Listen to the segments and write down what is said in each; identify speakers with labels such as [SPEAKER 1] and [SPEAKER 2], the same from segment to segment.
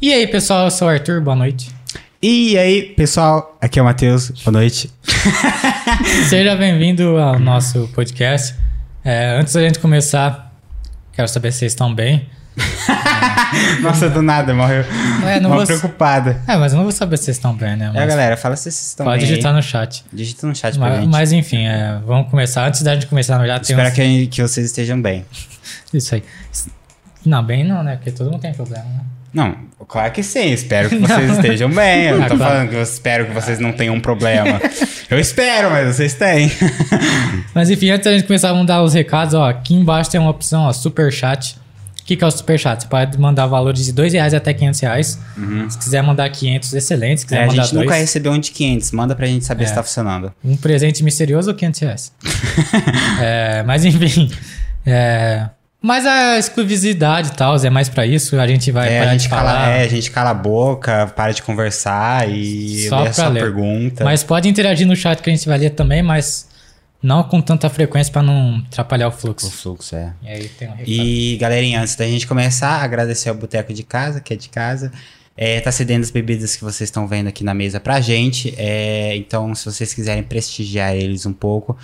[SPEAKER 1] E aí, pessoal, eu sou o Arthur, boa noite.
[SPEAKER 2] E aí, pessoal, aqui é o Matheus, boa noite.
[SPEAKER 1] Seja bem-vindo ao nosso podcast. É, antes da gente começar, quero saber se vocês estão bem.
[SPEAKER 2] Nossa, do nada, morreu.
[SPEAKER 1] É, não
[SPEAKER 2] Mó
[SPEAKER 1] vou-
[SPEAKER 2] preocupada.
[SPEAKER 1] É, mas eu não vou saber se vocês estão bem, né?
[SPEAKER 2] É,
[SPEAKER 1] Mas
[SPEAKER 2] galera, fala se vocês estão
[SPEAKER 1] pode
[SPEAKER 2] bem aí.
[SPEAKER 1] digitar no chat.
[SPEAKER 2] Digita no chat pra
[SPEAKER 1] Mas,
[SPEAKER 2] gente.
[SPEAKER 1] mas, enfim, é, vamos começar. Antes da gente começar, na verdade, tem
[SPEAKER 2] Espero
[SPEAKER 1] uns-
[SPEAKER 2] que, que vocês estejam bem.
[SPEAKER 1] Isso aí. Não, bem não, né? Porque todo mundo tem problema, né?
[SPEAKER 2] Não, claro que sim, espero que
[SPEAKER 1] Não.
[SPEAKER 2] vocês estejam bem. Eu não
[SPEAKER 1] Ah,
[SPEAKER 2] tô
[SPEAKER 1] claro.
[SPEAKER 2] falando que eu espero que vocês não tenham um problema. É, eu espero, mas vocês têm.
[SPEAKER 1] Mas enfim, antes da gente começar, vamos dar os recados. Ó, aqui embaixo tem uma opção, ó, superchat. O que, que é o superchat? Você pode mandar valores de R$ 2 reais até R$ 500 reais. Se quiser mandar 500, excelente. Se quiser
[SPEAKER 2] Uhum. É, a
[SPEAKER 1] mandar
[SPEAKER 2] gente nunca
[SPEAKER 1] dois,
[SPEAKER 2] recebeu um de 500, manda pra gente saber
[SPEAKER 1] É.
[SPEAKER 2] se tá funcionando.
[SPEAKER 1] um presente misterioso ou 500 reais. É, mas enfim. É, mas a exclusividade e tal, é mais pra isso. A gente vai
[SPEAKER 2] É,
[SPEAKER 1] parar
[SPEAKER 2] a gente
[SPEAKER 1] de falar.
[SPEAKER 2] cala, é, a gente cala a boca, para de conversar e
[SPEAKER 1] Só
[SPEAKER 2] lê
[SPEAKER 1] pra
[SPEAKER 2] a sua
[SPEAKER 1] ler.
[SPEAKER 2] pergunta.
[SPEAKER 1] Mas pode interagir no chat que a gente vai ler também, mas não com tanta frequência pra não atrapalhar o
[SPEAKER 2] O
[SPEAKER 1] fluxo.
[SPEAKER 2] fluxo, é.
[SPEAKER 1] E aí tem um recado.
[SPEAKER 2] E galerinha, antes da gente começar, agradecer ao Boteco de Casa, que é de casa. É, tá cedendo as bebidas que vocês estão vendo aqui na mesa pra gente. É, então, se vocês quiserem prestigiar eles um pouco,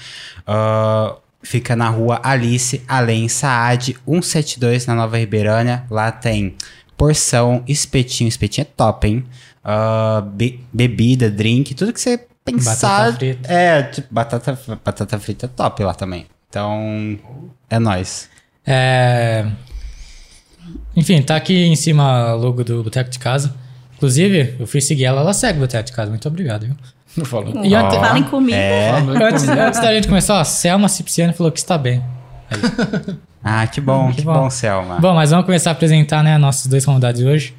[SPEAKER 2] ah, fica na rua Alice Além Saad 172, na Nova Ribeirânia. Lá tem porção, espetinho, espetinho é top, hein? Ah, be- bebida, drink, tudo que você pensar.
[SPEAKER 1] Batata frita.
[SPEAKER 2] É, tipo, batata, batata frita é top lá também. Então, é nóis.
[SPEAKER 1] É... Enfim, tá aqui em cima o logo do Boteco de Casa. Inclusive, eu fui seguir ela, ela segue o Boteco de Casa. Muito obrigado, viu?
[SPEAKER 3] Não falou. então,
[SPEAKER 1] E
[SPEAKER 2] Ó.
[SPEAKER 1] ante-
[SPEAKER 2] Ah,
[SPEAKER 4] Fala em comida.
[SPEAKER 2] É.
[SPEAKER 1] antes,
[SPEAKER 3] né?
[SPEAKER 1] antes da gente começar, ó, Selma Cipciani falou que está bem.
[SPEAKER 2] Ah, que bom, que,
[SPEAKER 1] bom.
[SPEAKER 2] bom. Selma.
[SPEAKER 1] Bom, mas vamos começar a apresentar né, nossos dois convidados de hoje.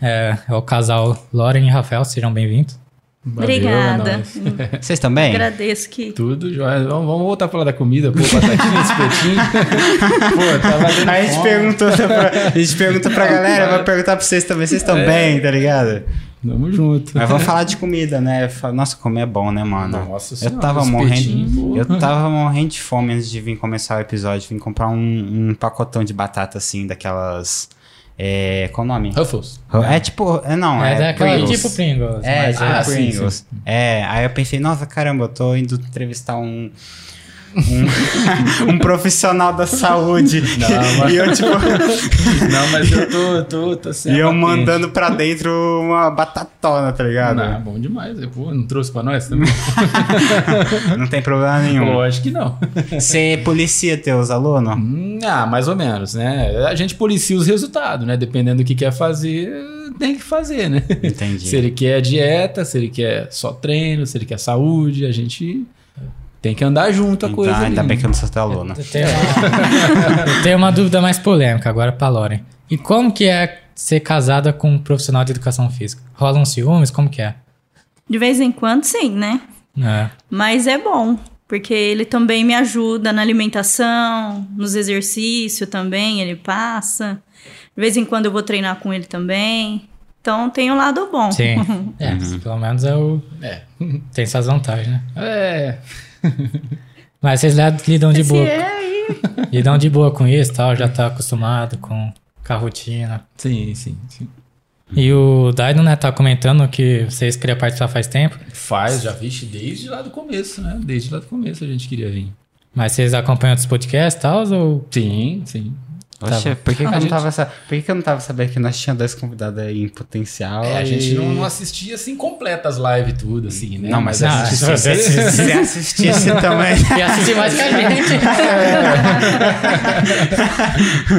[SPEAKER 1] É, é o casal Lauren e Rafael, sejam bem-vindos.
[SPEAKER 3] Valeu, é
[SPEAKER 4] Obrigada.
[SPEAKER 3] nóis.
[SPEAKER 2] Vocês também?
[SPEAKER 4] Agradeço que.
[SPEAKER 3] Tudo jóia. Vamos, vamos voltar a falar da comida, pô, batatinha, espetinho. pô, tava dando
[SPEAKER 2] A gente,
[SPEAKER 3] fome.
[SPEAKER 2] perguntou pra, a gente pergunta pra galera, vai perguntar pra vocês também. Vocês estão bem, tá ligado?
[SPEAKER 3] Tamo junto.
[SPEAKER 2] Mas vamos falar de comida, né? Fa- Nossa, comer é bom, né, mano?
[SPEAKER 3] Nossa
[SPEAKER 2] eu
[SPEAKER 3] senhora,
[SPEAKER 2] tava
[SPEAKER 3] espetinho,
[SPEAKER 2] morrendo.
[SPEAKER 3] pô.
[SPEAKER 2] Eu tava morrendo de fome antes de vir começar o episódio. Vim comprar um, um pacotão de batata, assim, daquelas. É, qual o nome?
[SPEAKER 3] Ruffles.
[SPEAKER 2] É tipo. É, não,
[SPEAKER 1] é
[SPEAKER 2] é.
[SPEAKER 1] daquela
[SPEAKER 2] Pringles.
[SPEAKER 1] tipo Pringles.
[SPEAKER 2] É,
[SPEAKER 1] mas assim.
[SPEAKER 2] tipo
[SPEAKER 3] ah, sim,
[SPEAKER 2] Pringles. É, aí eu pensei, nossa, caramba, eu tô indo entrevistar um. Um, um profissional da saúde.
[SPEAKER 3] Não, mas-
[SPEAKER 2] e eu, tipo,
[SPEAKER 3] Não, mas eu tô, tô, tá tô sem
[SPEAKER 2] e eu
[SPEAKER 3] a patente.
[SPEAKER 2] mandando pra dentro uma batatona, tá ligado?
[SPEAKER 3] Não, Ah, bom demais. Eu, pô, não trouxe pra nós também?
[SPEAKER 2] Não, tem problema nenhum.
[SPEAKER 3] Lógico que não.
[SPEAKER 2] Você policia teus alunos?
[SPEAKER 3] Hum, Ah, mais ou menos, né? A gente policia os resultados, né? Dependendo do que quer fazer, tem que fazer, né?
[SPEAKER 2] Entendi.
[SPEAKER 3] Se ele quer dieta, se ele quer só treino, se ele quer saúde, a gente tem que andar junto a
[SPEAKER 2] Então,
[SPEAKER 3] coisa. ali,
[SPEAKER 2] ainda bem
[SPEAKER 3] né?
[SPEAKER 2] que eu não sou teu aluno.
[SPEAKER 1] Eu tenho, uma, eu tenho uma dúvida mais polêmica agora pra Lauren. E como que é ser casada com um profissional de educação física? Rolam ciúmes? Como que é?
[SPEAKER 4] De vez em quando, sim, né?
[SPEAKER 1] É.
[SPEAKER 4] Mas é bom, porque ele também me ajuda na alimentação, nos exercícios também, ele passa. De vez em quando eu vou treinar com ele também. Então tem um lado bom.
[SPEAKER 1] Sim. É, pelo menos é o.
[SPEAKER 3] É.
[SPEAKER 1] Tem suas vantagens, né?
[SPEAKER 3] É.
[SPEAKER 1] Mas vocês led- lidam de
[SPEAKER 4] Se
[SPEAKER 1] boa.
[SPEAKER 4] é aí.
[SPEAKER 1] Lidam de boa com isso e tal, já tá acostumado com, com a rotina.
[SPEAKER 3] Sim, sim, sim.
[SPEAKER 1] E o Daido, né, tá comentando que vocês queriam participar faz tempo,
[SPEAKER 3] Faz, já vixe, desde lá do começo, né? Desde lá do começo a gente queria vir.
[SPEAKER 1] mas vocês acompanham outros podcasts e tal, ou.
[SPEAKER 3] Sim, sim.
[SPEAKER 2] Oxe, por que, que eu
[SPEAKER 3] É, tá A
[SPEAKER 2] não
[SPEAKER 3] gente-
[SPEAKER 2] tava, sa- por que, que eu não tava sabendo que nós tínhamos dois convidados aí em potencial?
[SPEAKER 3] É, a gente
[SPEAKER 2] e-
[SPEAKER 3] não, não assistia assim completa as lives tudo, assim, né?
[SPEAKER 2] Não, mas é
[SPEAKER 1] Não,
[SPEAKER 2] assiste
[SPEAKER 1] se
[SPEAKER 2] sim.
[SPEAKER 1] você assistir-
[SPEAKER 2] Se assistisse também.
[SPEAKER 1] E assistir mais que a gente.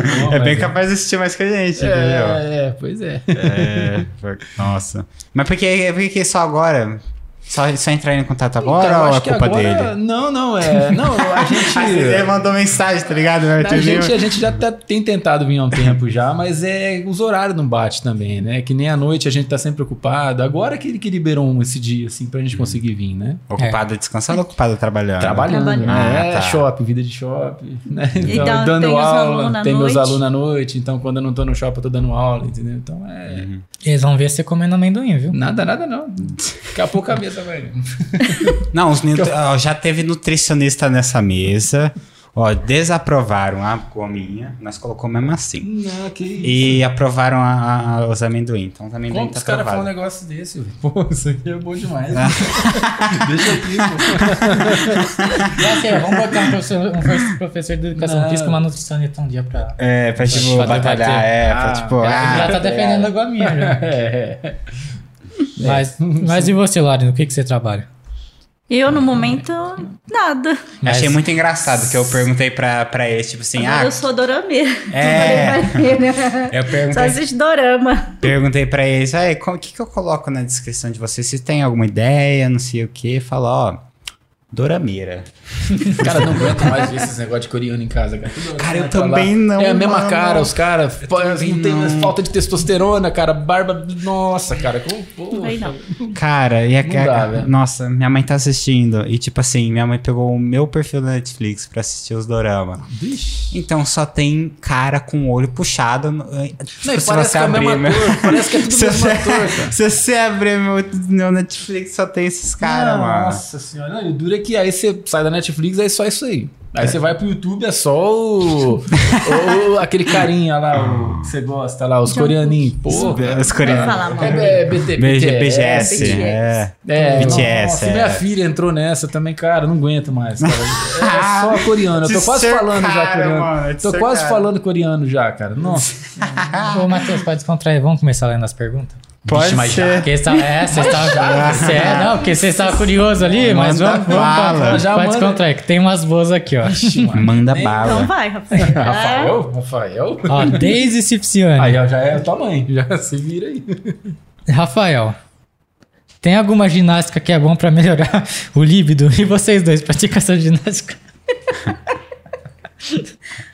[SPEAKER 3] Não,
[SPEAKER 2] É
[SPEAKER 3] mas
[SPEAKER 2] bem capaz de assistir mais que a gente, entendeu?
[SPEAKER 3] É, é, pois é.
[SPEAKER 2] É, por- nossa. Mas por que, é por que só agora? Só, só entrar em contato agora
[SPEAKER 3] Então, eu
[SPEAKER 2] ou
[SPEAKER 3] acho
[SPEAKER 2] é
[SPEAKER 3] que
[SPEAKER 2] culpa
[SPEAKER 3] agora-
[SPEAKER 2] dele?
[SPEAKER 3] Não, não, é. Não, a
[SPEAKER 2] Ah, ele
[SPEAKER 3] gente.
[SPEAKER 2] mandou mensagem, tá ligado? Meu,
[SPEAKER 3] A gente, a gente já tá- tem tentado vir há um tempo já, mas é os horários não bate também, né? Que nem à noite a gente tá sempre ocupado. Agora que, que liberou um esse dia, assim, pra gente conseguir vir, né?
[SPEAKER 2] Ocupado descansando ou ocupado trabalhando?
[SPEAKER 3] Trabalhando,
[SPEAKER 4] Trabalhando.
[SPEAKER 3] né?
[SPEAKER 2] Ah,
[SPEAKER 3] é
[SPEAKER 2] tá.
[SPEAKER 3] shopping, vida de shopping, né?
[SPEAKER 4] E dá- um- tem os alunos à
[SPEAKER 3] tem meus
[SPEAKER 4] noite.
[SPEAKER 3] alunos à noite, então quando eu não tô no shopping eu tô dando aula, entendeu? Então é.
[SPEAKER 2] Uhum.
[SPEAKER 1] Eles vão ver você comendo amendoim, viu?
[SPEAKER 3] Nada, nada não. Daqui a pouco a mesa vai.
[SPEAKER 2] Não, os nutri- ó, já teve nutricionista nessa mesa. Ó, desaprovaram a gominha, nós colocamos mesmo assim.
[SPEAKER 3] Não, que
[SPEAKER 2] E aprovaram a- a- os amendoim. Então os amendoim
[SPEAKER 3] Como que
[SPEAKER 2] tá Ah.
[SPEAKER 3] os caras falam um
[SPEAKER 2] aprovado.
[SPEAKER 3] negócio desse? velho? Pô, isso aqui é bom demais. Deixa aqui, pô.
[SPEAKER 1] Já sei, vamos botar um professor, um first- professor de educação
[SPEAKER 3] Não.
[SPEAKER 1] física e uma nutricionista um dia pra.
[SPEAKER 2] É, pra tipo
[SPEAKER 1] Pra
[SPEAKER 2] batalhar,
[SPEAKER 1] debater.
[SPEAKER 2] é,
[SPEAKER 3] Ah,
[SPEAKER 2] pra tipo.
[SPEAKER 1] Ela já
[SPEAKER 2] ah,
[SPEAKER 1] tá defendendo a gominha já.
[SPEAKER 3] É.
[SPEAKER 1] Mas, mas e você, Lauren, no que, que você trabalha?
[SPEAKER 4] Eu, no momento, nada.
[SPEAKER 1] Mas-
[SPEAKER 2] Achei muito engraçado que eu perguntei pra, pra eles, tipo assim, ah,
[SPEAKER 4] eu sou dorameira.
[SPEAKER 2] É. eu
[SPEAKER 4] Só
[SPEAKER 2] perguntei,
[SPEAKER 4] existe dorama.
[SPEAKER 2] perguntei pra eles, aí, o que que eu coloco na descrição de vocês? Se tem alguma ideia, não sei o que, fala, ó, Dorameira.
[SPEAKER 3] Cara, não aguento mais ver esses negócios de coreano em casa, cara. Toda hora
[SPEAKER 2] Cara,
[SPEAKER 3] que
[SPEAKER 2] eu
[SPEAKER 3] vai pra
[SPEAKER 2] também não,
[SPEAKER 3] É a mesma
[SPEAKER 2] mano.
[SPEAKER 3] cara, os caras. pô, Não
[SPEAKER 2] também
[SPEAKER 3] tem
[SPEAKER 2] não.
[SPEAKER 3] mais falta de testosterona, cara. Barba. Nossa, cara. Como, pô,
[SPEAKER 4] Aí não.
[SPEAKER 2] Cara, e a,
[SPEAKER 3] Não dá, velho.
[SPEAKER 2] nossa, minha mãe tá assistindo, e tipo assim, minha mãe pegou o meu perfil da Netflix pra assistir os Dorama.
[SPEAKER 3] Vixe.
[SPEAKER 2] Então só tem cara com o olho puxado. no- eh, tipo,
[SPEAKER 3] Não, e
[SPEAKER 2] se
[SPEAKER 3] parece
[SPEAKER 2] você
[SPEAKER 3] que é o
[SPEAKER 2] abrir,
[SPEAKER 3] mesmo
[SPEAKER 2] meu-
[SPEAKER 3] ator. Parece que é tudo o
[SPEAKER 2] Se
[SPEAKER 3] mesmo
[SPEAKER 2] você,
[SPEAKER 3] ator, cara.
[SPEAKER 2] se você abrir meu, meu Netflix, só tem esses caras, mano.
[SPEAKER 3] Nossa senhora. Não, e o duro é que aí você sai da Netflix, aí é só isso aí. Aí você vai pro YouTube, é só o. o- aquele carinha lá, o que você gosta lá, os
[SPEAKER 4] Jungkook.
[SPEAKER 3] coreaninhos. Pô.
[SPEAKER 2] Os
[SPEAKER 4] Vou falar
[SPEAKER 2] coreanos.
[SPEAKER 4] mal.
[SPEAKER 3] É, é, BT,
[SPEAKER 2] BG,
[SPEAKER 3] BTS.
[SPEAKER 2] BGS. É.
[SPEAKER 3] É,
[SPEAKER 2] BTS,
[SPEAKER 3] nossa,
[SPEAKER 2] é.
[SPEAKER 3] minha filha entrou nessa também, cara, não aguento mais. Cara. É só coreano, eu tô
[SPEAKER 2] Te
[SPEAKER 3] quase falando já
[SPEAKER 2] cercaram,
[SPEAKER 3] coreano.
[SPEAKER 2] mano, te
[SPEAKER 3] tô quase
[SPEAKER 2] cercaram.
[SPEAKER 3] falando coreano já, cara. Nossa,
[SPEAKER 1] Ô, Matheus, pode descontrair. Vamos começar lendo as perguntas?
[SPEAKER 2] Ah. Pode
[SPEAKER 3] Vixe, mas
[SPEAKER 2] ser.
[SPEAKER 1] Porque está, é, você está, você é, não, porque você estava curioso ali, mas
[SPEAKER 2] Manda
[SPEAKER 1] vamos, vamos,
[SPEAKER 2] bala.
[SPEAKER 1] vamos,
[SPEAKER 3] Já
[SPEAKER 1] pode
[SPEAKER 3] manda.
[SPEAKER 1] descontrair, que tem umas boas aqui, ó.
[SPEAKER 2] Manda
[SPEAKER 4] Então
[SPEAKER 2] bala.
[SPEAKER 4] vai, Rafael. É.
[SPEAKER 3] Rafael, Rafael.
[SPEAKER 1] Ó, Daisy
[SPEAKER 3] Aí
[SPEAKER 1] Cipciani.
[SPEAKER 3] ó, já é o tamanho, já se vira aí.
[SPEAKER 1] Rafael, tem alguma ginástica que é bom pra melhorar o líbido? E vocês dois praticam essa ginástica?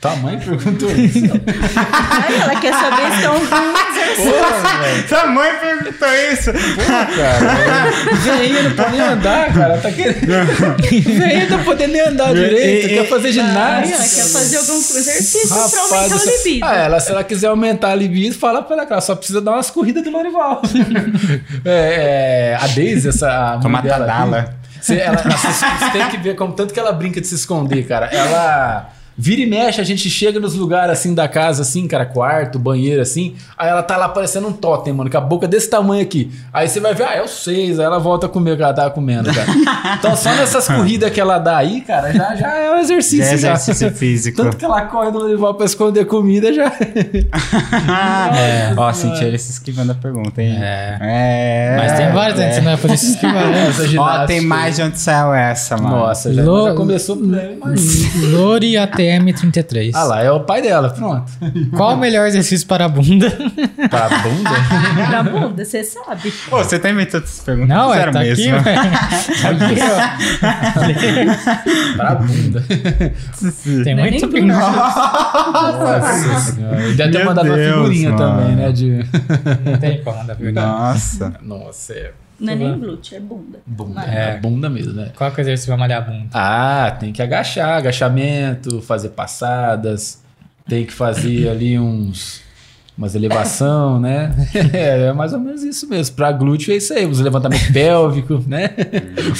[SPEAKER 3] Tamanho perguntou isso.
[SPEAKER 4] Ai, ela quer saber se é um
[SPEAKER 3] Porra, velho.
[SPEAKER 2] Sua mãe perguntou isso.
[SPEAKER 3] Porra, cara. Veinha não pode nem andar, cara. Tá querendo. Veinha não pode nem andar direito, quer fazer
[SPEAKER 4] Ai, ela
[SPEAKER 3] ginástica.
[SPEAKER 4] quer fazer algum exercício pra
[SPEAKER 3] Rapaz,
[SPEAKER 4] aumentar
[SPEAKER 3] do
[SPEAKER 4] o
[SPEAKER 2] é
[SPEAKER 3] céu.
[SPEAKER 4] libido.
[SPEAKER 3] Ah, ela, se ela quiser aumentar a libido, fala pra ela que ela só precisa dar umas corridas do Lorival. é, a Daisy, essa. a
[SPEAKER 2] Toma
[SPEAKER 3] mulher dela
[SPEAKER 2] tadala.
[SPEAKER 3] aqui, Você, ela, você tem que ver como tanto que ela brinca de se esconder, cara. Ela. Vira e mexe, a gente chega nos lugares assim da casa, assim, cara, quarto, banheiro, assim. Aí ela tá lá parecendo um totem, mano, com a boca desse tamanho aqui. Aí você vai ver, ah, é o seis. Aí ela volta a comer o que ela tava comendo, cara. Então só nessas corridas que ela dá aí, cara, já, já é um exercício.
[SPEAKER 2] Já é
[SPEAKER 3] já.
[SPEAKER 2] exercício físico.
[SPEAKER 3] Tanto que ela corre do Lorival pra esconder comida já. Ah,
[SPEAKER 2] É. Ó, senti ele se esquivando da pergunta, hein?
[SPEAKER 1] É.
[SPEAKER 2] É.
[SPEAKER 1] Mas tem várias, né? Você não vai poder se esquivar, né?
[SPEAKER 3] Essa
[SPEAKER 2] Ó,
[SPEAKER 3] ginástica.
[SPEAKER 2] tem mais de onde saiu essa, mano.
[SPEAKER 3] Nossa, já,
[SPEAKER 1] Lo-
[SPEAKER 3] já começou. né? Imagina.
[SPEAKER 1] Lori ATM33.
[SPEAKER 3] Ah lá, é o pai dela, pronto.
[SPEAKER 1] Qual o melhor exercício para a bunda?
[SPEAKER 3] Pra bunda?
[SPEAKER 4] Na Ah, bunda, você sabe.
[SPEAKER 2] Pô, você tá inventando essas perguntas?
[SPEAKER 1] Não, é,
[SPEAKER 2] Fizeram
[SPEAKER 1] tá aqui,
[SPEAKER 2] mesmo.
[SPEAKER 1] velho.
[SPEAKER 3] pra bunda.
[SPEAKER 1] Tem
[SPEAKER 4] Não é
[SPEAKER 1] muito
[SPEAKER 4] nem
[SPEAKER 1] bem.
[SPEAKER 3] Nossa senhora. E deve ter
[SPEAKER 2] Meu
[SPEAKER 3] mandado uma
[SPEAKER 2] Deus,
[SPEAKER 3] figurinha
[SPEAKER 2] mano.
[SPEAKER 3] também, né? De...
[SPEAKER 1] Não tem como, na verdade.
[SPEAKER 2] Nossa.
[SPEAKER 3] Nossa, é
[SPEAKER 4] Não é nem glúteo, é bunda.
[SPEAKER 3] bunda.
[SPEAKER 4] Vai.
[SPEAKER 1] É.
[SPEAKER 3] É bunda mesmo, né?
[SPEAKER 1] Qual que é o exercício pra malhar a bunda?
[SPEAKER 3] Ah, tem que agachar, agachamento, fazer passadas, tem que fazer ali uns umas elevação, né? É, é mais ou menos isso mesmo. Para glúteo é isso aí, os levantamentos pélvico, né?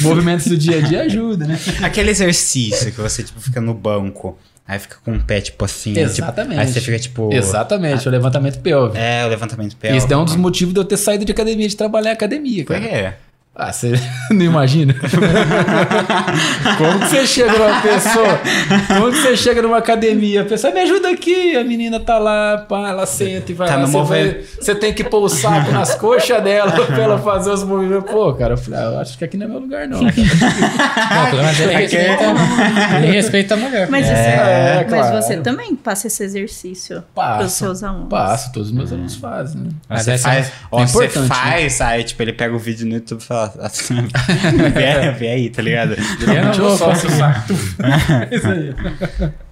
[SPEAKER 3] Movimentos do dia a dia ajuda, né?
[SPEAKER 2] Aquele exercício que você, tipo, fica no banco, aí fica com o pé, tipo assim. tipo-
[SPEAKER 3] Exatamente.
[SPEAKER 2] aí você fica, tipo.
[SPEAKER 3] Exatamente, o levantamento pélvico.
[SPEAKER 2] É, o levantamento pé.
[SPEAKER 3] Esse é um dos motivos de eu ter saído de academia, de trabalhar em academia,
[SPEAKER 2] Por
[SPEAKER 3] cara.
[SPEAKER 2] quê?
[SPEAKER 3] Ah, você não imagina? Como que você chega numa pessoa? Como que você chega numa academia? A pessoa, "Ah, me ajuda aqui. A menina tá lá, pá, ela senta e vai
[SPEAKER 2] Tá
[SPEAKER 3] lá.
[SPEAKER 2] no
[SPEAKER 3] Você,
[SPEAKER 2] movimento.
[SPEAKER 3] vai- você tem que pôr o saco nas coxas dela pra ela fazer os movimentos. Pô, cara, eu falei, ah, eu acho que aqui não é meu lugar, não. cara.
[SPEAKER 1] Não, pelo menos ele respeita, ele respeita a mulher.
[SPEAKER 4] Mas,
[SPEAKER 1] né?
[SPEAKER 3] É,
[SPEAKER 4] você,
[SPEAKER 3] claro.
[SPEAKER 4] mas você também passa esse exercício para os
[SPEAKER 3] Passo,
[SPEAKER 4] seus alunos.
[SPEAKER 3] passo, todos os meus alunos fazem, né?
[SPEAKER 1] Mas
[SPEAKER 2] você
[SPEAKER 1] essa
[SPEAKER 2] faz, ó,
[SPEAKER 3] é
[SPEAKER 2] você
[SPEAKER 3] importante,
[SPEAKER 2] faz, aí tipo, ele pega o vídeo no YouTube e fala assim, vê, vê aí, tá ligado?
[SPEAKER 1] Eu não vou
[SPEAKER 3] sócio, saco. Isso aí.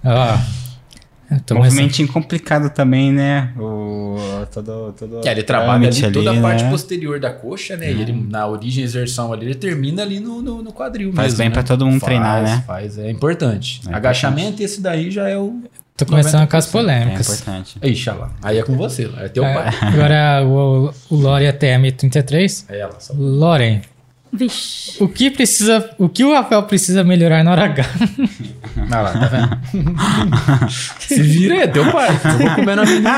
[SPEAKER 1] Ó, eu tô
[SPEAKER 3] Então,
[SPEAKER 1] começando.
[SPEAKER 2] Movimentinho complicado também, né? O, todo, todo
[SPEAKER 3] Que ele trabalha ali,
[SPEAKER 2] trâmite
[SPEAKER 3] toda a parte
[SPEAKER 2] né? Uhum.
[SPEAKER 3] posterior da coxa, né? E ele, na origem exerção ali, ele termina ali no, no, no quadril
[SPEAKER 2] Faz
[SPEAKER 3] mesmo,
[SPEAKER 2] bem
[SPEAKER 3] né?
[SPEAKER 2] pra todo mundo
[SPEAKER 3] Faz,
[SPEAKER 2] treinar, né?
[SPEAKER 3] Faz, é importante.
[SPEAKER 2] É
[SPEAKER 3] Agachamento, esse daí já é o...
[SPEAKER 1] Tô começando com as
[SPEAKER 3] 90%.
[SPEAKER 2] É
[SPEAKER 1] polêmicas.
[SPEAKER 2] importante.
[SPEAKER 3] Ixi, olha lá. Aí é com você, lá. é teu
[SPEAKER 1] É,
[SPEAKER 3] pai.
[SPEAKER 1] agora o, o Lore ATM33.
[SPEAKER 3] É ela, só.
[SPEAKER 1] Loren,
[SPEAKER 4] Vixe.
[SPEAKER 1] O que precisa. O que o Rafael precisa melhorar na hora H?
[SPEAKER 3] Olha lá, tá vendo? Se vira, é teu pai. Eu vou comer na menina.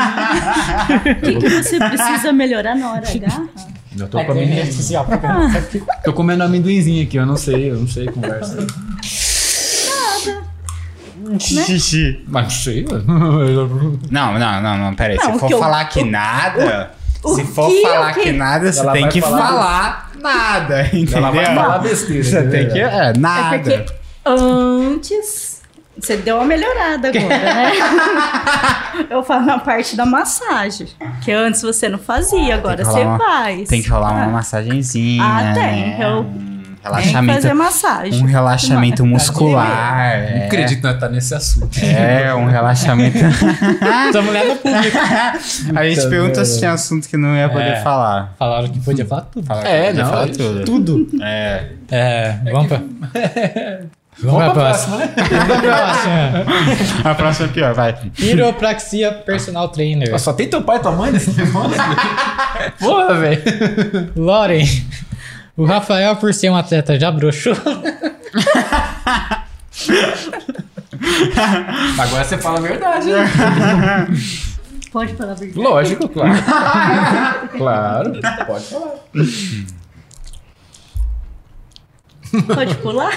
[SPEAKER 4] O que, que você precisa melhorar na hora H?
[SPEAKER 3] Eu tô, comendo, tô comendo amendoinzinho aqui, eu não sei, eu não sei conversa.
[SPEAKER 2] Xixi.
[SPEAKER 3] Mas não sei, velho.
[SPEAKER 2] Não, não, não, não, peraí.
[SPEAKER 4] Não,
[SPEAKER 2] se
[SPEAKER 4] o
[SPEAKER 2] for
[SPEAKER 4] que eu-
[SPEAKER 2] falar que nada.
[SPEAKER 4] o
[SPEAKER 2] se for
[SPEAKER 4] que- é
[SPEAKER 2] falar
[SPEAKER 4] o
[SPEAKER 2] que,
[SPEAKER 4] que-
[SPEAKER 2] nada, você
[SPEAKER 3] Ela
[SPEAKER 2] tem
[SPEAKER 3] vai
[SPEAKER 2] que
[SPEAKER 3] falar-
[SPEAKER 2] falar, nada, entendeu?
[SPEAKER 3] Ela vai falar besteira.
[SPEAKER 2] Você tem que.
[SPEAKER 3] entendeu?
[SPEAKER 2] É, nada.
[SPEAKER 4] É porque antes você deu uma melhorada agora, né? Eu falo na parte da massagem, que antes você não fazia, agora
[SPEAKER 2] que
[SPEAKER 4] você
[SPEAKER 2] rolar uma-
[SPEAKER 4] faz.
[SPEAKER 2] Tem que rolar uma massagenzinha.
[SPEAKER 4] Ah, tem,
[SPEAKER 2] né?
[SPEAKER 4] eu-
[SPEAKER 2] Um
[SPEAKER 4] Tem que
[SPEAKER 2] relaxamento.
[SPEAKER 4] fazer massagem.
[SPEAKER 2] Um relaxamento muscular.
[SPEAKER 3] Não
[SPEAKER 2] é.
[SPEAKER 3] acredito que nós tá nesse assunto.
[SPEAKER 2] É, um relaxamento.
[SPEAKER 1] Essa mulher no público.
[SPEAKER 2] A gente
[SPEAKER 3] Puta
[SPEAKER 2] pergunta
[SPEAKER 3] merda.
[SPEAKER 2] se tinha assunto que não ia poder
[SPEAKER 1] É.
[SPEAKER 2] falar.
[SPEAKER 1] Falaram que podia falar tudo.
[SPEAKER 2] Falar
[SPEAKER 3] É,
[SPEAKER 2] que podia
[SPEAKER 3] não,
[SPEAKER 2] falar
[SPEAKER 3] isso-
[SPEAKER 2] tudo.
[SPEAKER 1] Tudo.
[SPEAKER 2] É.
[SPEAKER 1] É, vamos pra. Vamos
[SPEAKER 3] Vamos
[SPEAKER 1] pra
[SPEAKER 3] pra
[SPEAKER 1] próxima.
[SPEAKER 3] próxima, né?
[SPEAKER 1] Vamos pra próxima.
[SPEAKER 2] A próxima é pior, vai.
[SPEAKER 1] Quiropraxia Personal Trainer.
[SPEAKER 3] Só tem teu pai e tua mãe nesse negócio? Porra, velho.
[SPEAKER 1] Loren. O Rafael, por ser um atleta, já broxou.
[SPEAKER 3] Agora você fala a verdade, né?
[SPEAKER 4] Pode falar a verdade.
[SPEAKER 3] Lógico, claro. claro, pode falar.
[SPEAKER 4] Pode pular?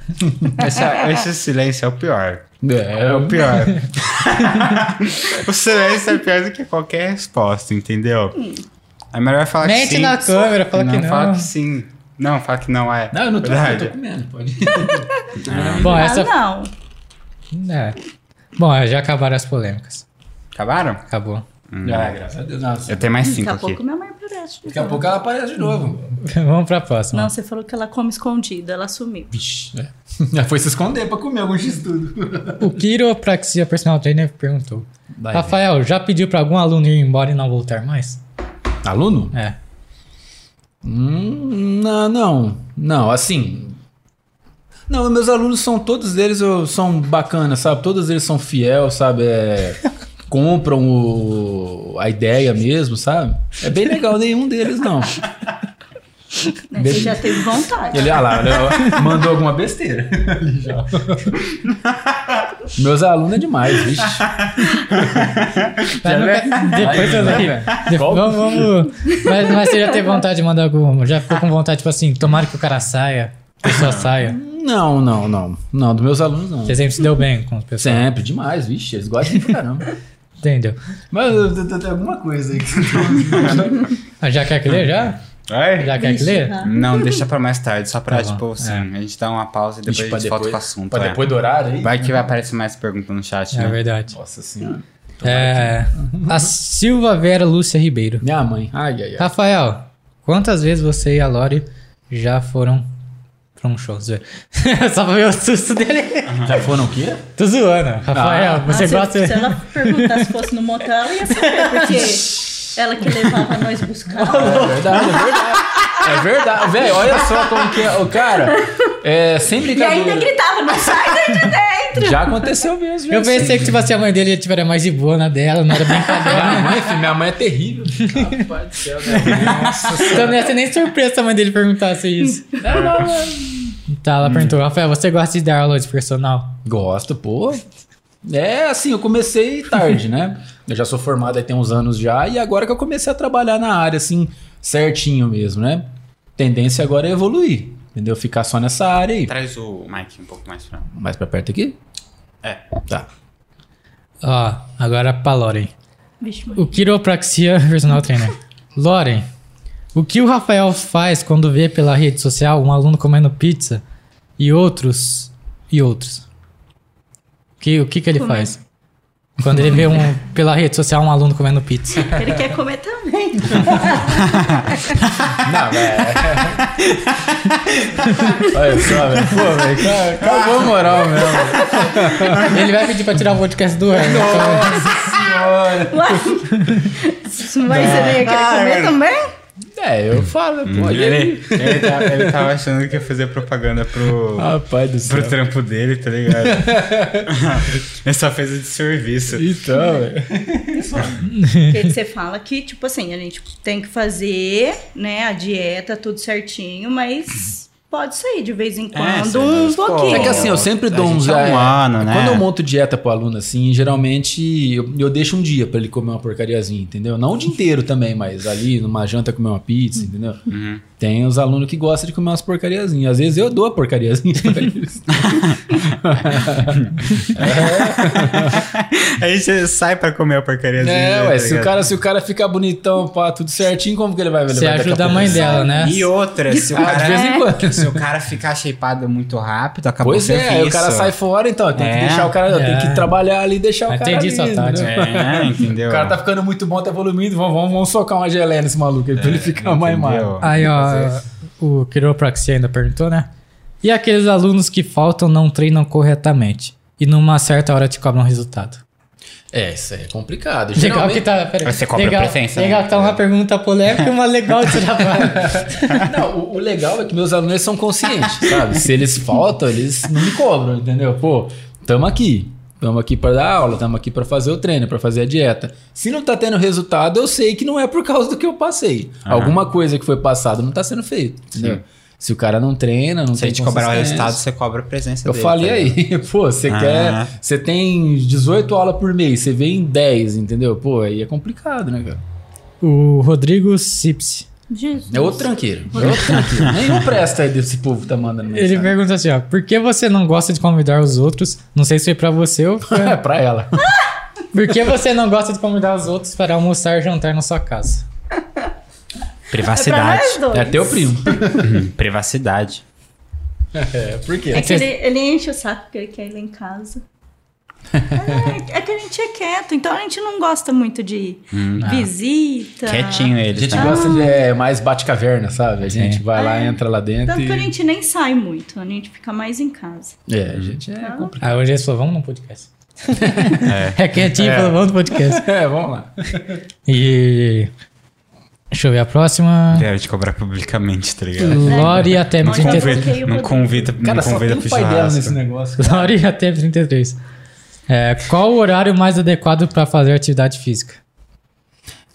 [SPEAKER 2] Essa- esse silêncio é o pior.
[SPEAKER 3] É,
[SPEAKER 2] O pior. o silêncio é pior do que qualquer resposta, entendeu? É melhor falar que
[SPEAKER 1] Mente
[SPEAKER 2] sim.
[SPEAKER 1] na câmera, fala que não.
[SPEAKER 2] Fala que sim. Não, fala que não é.
[SPEAKER 3] Não, eu não tô, eu
[SPEAKER 2] Verdade.
[SPEAKER 3] tô comendo, pode.
[SPEAKER 1] Bom, essa.
[SPEAKER 4] Ah, não.
[SPEAKER 1] É. Bom, já acabaram as polêmicas.
[SPEAKER 2] Acabaram?
[SPEAKER 1] Acabou.
[SPEAKER 3] Ah, graças a Deus. Nossa.
[SPEAKER 2] Eu tenho mais é cinco
[SPEAKER 4] Daqui a
[SPEAKER 2] aqui.
[SPEAKER 4] pouco minha mãe aparece.
[SPEAKER 3] Daqui a pouco ela aparece de novo.
[SPEAKER 1] Vamos pra próxima.
[SPEAKER 4] Não, você falou que ela come escondida, ela sumiu.
[SPEAKER 3] Vixe, né? Já foi se esconder pra comer algum x-tudo.
[SPEAKER 1] O Quiropraxia Personal Trainer perguntou.
[SPEAKER 3] Vai,
[SPEAKER 1] Rafael, já pediu pra algum aluno ir embora e não voltar mais?
[SPEAKER 3] Aluno?
[SPEAKER 1] É.
[SPEAKER 3] Hum, não, não, não, assim. Não, meus alunos são todos eles eu- são bacanas, sabe? Todos eles são fiel, sabe? É, compram o- a ideia mesmo, sabe? É bem legal nenhum deles não.
[SPEAKER 4] Né? Você já teve vontade.
[SPEAKER 3] Ele, ah lá, ele mandou alguma besteira. ali já. meus alunos é demais, vixe.
[SPEAKER 1] Mas nunca- Depois eu leio. De- Vamos, vamos. Mas, mas você já teve vontade de mandar algum. Já ficou com vontade, tipo assim, tomara que o cara saia, a pessoa saia.
[SPEAKER 3] Não, não, não, não, dos meus alunos não.
[SPEAKER 1] Você sempre se deu bem com as pessoas.
[SPEAKER 3] Sempre, demais, vixe, eles gostam pra caramba.
[SPEAKER 1] Entendeu?
[SPEAKER 3] Mas eu- tem tem alguma coisa aí que você tá
[SPEAKER 1] Ah, Já quer que lê? Já?
[SPEAKER 2] Ai.
[SPEAKER 1] Já quer que
[SPEAKER 4] Vixe,
[SPEAKER 1] lê?
[SPEAKER 4] tá.
[SPEAKER 2] Não, deixa pra mais tarde, só pra,
[SPEAKER 1] Tá bom,
[SPEAKER 2] tipo, assim, a gente dá uma pausa e depois
[SPEAKER 3] Ixi,
[SPEAKER 2] a
[SPEAKER 3] pra
[SPEAKER 2] gente volta com o assunto.
[SPEAKER 3] Pra
[SPEAKER 2] é.
[SPEAKER 3] depois do horário aí?
[SPEAKER 2] Vai que vai aparecer mais perguntas no chat,
[SPEAKER 1] É
[SPEAKER 2] né?
[SPEAKER 1] verdade.
[SPEAKER 3] Nossa senhora.
[SPEAKER 1] É, a Silva Vera Lúcia Ribeiro.
[SPEAKER 3] Minha mãe. Ai, ai, ai.
[SPEAKER 1] Rafael, quantas vezes você e a Lori já foram pra um show? Zoeira. Só pra ver o susto dele.
[SPEAKER 3] Já foram o quê?
[SPEAKER 1] Tô zoando. Rafael,
[SPEAKER 4] Ah,
[SPEAKER 1] você
[SPEAKER 4] se,
[SPEAKER 1] gosta.
[SPEAKER 4] se ela perguntar se fosse no motel, ela ia saber, porque ela que levava nós buscar.
[SPEAKER 3] É verdade, é verdade. É verdade. Velho, olha só como que é. O cara, é, sem
[SPEAKER 4] E
[SPEAKER 3] brincadeira.
[SPEAKER 4] ainda gritava, não sai daí de dentro.
[SPEAKER 3] Já aconteceu mesmo.
[SPEAKER 1] Eu
[SPEAKER 3] já sei.
[SPEAKER 1] pensei que tipo assim, a mãe dele tivera mais de boa na dela, não era brincadeira.
[SPEAKER 3] Minha mãe, filho, minha mãe é terrível. Rapaz do céu, né? Nossa
[SPEAKER 1] então
[SPEAKER 3] senhora.
[SPEAKER 1] não ia ser nem surpresa se a mãe dele perguntasse isso.
[SPEAKER 3] Não, não, não.
[SPEAKER 1] Tá, ela perguntou, Rafael, você gosta de dar aula de personal?
[SPEAKER 3] Gosto, pô. É, assim, eu comecei tarde, né? Eu já sou formado aí tem uns anos já, e agora que eu comecei a trabalhar na área, assim, certinho mesmo, né? Tendência agora é evoluir, entendeu? Ficar só nessa área aí.
[SPEAKER 2] Traz o Mike um pouco mais pra
[SPEAKER 3] Mais pra perto aqui?
[SPEAKER 2] É.
[SPEAKER 3] Tá.
[SPEAKER 1] Ó, agora pra Loren.
[SPEAKER 4] Vixe, mãe.
[SPEAKER 1] O quiropraxia personal trainer. Loren, o que o Rafael faz quando vê pela rede social um aluno comendo pizza e outros e outros? Que, o que que ele
[SPEAKER 4] Comendo.
[SPEAKER 1] faz? Quando ele vê um, pela rede social um aluno comendo pizza.
[SPEAKER 4] Ele quer comer também.
[SPEAKER 3] Não, velho. Olha só, velho. Pô, velho, ca- acabou a moral mesmo.
[SPEAKER 1] Ele vai pedir pra tirar o podcast do ar. né? Então,
[SPEAKER 3] Nossa senhora.
[SPEAKER 4] Uai. Mas você nem ia querer
[SPEAKER 2] Ah,
[SPEAKER 4] comer
[SPEAKER 2] é.
[SPEAKER 4] também?
[SPEAKER 3] É, É, eu falo, né, pô, e aí?
[SPEAKER 2] Ele, ele, tava, ele tava achando que ia fazer propaganda pro,
[SPEAKER 3] Rapaz do céu.
[SPEAKER 2] pro trampo dele, tá ligado? ele só fez o de serviço.
[SPEAKER 3] Então, velho.
[SPEAKER 4] Porque você fala que, tipo assim, a gente tem que fazer, né, a dieta, tudo certinho, mas pode sair de vez em quando
[SPEAKER 2] É, você vai
[SPEAKER 4] um
[SPEAKER 2] às
[SPEAKER 4] pouquinho.
[SPEAKER 2] escolas.
[SPEAKER 3] É que assim, eu sempre
[SPEAKER 2] A
[SPEAKER 3] dou
[SPEAKER 2] gente
[SPEAKER 3] uns.
[SPEAKER 2] é um ano, né?
[SPEAKER 3] Quando eu monto dieta pro aluno, assim, geralmente eu, eu deixo um dia pra ele comer uma porcariazinha, entendeu? Não o dia inteiro também, mas ali numa janta comer uma
[SPEAKER 1] Hum.
[SPEAKER 3] pizza, entendeu? Tem os alunos que gostam de comer umas porcariazinhas. Às vezes eu dou a porcariazinha pra eles.
[SPEAKER 2] Aí você sai pra comer a porcariazinha. né,
[SPEAKER 3] é, ué,
[SPEAKER 2] tá
[SPEAKER 3] se o,
[SPEAKER 2] ligado?
[SPEAKER 3] cara, se o cara ficar bonitão, pá, tudo certinho, como que ele vai
[SPEAKER 1] Você
[SPEAKER 3] vai daqui
[SPEAKER 1] ajuda a
[SPEAKER 3] pouco?
[SPEAKER 1] mãe dela, né?
[SPEAKER 2] E outra, se o
[SPEAKER 3] Ah, de vez
[SPEAKER 2] cara, é,
[SPEAKER 3] em quando.
[SPEAKER 2] se o cara ficar shapeado muito rápido, acabou
[SPEAKER 3] Pois
[SPEAKER 2] o
[SPEAKER 3] é, aí
[SPEAKER 2] serviço.
[SPEAKER 3] o cara sai fora, então tem
[SPEAKER 2] É.
[SPEAKER 3] que deixar o cara, tem
[SPEAKER 1] É.
[SPEAKER 3] que trabalhar ali e deixar o
[SPEAKER 1] Mas
[SPEAKER 3] cara.
[SPEAKER 1] entendi sua
[SPEAKER 3] ali,
[SPEAKER 1] tática.
[SPEAKER 3] entendeu?
[SPEAKER 2] É, entendeu?
[SPEAKER 3] O cara tá ficando muito bom, tá evoluindo, vamos, vamos, vamos socar uma geleia nesse maluco aí pra ele ficar mais magro.
[SPEAKER 2] É, Entendeu?
[SPEAKER 1] Aí, ó, o quiropraxia ainda perguntou, né? E aqueles alunos que faltam não treinam corretamente e numa certa hora te cobram resultado?
[SPEAKER 3] É, isso aí é complicado.
[SPEAKER 1] Legal que
[SPEAKER 3] Geralmente,
[SPEAKER 1] tá. Pera,
[SPEAKER 2] Você cobra
[SPEAKER 1] legal,
[SPEAKER 2] presença, né?
[SPEAKER 1] Legal que tá uma pergunta polêmica e uma legal de tirar pra-
[SPEAKER 3] não, o, o legal é que meus alunos eles são conscientes, sabe? Se eles faltam, eles não me cobram, entendeu? Pô, tamo aqui. Tamo aqui pra dar aula, tamo aqui pra fazer o treino, pra fazer a dieta. Se não tá tendo resultado, eu sei que não é por causa do que eu passei. Alguma coisa que foi passada não tá sendo feita, entendeu? Se o cara não treina, não
[SPEAKER 2] Se a
[SPEAKER 3] tem
[SPEAKER 2] gente cobrar o
[SPEAKER 3] consistência.
[SPEAKER 2] resultado, você cobra a presença
[SPEAKER 3] Eu
[SPEAKER 2] dele.
[SPEAKER 3] falei
[SPEAKER 2] tá ligado?
[SPEAKER 3] aí, pô, você
[SPEAKER 2] Ah.
[SPEAKER 3] quer. Você tem 18 aulas por mês, você vem 10, entendeu? Pô, aí é complicado, né, cara?
[SPEAKER 1] O Rodrigo Sips.
[SPEAKER 4] Jesus.
[SPEAKER 3] É outro tranqueiro. É outro tranqueiro. Nenhum presta aí desse povo tá mandando
[SPEAKER 1] Ele
[SPEAKER 3] mensagem.
[SPEAKER 1] pergunta assim, ó. Por que você não gosta de convidar os outros? Não sei se foi pra você ou foi...
[SPEAKER 3] É pra ela.
[SPEAKER 1] Por que você não gosta de convidar os outros para almoçar e jantar na sua casa?
[SPEAKER 4] É pra
[SPEAKER 2] Privacidade.
[SPEAKER 4] nós dois.
[SPEAKER 3] É teu primo.
[SPEAKER 2] Privacidade.
[SPEAKER 3] É, por quê?
[SPEAKER 4] É que ele, ele enche o saco porque ele quer ir lá em casa. É, é que a gente é quieto, então a gente não gosta muito de visita.
[SPEAKER 2] Hum, ah. Quietinho
[SPEAKER 3] A
[SPEAKER 2] ele.
[SPEAKER 3] gente
[SPEAKER 2] tá?
[SPEAKER 3] gosta de é, mais bate-caverna, sabe? A gente
[SPEAKER 2] Sim.
[SPEAKER 3] vai lá, entra lá dentro.
[SPEAKER 4] É. Ah, Tanto que a
[SPEAKER 3] E...
[SPEAKER 4] gente nem sai muito, a gente fica mais em casa.
[SPEAKER 3] É, a gente é
[SPEAKER 4] Então,
[SPEAKER 3] complicado.
[SPEAKER 1] Aí hoje eles falaram, vamos no podcast. É, quietinho,
[SPEAKER 3] É.
[SPEAKER 1] falou, vamos no podcast.
[SPEAKER 3] É, vamos lá.
[SPEAKER 1] E... Deixa eu ver a próxima.
[SPEAKER 2] Quero te cobrar publicamente, tá ligado?
[SPEAKER 1] Lori até
[SPEAKER 4] Não
[SPEAKER 2] Não
[SPEAKER 1] 33.
[SPEAKER 4] convida.
[SPEAKER 2] convida, não convida, não
[SPEAKER 3] Cara, só tem
[SPEAKER 2] convida
[SPEAKER 3] o
[SPEAKER 2] pro
[SPEAKER 3] pai dela
[SPEAKER 2] churrasco.
[SPEAKER 3] nesse negócio.
[SPEAKER 1] Lori até 33. É, qual o horário mais adequado para fazer atividade física?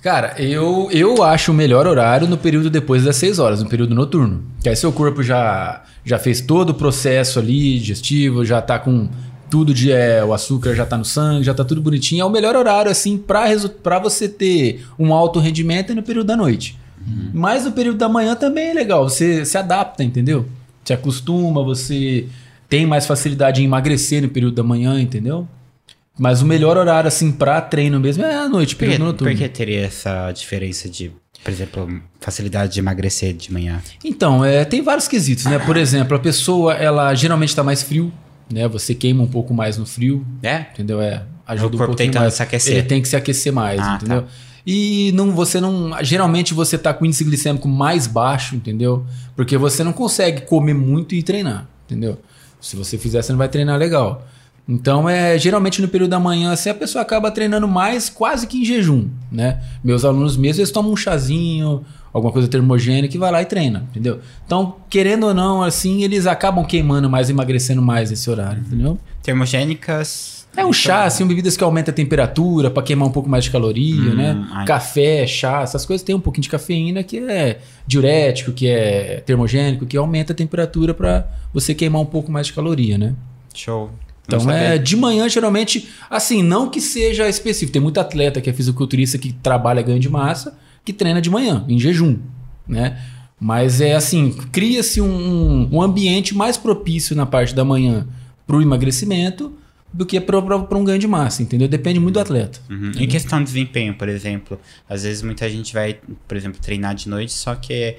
[SPEAKER 3] Cara, eu, eu acho o melhor horário no período depois das 6 horas, no período noturno. Que aí seu corpo já, já fez todo o processo ali digestivo, já tá com tudo de. é, o açúcar já tá no sangue, já tá tudo bonitinho. É o melhor horário, assim, pra, resu- pra você ter um alto rendimento é no período da noite. Mas o período da manhã também é legal, você se adapta, entendeu? Se acostuma, você tem mais facilidade em emagrecer no período da manhã, entendeu? Mas o melhor horário, assim, pra treino mesmo é à noite,
[SPEAKER 2] Por que,
[SPEAKER 3] período noturno.
[SPEAKER 2] por que teria essa diferença de, por exemplo, facilidade de emagrecer de manhã?
[SPEAKER 3] Então, é, tem vários quesitos, né? Por exemplo, a pessoa, ela geralmente tá mais frio, né? Você queima um pouco mais no frio,
[SPEAKER 2] É?
[SPEAKER 3] entendeu? É,
[SPEAKER 2] O
[SPEAKER 3] ajuda
[SPEAKER 2] corpo
[SPEAKER 3] um pouquinho
[SPEAKER 2] tentando
[SPEAKER 3] mais.
[SPEAKER 2] se
[SPEAKER 3] Ele
[SPEAKER 2] aquecer.
[SPEAKER 3] tem que se aquecer mais,
[SPEAKER 2] Ah,
[SPEAKER 3] entendeu? E não, você não. Geralmente você tá com o índice glicêmico mais baixo, entendeu? Porque você não consegue comer muito e treinar, entendeu? Se você fizer, você não vai treinar legal. Então, é geralmente no período da manhã, assim, a pessoa acaba treinando mais quase que em jejum, né? Meus alunos mesmo, eles tomam um chazinho, alguma coisa termogênica e vai lá e treina, entendeu? Então, querendo ou não, assim, eles acabam queimando mais, emagrecendo mais nesse horário, entendeu?
[SPEAKER 2] Termogênicas.
[SPEAKER 3] É um chá, assim, bebidas que aumentam a temperatura pra queimar um pouco mais de caloria,
[SPEAKER 2] Hum,
[SPEAKER 3] né?
[SPEAKER 2] ai.
[SPEAKER 3] Café, chá, essas coisas tem um pouquinho de cafeína que é diurético, que é termogênico, que aumenta a temperatura pra você queimar um pouco mais de caloria, né?
[SPEAKER 2] Show. Não
[SPEAKER 3] Então
[SPEAKER 2] sabia.
[SPEAKER 3] é de manhã geralmente, assim, não que seja específico. Tem muito atleta que é fisiculturista que trabalha ganho de massa, que treina de manhã, em jejum, né? Mas é assim, cria-se um, um ambiente mais propício na parte da manhã pro emagrecimento do que para um ganho de massa, entendeu? Depende muito do atleta.
[SPEAKER 2] Uhum. Em questão de desempenho, por exemplo, às vezes muita gente vai, por exemplo, treinar de noite, só que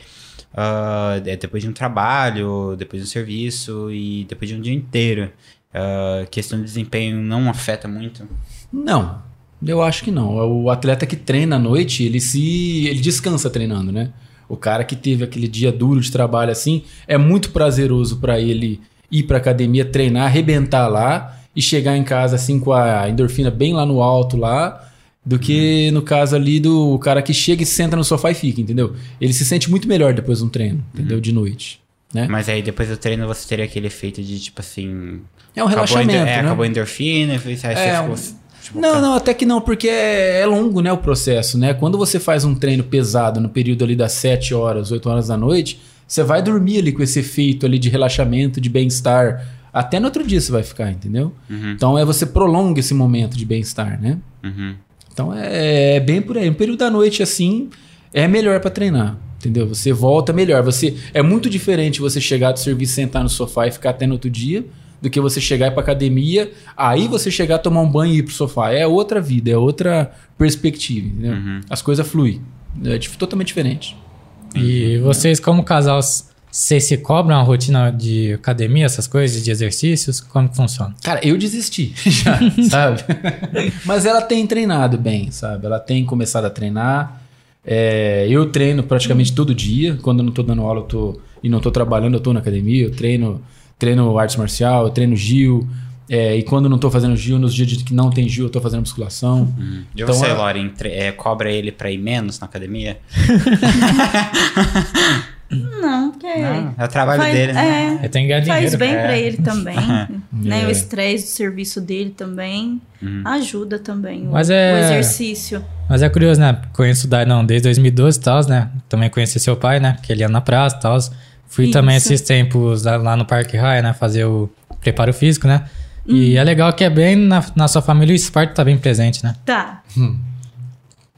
[SPEAKER 2] ah, é depois de um trabalho, depois de um serviço e depois de um dia inteiro. Ah, questão de desempenho não afeta muito.
[SPEAKER 3] Não, eu acho que não. O atleta que treina à noite, ele se. ele descansa treinando, né? O cara que teve aquele dia duro de trabalho assim, é muito prazeroso pra ele ir pra academia, treinar, arrebentar lá e chegar em casa assim com a endorfina bem lá no alto lá, do
[SPEAKER 2] Uhum.
[SPEAKER 3] que no caso ali do cara que chega e senta no sofá e fica, entendeu? Ele se sente muito melhor depois de um treino,
[SPEAKER 2] Uhum.
[SPEAKER 3] entendeu? De noite. Né?
[SPEAKER 2] Mas aí depois do treino você teria aquele efeito de tipo assim.
[SPEAKER 3] É
[SPEAKER 2] acabou a
[SPEAKER 3] um
[SPEAKER 2] endo-
[SPEAKER 3] relaxamento,
[SPEAKER 2] é,
[SPEAKER 3] né?
[SPEAKER 2] Acabou a endorfina, e você, aí você
[SPEAKER 3] É,
[SPEAKER 2] ficou. tipo,
[SPEAKER 3] Não,
[SPEAKER 2] tá-
[SPEAKER 3] não, até que não, porque é, é longo, né, o processo, né? Quando você faz um treino pesado no período ali das 7 horas, 8 horas da noite, você vai dormir ali com esse efeito ali de relaxamento, de bem-estar. Até no outro dia você vai ficar, entendeu?
[SPEAKER 2] Uhum,
[SPEAKER 3] Então é você prolonga esse momento de bem-estar, né?
[SPEAKER 2] uhum.
[SPEAKER 3] Então é, é bem por aí. No período da noite, assim, é melhor pra treinar. Entendeu? Você volta melhor. Você É muito diferente você chegar do serviço, sentar no sofá e ficar até no outro dia, do que você chegar e ir pra academia, aí você chegar, tomar um banho e ir pro sofá. É outra vida, é outra perspectiva. Entendeu?
[SPEAKER 2] Uhum.
[SPEAKER 3] As coisas fluem. É dif- totalmente diferente.
[SPEAKER 1] E vocês, como casal, s- vocês se cobram a rotina de academia, essas coisas, de exercícios? Como que funciona?
[SPEAKER 3] Cara, eu desisti já, sabe? Mas ela tem treinado bem, sabe? Ela tem começado a treinar. É, eu treino praticamente todo dia. Quando eu não tô dando aula eu tô, e não tô trabalhando, eu tô na academia. Eu treino, treino artes marcial, eu treino Gil. É, e quando eu não tô fazendo Gil, nos dias de que não tem Gil, eu tô fazendo musculação.
[SPEAKER 2] Uhum. E
[SPEAKER 3] Então,
[SPEAKER 2] você,
[SPEAKER 3] é-
[SPEAKER 2] Lauren, tre- é, cobra ele pra ir menos na academia?
[SPEAKER 4] Não, porque.
[SPEAKER 2] Não, é o trabalho
[SPEAKER 4] faz-
[SPEAKER 2] dele, né?
[SPEAKER 4] é,
[SPEAKER 1] Eu tenho que ganhar
[SPEAKER 4] faz
[SPEAKER 1] dinheiro.
[SPEAKER 4] bem
[SPEAKER 2] É.
[SPEAKER 4] pra ele também. né?
[SPEAKER 3] É.
[SPEAKER 4] O estresse do serviço dele também
[SPEAKER 2] Uhum.
[SPEAKER 4] ajuda também. o-
[SPEAKER 1] Mas é-
[SPEAKER 4] o exercício.
[SPEAKER 1] Mas é curioso, né? Conheço o Dai, não, desde 2012 e tal, né? Também conheci seu pai, né? Que ele ia na praça e tal. Fui
[SPEAKER 4] Isso.
[SPEAKER 1] também esses tempos lá- lá no Parque Raia, né? Fazer o preparo físico, né? E
[SPEAKER 4] Uhum.
[SPEAKER 1] é legal que é bem na, na sua família o esporte tá bem presente, né?
[SPEAKER 4] Tá.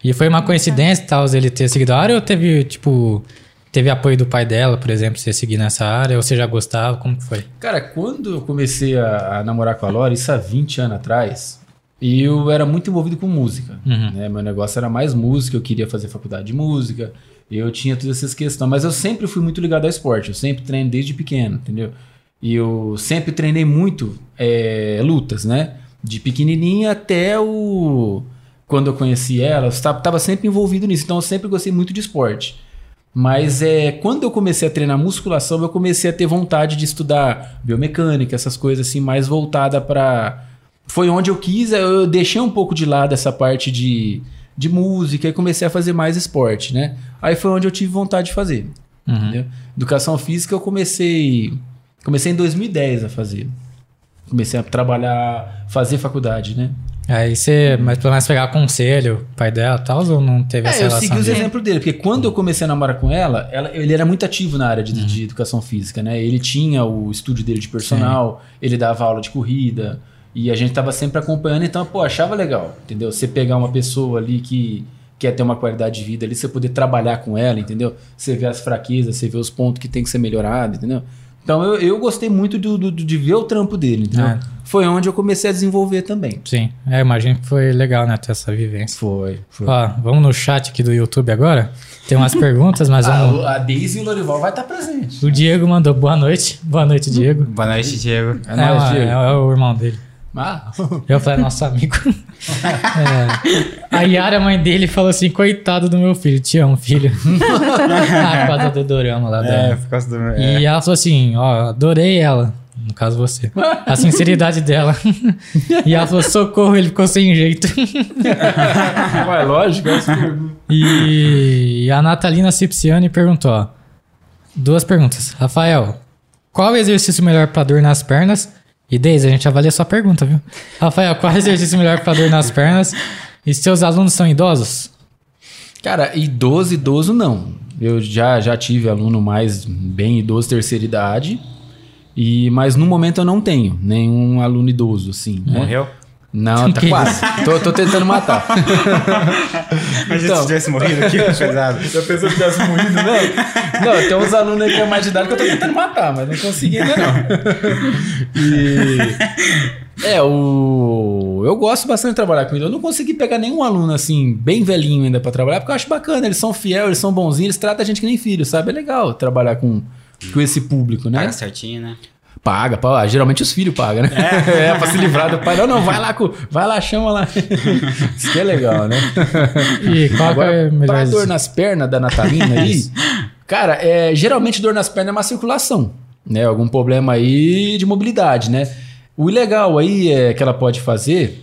[SPEAKER 1] E foi
[SPEAKER 4] Uhum.
[SPEAKER 1] uma coincidência e tal ele ter seguido a área ou teve, tipo, teve apoio do pai dela, por exemplo, você seguir nessa área? Ou você já gostava? Como que foi?
[SPEAKER 3] Cara, quando eu comecei a, a namorar com a Lore, isso há 20 anos atrás, eu era muito envolvido com música.
[SPEAKER 1] Uhum.
[SPEAKER 3] né? Meu negócio era mais música, eu queria fazer faculdade de música, eu tinha todas essas questões. Mas eu sempre fui muito ligado ao esporte, eu sempre treino desde pequeno, entendeu? E eu sempre treinei muito é, lutas, né? De pequenininha até o. Quando eu conheci ela, eu estava tava sempre envolvido nisso, então eu sempre gostei muito de esporte. Mas é, quando eu comecei a treinar musculação, eu comecei a ter vontade de estudar biomecânica, essas coisas assim, mais voltada para. Foi onde eu quis, eu deixei um pouco de lado essa parte de, de música e comecei a fazer mais esporte, né? Aí foi onde eu tive vontade de fazer.
[SPEAKER 1] Uhum.
[SPEAKER 3] Entendeu? Educação física eu comecei. Comecei em 2010 a fazer. Comecei a trabalhar, fazer faculdade, né?
[SPEAKER 1] Aí você, mas pelo menos pegar conselho, pai dela e tal, ou não teve essa
[SPEAKER 3] É, eu
[SPEAKER 1] relação?
[SPEAKER 3] segui os
[SPEAKER 1] de-
[SPEAKER 3] exemplos dele, porque quando eu comecei a namorar com ela, ela- ele era muito ativo na área de, de educação física, né? Ele tinha o estúdio dele de personal, ele dava aula de corrida, e a gente tava sempre acompanhando, então, pô, achava legal, entendeu? Você pegar uma pessoa ali que quer ter uma qualidade de vida ali, você poder trabalhar com ela, entendeu? Você vê as fraquezas, você vê os pontos que tem que ser melhorado, entendeu? Então eu, eu gostei muito do, do- de ver o trampo dele, entendeu?
[SPEAKER 1] É.
[SPEAKER 3] Foi onde eu comecei a desenvolver também.
[SPEAKER 1] Sim, é, imagino que foi legal, né, ter essa vivência.
[SPEAKER 3] Foi, foi.
[SPEAKER 1] Ó, vamos no chat aqui do YouTube agora. Tem umas perguntas, mas vamos.
[SPEAKER 3] A, a Daisy e o Lorival vai estar presente.
[SPEAKER 1] O Diego mandou boa noite. Boa noite, Diego.
[SPEAKER 2] Boa noite, Diego.
[SPEAKER 3] É nóis,
[SPEAKER 1] uma-
[SPEAKER 3] Diego.
[SPEAKER 1] é o irmão dele.
[SPEAKER 3] Ah,
[SPEAKER 1] Eu falei, nosso amigo. É. A Yara, mãe dele, falou assim: coitado do meu filho, te amo, filho. ah, por causa do Dorama lá
[SPEAKER 2] É,
[SPEAKER 1] dela.
[SPEAKER 2] por causa do meu. é,
[SPEAKER 3] É.
[SPEAKER 1] E ela falou assim: ó, adorei ela. No caso, você. A sinceridade dela. e ela falou: socorro, ele ficou sem jeito.
[SPEAKER 3] Ué, lógico. é isso que eu-
[SPEAKER 1] E a Natalina Cipciani perguntou, ó, duas perguntas. Rafael, qual exercício melhor pra dor nas pernas? E Deise, a gente avalia sua pergunta, viu? Rafael, qual exercício melhor pra dor nas pernas? E seus alunos são idosos?
[SPEAKER 3] Cara, idoso, idoso não. Eu já, já tive aluno mais bem idoso, terceira idade. E, mas no momento eu não tenho nenhum aluno idoso, assim. né?
[SPEAKER 2] Morreu?
[SPEAKER 3] Não,
[SPEAKER 1] É,
[SPEAKER 3] tá
[SPEAKER 1] Que
[SPEAKER 3] quase. Tô, tô tentando matar.
[SPEAKER 2] Mas
[SPEAKER 3] Então.
[SPEAKER 2] se tivesse morrido aqui, pesado.
[SPEAKER 3] Já pensou que tivesse morrido, não? Não, tem uns alunos aí que é mais de idade que eu tô tentando matar, mas não consegui ainda não. E... É, o... eu gosto bastante de trabalhar com ele. Eu não consegui pegar nenhum aluno, assim, bem velhinho ainda pra trabalhar, porque eu acho bacana. Eles são fiel, eles são bonzinhos, eles tratam a gente que nem filho, sabe? É legal trabalhar com, com esse público, né?
[SPEAKER 2] Paga certinho, né?
[SPEAKER 3] Paga, paga. geralmente os filhos pagam, né? É. pra se livrar do pai. Não, não, vai lá, com... vai lá, chama lá. Isso que é legal, né?
[SPEAKER 1] E qual que é
[SPEAKER 3] Agora,
[SPEAKER 1] o melhor
[SPEAKER 3] pra dor
[SPEAKER 1] exercício?
[SPEAKER 3] nas pernas da Natalina aí, cara, é, geralmente dor nas pernas é uma circulação, né? Algum problema aí de mobilidade, né? O legal aí é que ela pode fazer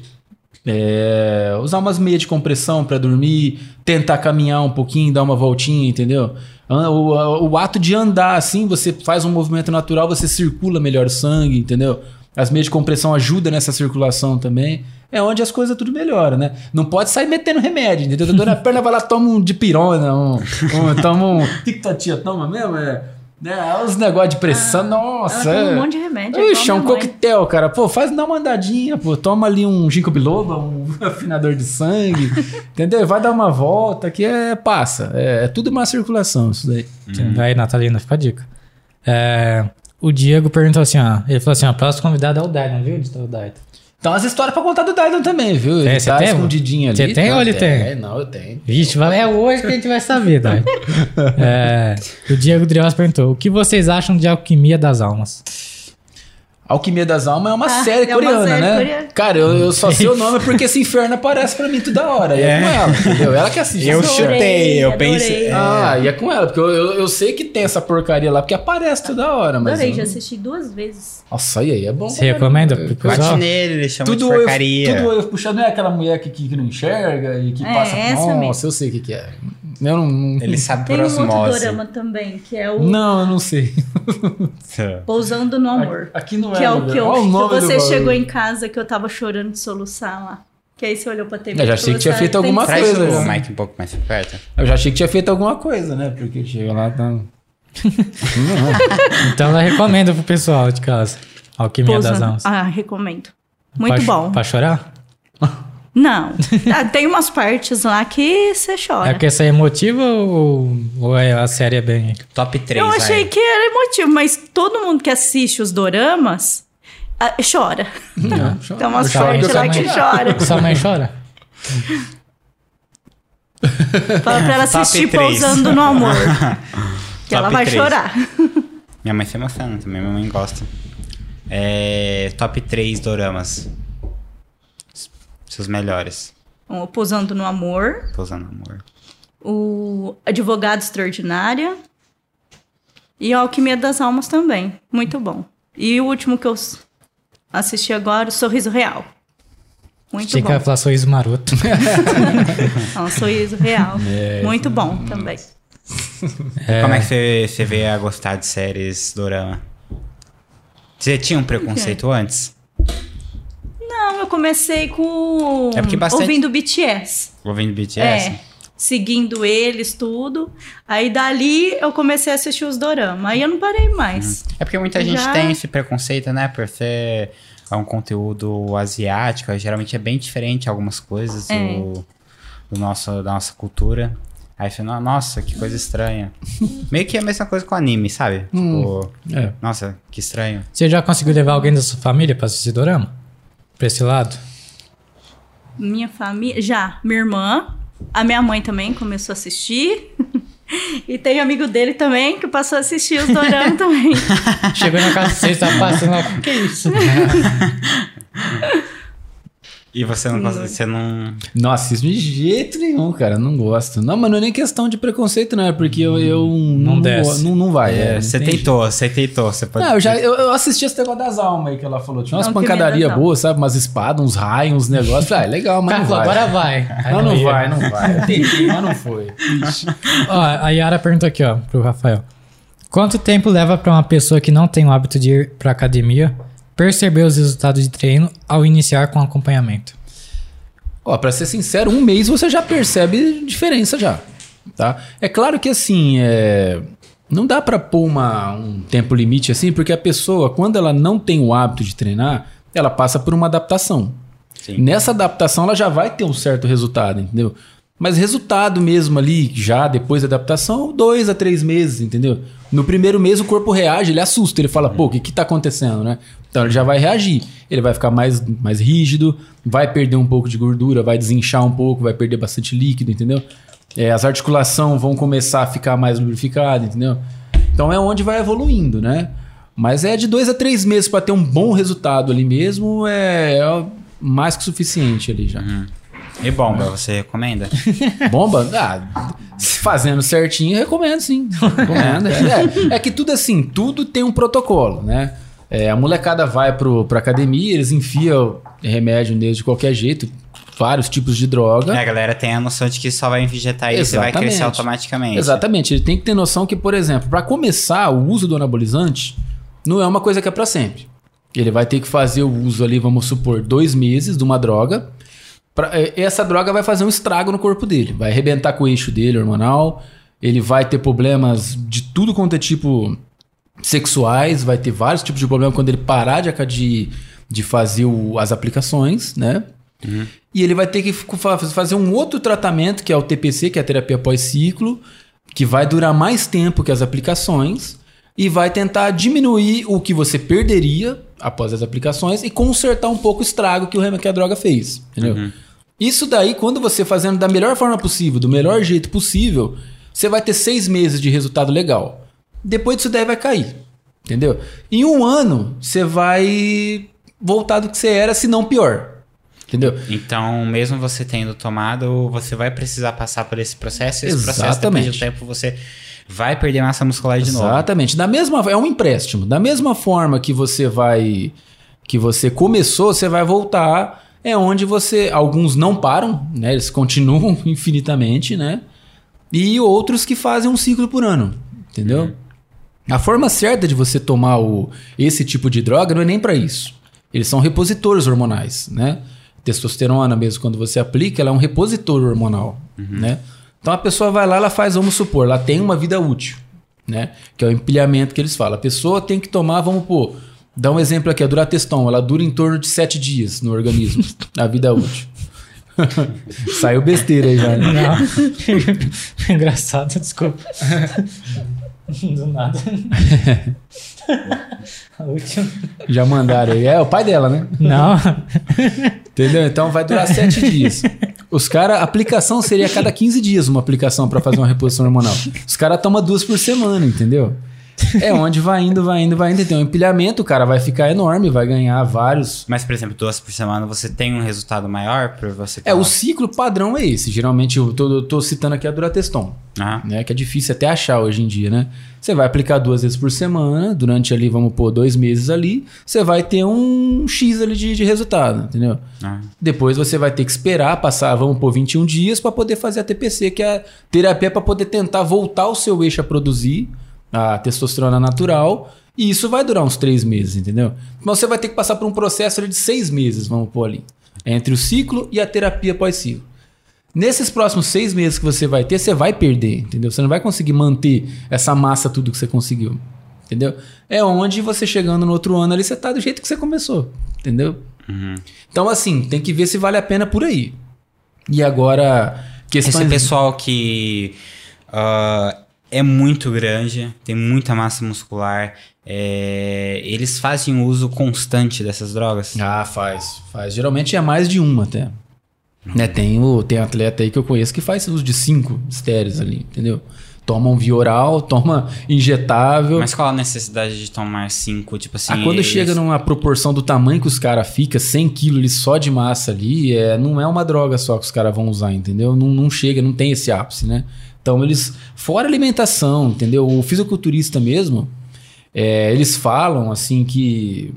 [SPEAKER 3] É, usar umas meias de compressão para dormir, tentar caminhar um pouquinho, dar uma voltinha, entendeu? An- O, a- o ato de andar assim, você faz um movimento natural, você circula melhor o sangue, entendeu? As meias de compressão ajudam nessa circulação também. É onde as coisas tudo melhora, né? Não pode sair metendo remédio, entendeu? Tá doendo a perna, vai lá, toma um dipirona, um, um- toma um... O que, que tua tia toma mesmo? É, né, os negócios de pressão, nossa...
[SPEAKER 4] Ela tem
[SPEAKER 3] é-
[SPEAKER 4] um monte de remédio. igual
[SPEAKER 3] Ixi, é um
[SPEAKER 4] minha mãe.
[SPEAKER 3] coquetel, cara. Pô, faz dá uma andadinha, pô. Toma ali um ginkgo biloba, um afinador de sangue, entendeu? Vai dar uma volta que é passa. É, é tudo má circulação isso daí.
[SPEAKER 1] Aí, Natalina, fica a dica. É, o Diego perguntou assim, ó. Ele falou assim, ó, o próximo convidado é o Dylan, viu? Editor Dylan.
[SPEAKER 3] Então, as histórias pra contar do Dylan também, viu?
[SPEAKER 1] Tem,
[SPEAKER 3] Ele
[SPEAKER 1] você
[SPEAKER 3] tá
[SPEAKER 1] É, tem,
[SPEAKER 3] escondidinho ali.
[SPEAKER 1] Você tem
[SPEAKER 3] tá?
[SPEAKER 1] ou ele tem?
[SPEAKER 3] É, não, eu tenho.
[SPEAKER 1] Vixe, vai- é hoje que a gente vai saber, Dylan. É, o Diego Drios perguntou, o que vocês acham de Alquimia das Almas?
[SPEAKER 3] Alquimia das Almas é uma
[SPEAKER 4] Ah,
[SPEAKER 3] série
[SPEAKER 4] é uma
[SPEAKER 3] coreana,
[SPEAKER 4] série
[SPEAKER 3] né?
[SPEAKER 4] coreana.
[SPEAKER 3] Cara, eu, eu só sei o nome porque esse inferno aparece pra mim toda hora. E é, com ela, entendeu? Ela que assiste.
[SPEAKER 2] Eu
[SPEAKER 3] essa série.
[SPEAKER 2] chutei, eu
[SPEAKER 4] adorei.
[SPEAKER 2] pensei.
[SPEAKER 3] Ah, e é com ela, porque eu, eu, eu sei que tem essa porcaria lá, porque aparece toda hora, mas.
[SPEAKER 4] Adorei,
[SPEAKER 3] eu-
[SPEAKER 4] já assisti duas vezes.
[SPEAKER 3] Nossa, e aí é bom.
[SPEAKER 1] Você recomenda pro
[SPEAKER 2] Bate
[SPEAKER 1] pessoal?
[SPEAKER 2] nele, ele chama
[SPEAKER 3] Tudo
[SPEAKER 2] de
[SPEAKER 3] eu,
[SPEAKER 2] é porcaria.
[SPEAKER 3] tudo eu puxando, não é aquela mulher que, que não enxerga e que
[SPEAKER 4] É,
[SPEAKER 3] passa.
[SPEAKER 4] essa
[SPEAKER 3] Nossa,
[SPEAKER 4] mesmo.
[SPEAKER 3] eu sei o que, que é. Eu não. não-
[SPEAKER 2] Ele sabe por
[SPEAKER 4] Tem um outro
[SPEAKER 2] osmose.
[SPEAKER 4] dorama também, que é o
[SPEAKER 3] Não, eu não sei.
[SPEAKER 4] Pousando no Amor.
[SPEAKER 3] Aqui não é.
[SPEAKER 4] Que é o
[SPEAKER 3] lugar.
[SPEAKER 4] que, eu,
[SPEAKER 3] Olha
[SPEAKER 4] que
[SPEAKER 3] nome do
[SPEAKER 4] você
[SPEAKER 3] bagulho.
[SPEAKER 4] chegou em casa que eu tava chorando de soluçar lá. Que aí você olhou pra TV.
[SPEAKER 3] Eu já
[SPEAKER 4] e
[SPEAKER 3] achei que
[SPEAKER 4] falou,
[SPEAKER 3] tinha
[SPEAKER 4] "Sabe,
[SPEAKER 3] feito
[SPEAKER 4] tem
[SPEAKER 3] alguma
[SPEAKER 4] que
[SPEAKER 2] Traz
[SPEAKER 4] ser
[SPEAKER 3] coisa,
[SPEAKER 2] o
[SPEAKER 4] isso".
[SPEAKER 3] né?
[SPEAKER 2] mic um pouco mais perto.
[SPEAKER 3] Eu já achei que tinha feito alguma coisa, né? Porque chega lá, tá.
[SPEAKER 1] Então ela recomenda pro pessoal de casa. Alquimia das
[SPEAKER 4] Pousando.
[SPEAKER 1] Almas.
[SPEAKER 4] Ah, recomendo. Muito
[SPEAKER 1] Pra-
[SPEAKER 4] bom.
[SPEAKER 1] Pra chorar?
[SPEAKER 4] Não. Ah, tem umas partes lá que você
[SPEAKER 1] É
[SPEAKER 4] chora.
[SPEAKER 1] porque essa é emotiva ou, ou é a série é bem.
[SPEAKER 2] Top 3,
[SPEAKER 4] eu achei
[SPEAKER 2] vai.
[SPEAKER 4] que era emotivo, mas todo mundo que assiste os doramas ah, chora.
[SPEAKER 3] Não,
[SPEAKER 4] Tem umas
[SPEAKER 1] choro
[SPEAKER 4] partes
[SPEAKER 1] do
[SPEAKER 4] lá que
[SPEAKER 1] tamanho.
[SPEAKER 4] chora.
[SPEAKER 1] Sua mãe chora?
[SPEAKER 4] Fala pra ela
[SPEAKER 2] Top
[SPEAKER 4] assistir
[SPEAKER 2] três.
[SPEAKER 4] Pousando no Amor. que ela
[SPEAKER 2] Top
[SPEAKER 4] vai
[SPEAKER 2] três.
[SPEAKER 4] chorar.
[SPEAKER 2] Minha mãe se emociona também, minha mãe gosta. É, top 3 doramas. Seus melhores.
[SPEAKER 4] O Pousando no Amor,
[SPEAKER 2] Pousando Amor.
[SPEAKER 4] o Advogado Extraordinária e a Alquimia das Almas também. Muito bom. E o último que eu s- assisti agora, o Sorriso Real. Muito
[SPEAKER 1] Achei que
[SPEAKER 4] bom.
[SPEAKER 1] ela ia falar sorriso maroto.
[SPEAKER 4] É um sorriso real.
[SPEAKER 2] É,
[SPEAKER 4] Muito bom também.
[SPEAKER 2] Como é que você, você veio a gostar de séries dorama? Você tinha um preconceito antes?
[SPEAKER 4] Não, Ah, eu comecei com.
[SPEAKER 2] É porque bastante-
[SPEAKER 4] Ouvindo BTS.
[SPEAKER 2] Ouvindo BTS?
[SPEAKER 4] É. Seguindo eles, tudo. Aí dali eu comecei a assistir os dorama. Aí eu não parei mais.
[SPEAKER 2] É porque muita gente
[SPEAKER 4] Já-
[SPEAKER 2] tem esse preconceito, né? Por ser é um conteúdo asiático, aí geralmente é bem diferente algumas coisas
[SPEAKER 3] É.
[SPEAKER 2] do, do nosso, da nossa cultura. Aí você, "No- nossa, que coisa estranha. Meio que é a mesma coisa com anime, sabe? Tipo,
[SPEAKER 3] É.
[SPEAKER 2] nossa, que estranho.
[SPEAKER 1] Você já conseguiu levar alguém da sua família pra assistir dorama? Pra esse lado?
[SPEAKER 2] Uhum.
[SPEAKER 4] Minha família. Já, minha irmã. A minha mãe também começou a assistir. e tem amigo dele também que passou a assistir os dorama também.
[SPEAKER 1] Chegou na casa de vocês, tá passando lá. O que é isso?
[SPEAKER 2] E você não
[SPEAKER 3] Hum.
[SPEAKER 2] consegue, você não.
[SPEAKER 3] Nossa, isso de jeito nenhum, cara. Não gosto. Não, mas não é nem questão de preconceito, não. É porque eu, eu não,
[SPEAKER 1] Hum, desce.
[SPEAKER 3] Não, não vai.
[SPEAKER 2] É,
[SPEAKER 3] é,
[SPEAKER 2] você
[SPEAKER 3] entendi.
[SPEAKER 2] tentou, você tentou. Você pode.
[SPEAKER 3] Não, eu já eu, eu assisti esse negócio das almas aí que ela falou. Tinha umas
[SPEAKER 4] Não, que
[SPEAKER 3] pancadarias
[SPEAKER 4] medo, não.
[SPEAKER 3] boas, sabe? Umas espadas, uns raios, uns negócios. Ah, é legal, mas não
[SPEAKER 1] Carlos,
[SPEAKER 3] vai.
[SPEAKER 1] agora vai. Aí
[SPEAKER 3] Não,
[SPEAKER 1] ia.
[SPEAKER 3] não vai, não vai. Eu tentei, mas não foi.
[SPEAKER 1] Ó, a Yara perguntou aqui, ó, pro Rafael. Quanto tempo leva pra uma pessoa que não tem o hábito de ir pra academia perceber os resultados de treino ao iniciar com acompanhamento?
[SPEAKER 3] Ó, pra ser sincero, um mês você já percebe diferença já, tá? É claro que assim, é... não dá pra pôr uma, um tempo limite assim, porque a pessoa, quando ela não tem o hábito de treinar, ela passa por uma adaptação.
[SPEAKER 2] Sim.
[SPEAKER 3] Nessa adaptação ela já vai ter um certo resultado, entendeu? Mas resultado mesmo ali, já depois da adaptação, dois a três meses, entendeu? No primeiro mês o corpo reage, ele assusta, ele fala, pô, o que que tá acontecendo, né? Então ele já vai reagir, ele vai ficar mais, mais rígido, vai perder um pouco de gordura, vai desinchar um pouco, vai perder bastante líquido, entendeu? É, as articulações vão começar a ficar mais lubrificadas, entendeu? Então é onde vai evoluindo, né? Mas é de dois a três meses pra ter um bom resultado ali mesmo, é, é mais que suficiente ali já.
[SPEAKER 2] E bomba, você recomenda?
[SPEAKER 3] Bomba? Ah, fazendo certinho, recomendo sim. Recomendo. É, é que tudo assim, tudo tem um protocolo, né? É, a molecada vai pro, pra academia, eles enfiam remédio neles de qualquer jeito, vários tipos de droga.
[SPEAKER 2] É, a galera tem a noção de que só vai injetar isso e vai
[SPEAKER 3] Exatamente.
[SPEAKER 2] crescer automaticamente.
[SPEAKER 3] Exatamente. Ele tem que ter noção que, por exemplo, para começar o uso do anabolizante, não é uma coisa que é para sempre. Ele vai ter que fazer o uso ali, vamos supor, dois meses de uma droga. Pra- eh, essa droga vai fazer um estrago no corpo dele. Vai arrebentar com o eixo dele hormonal. Ele vai ter problemas de tudo quanto é tipo sexuais. Vai ter vários tipos de problema quando ele parar de, aca- de, de fazer o- as aplicações, né? E ele vai ter que f- fa- fazer um outro tratamento, que é o TPC, que é a terapia pós-ciclo, que vai durar mais tempo que as aplicações e vai tentar diminuir o que você perderia após as aplicações e consertar um pouco o estrago que, o, rem- que a droga fez, entendeu? Isso daí, quando você fazendo da melhor forma possível, do melhor jeito possível, você vai ter seis meses de resultado legal. Depois disso daí vai cair, entendeu? Em um ano, você vai voltar do que você era, se não pior, entendeu?
[SPEAKER 2] Então, mesmo você tendo tomado, você vai precisar passar por esse processo. e Esse processo, depois
[SPEAKER 3] Exatamente.
[SPEAKER 2] de um tempo, você vai perder massa muscular de novo.
[SPEAKER 3] Exatamente. Da mesma é um empréstimo. Da mesma forma que você vai que você começou, você vai voltar é onde você alguns não param, né? Eles continuam infinitamente, né? E outros que fazem um ciclo por ano, entendeu? A forma certa de você tomar o, esse tipo de droga não é nem para isso. Eles são repositores hormonais, né? Testosterona mesmo, quando você aplica, ela é um repositor hormonal, né? Então a pessoa vai lá, ela faz, vamos supor, ela tem uma vida útil, né? Que é o empilhamento que eles falam. A pessoa tem que tomar, vamos pôr, dá um exemplo aqui, a Durateston, ela dura em torno de sete dias no organismo, a vida útil. Saiu besteira aí, né? velho.
[SPEAKER 1] Não. Engraçado, desculpa. Do nada. A última.
[SPEAKER 3] Já mandaram aí. É o pai dela, né?
[SPEAKER 1] Não.
[SPEAKER 3] Entendeu? Então vai durar sete dias. Os caras, aplicação seria a cada 15 dias uma aplicação pra fazer uma reposição hormonal. Os caras tomam duas por semana, entendeu? É onde vai indo, vai indo, vai indo. Tem um empilhamento, o cara vai ficar enorme, vai ganhar vários.
[SPEAKER 2] Mas, por exemplo, duas por semana, você tem um resultado maior por você
[SPEAKER 3] É, o
[SPEAKER 2] tomar?
[SPEAKER 3] ciclo padrão é esse. Geralmente, eu tô, eu tô citando aqui a Durateston,
[SPEAKER 2] Ah,
[SPEAKER 3] né? Que é difícil até achar hoje em dia, né? Você vai aplicar duas vezes por semana, durante ali, vamos pôr, dois meses ali, você vai ter um X ali de- de resultado, entendeu?
[SPEAKER 2] ah.
[SPEAKER 3] Depois você vai ter que esperar passar, vamos por 21 dias para poder fazer a TPC, que é a terapia para poder tentar voltar o seu eixo a produzir a testosterona natural. E isso vai durar uns três meses, entendeu? Mas você vai ter que passar por um processo ali de seis meses, vamos pôr ali, entre o ciclo e a terapia pós-ciclo. Nesses próximos seis meses que você vai ter, você vai perder, entendeu? Você não vai conseguir manter essa massa tudo que você conseguiu, entendeu? É onde você chegando no outro ano ali, você tá do jeito que você começou, entendeu? Então, assim, tem que ver se vale a pena por aí. E agora,
[SPEAKER 2] Esse
[SPEAKER 3] questões...
[SPEAKER 2] pessoal que ah, é muito grande, tem muita massa muscular, é, eles fazem uso constante dessas drogas?
[SPEAKER 3] Ah, faz, faz. Geralmente é mais de uma até. Né, tem, o, tem atleta aí que eu conheço que faz uso de cinco estéreis ali, entendeu? Toma um via oral, toma injetável.
[SPEAKER 2] Mas qual a necessidade de tomar cinco? Tipo assim.
[SPEAKER 3] Ah, quando
[SPEAKER 2] eles-
[SPEAKER 3] chega numa proporção do tamanho que os caras ficam, 100 quilos só de massa ali, é, não é uma droga só que os caras vão usar, entendeu? Não, não chega, não tem esse ápice, né? Então eles, fora alimentação, entendeu? O fisiculturista mesmo, é, eles falam assim que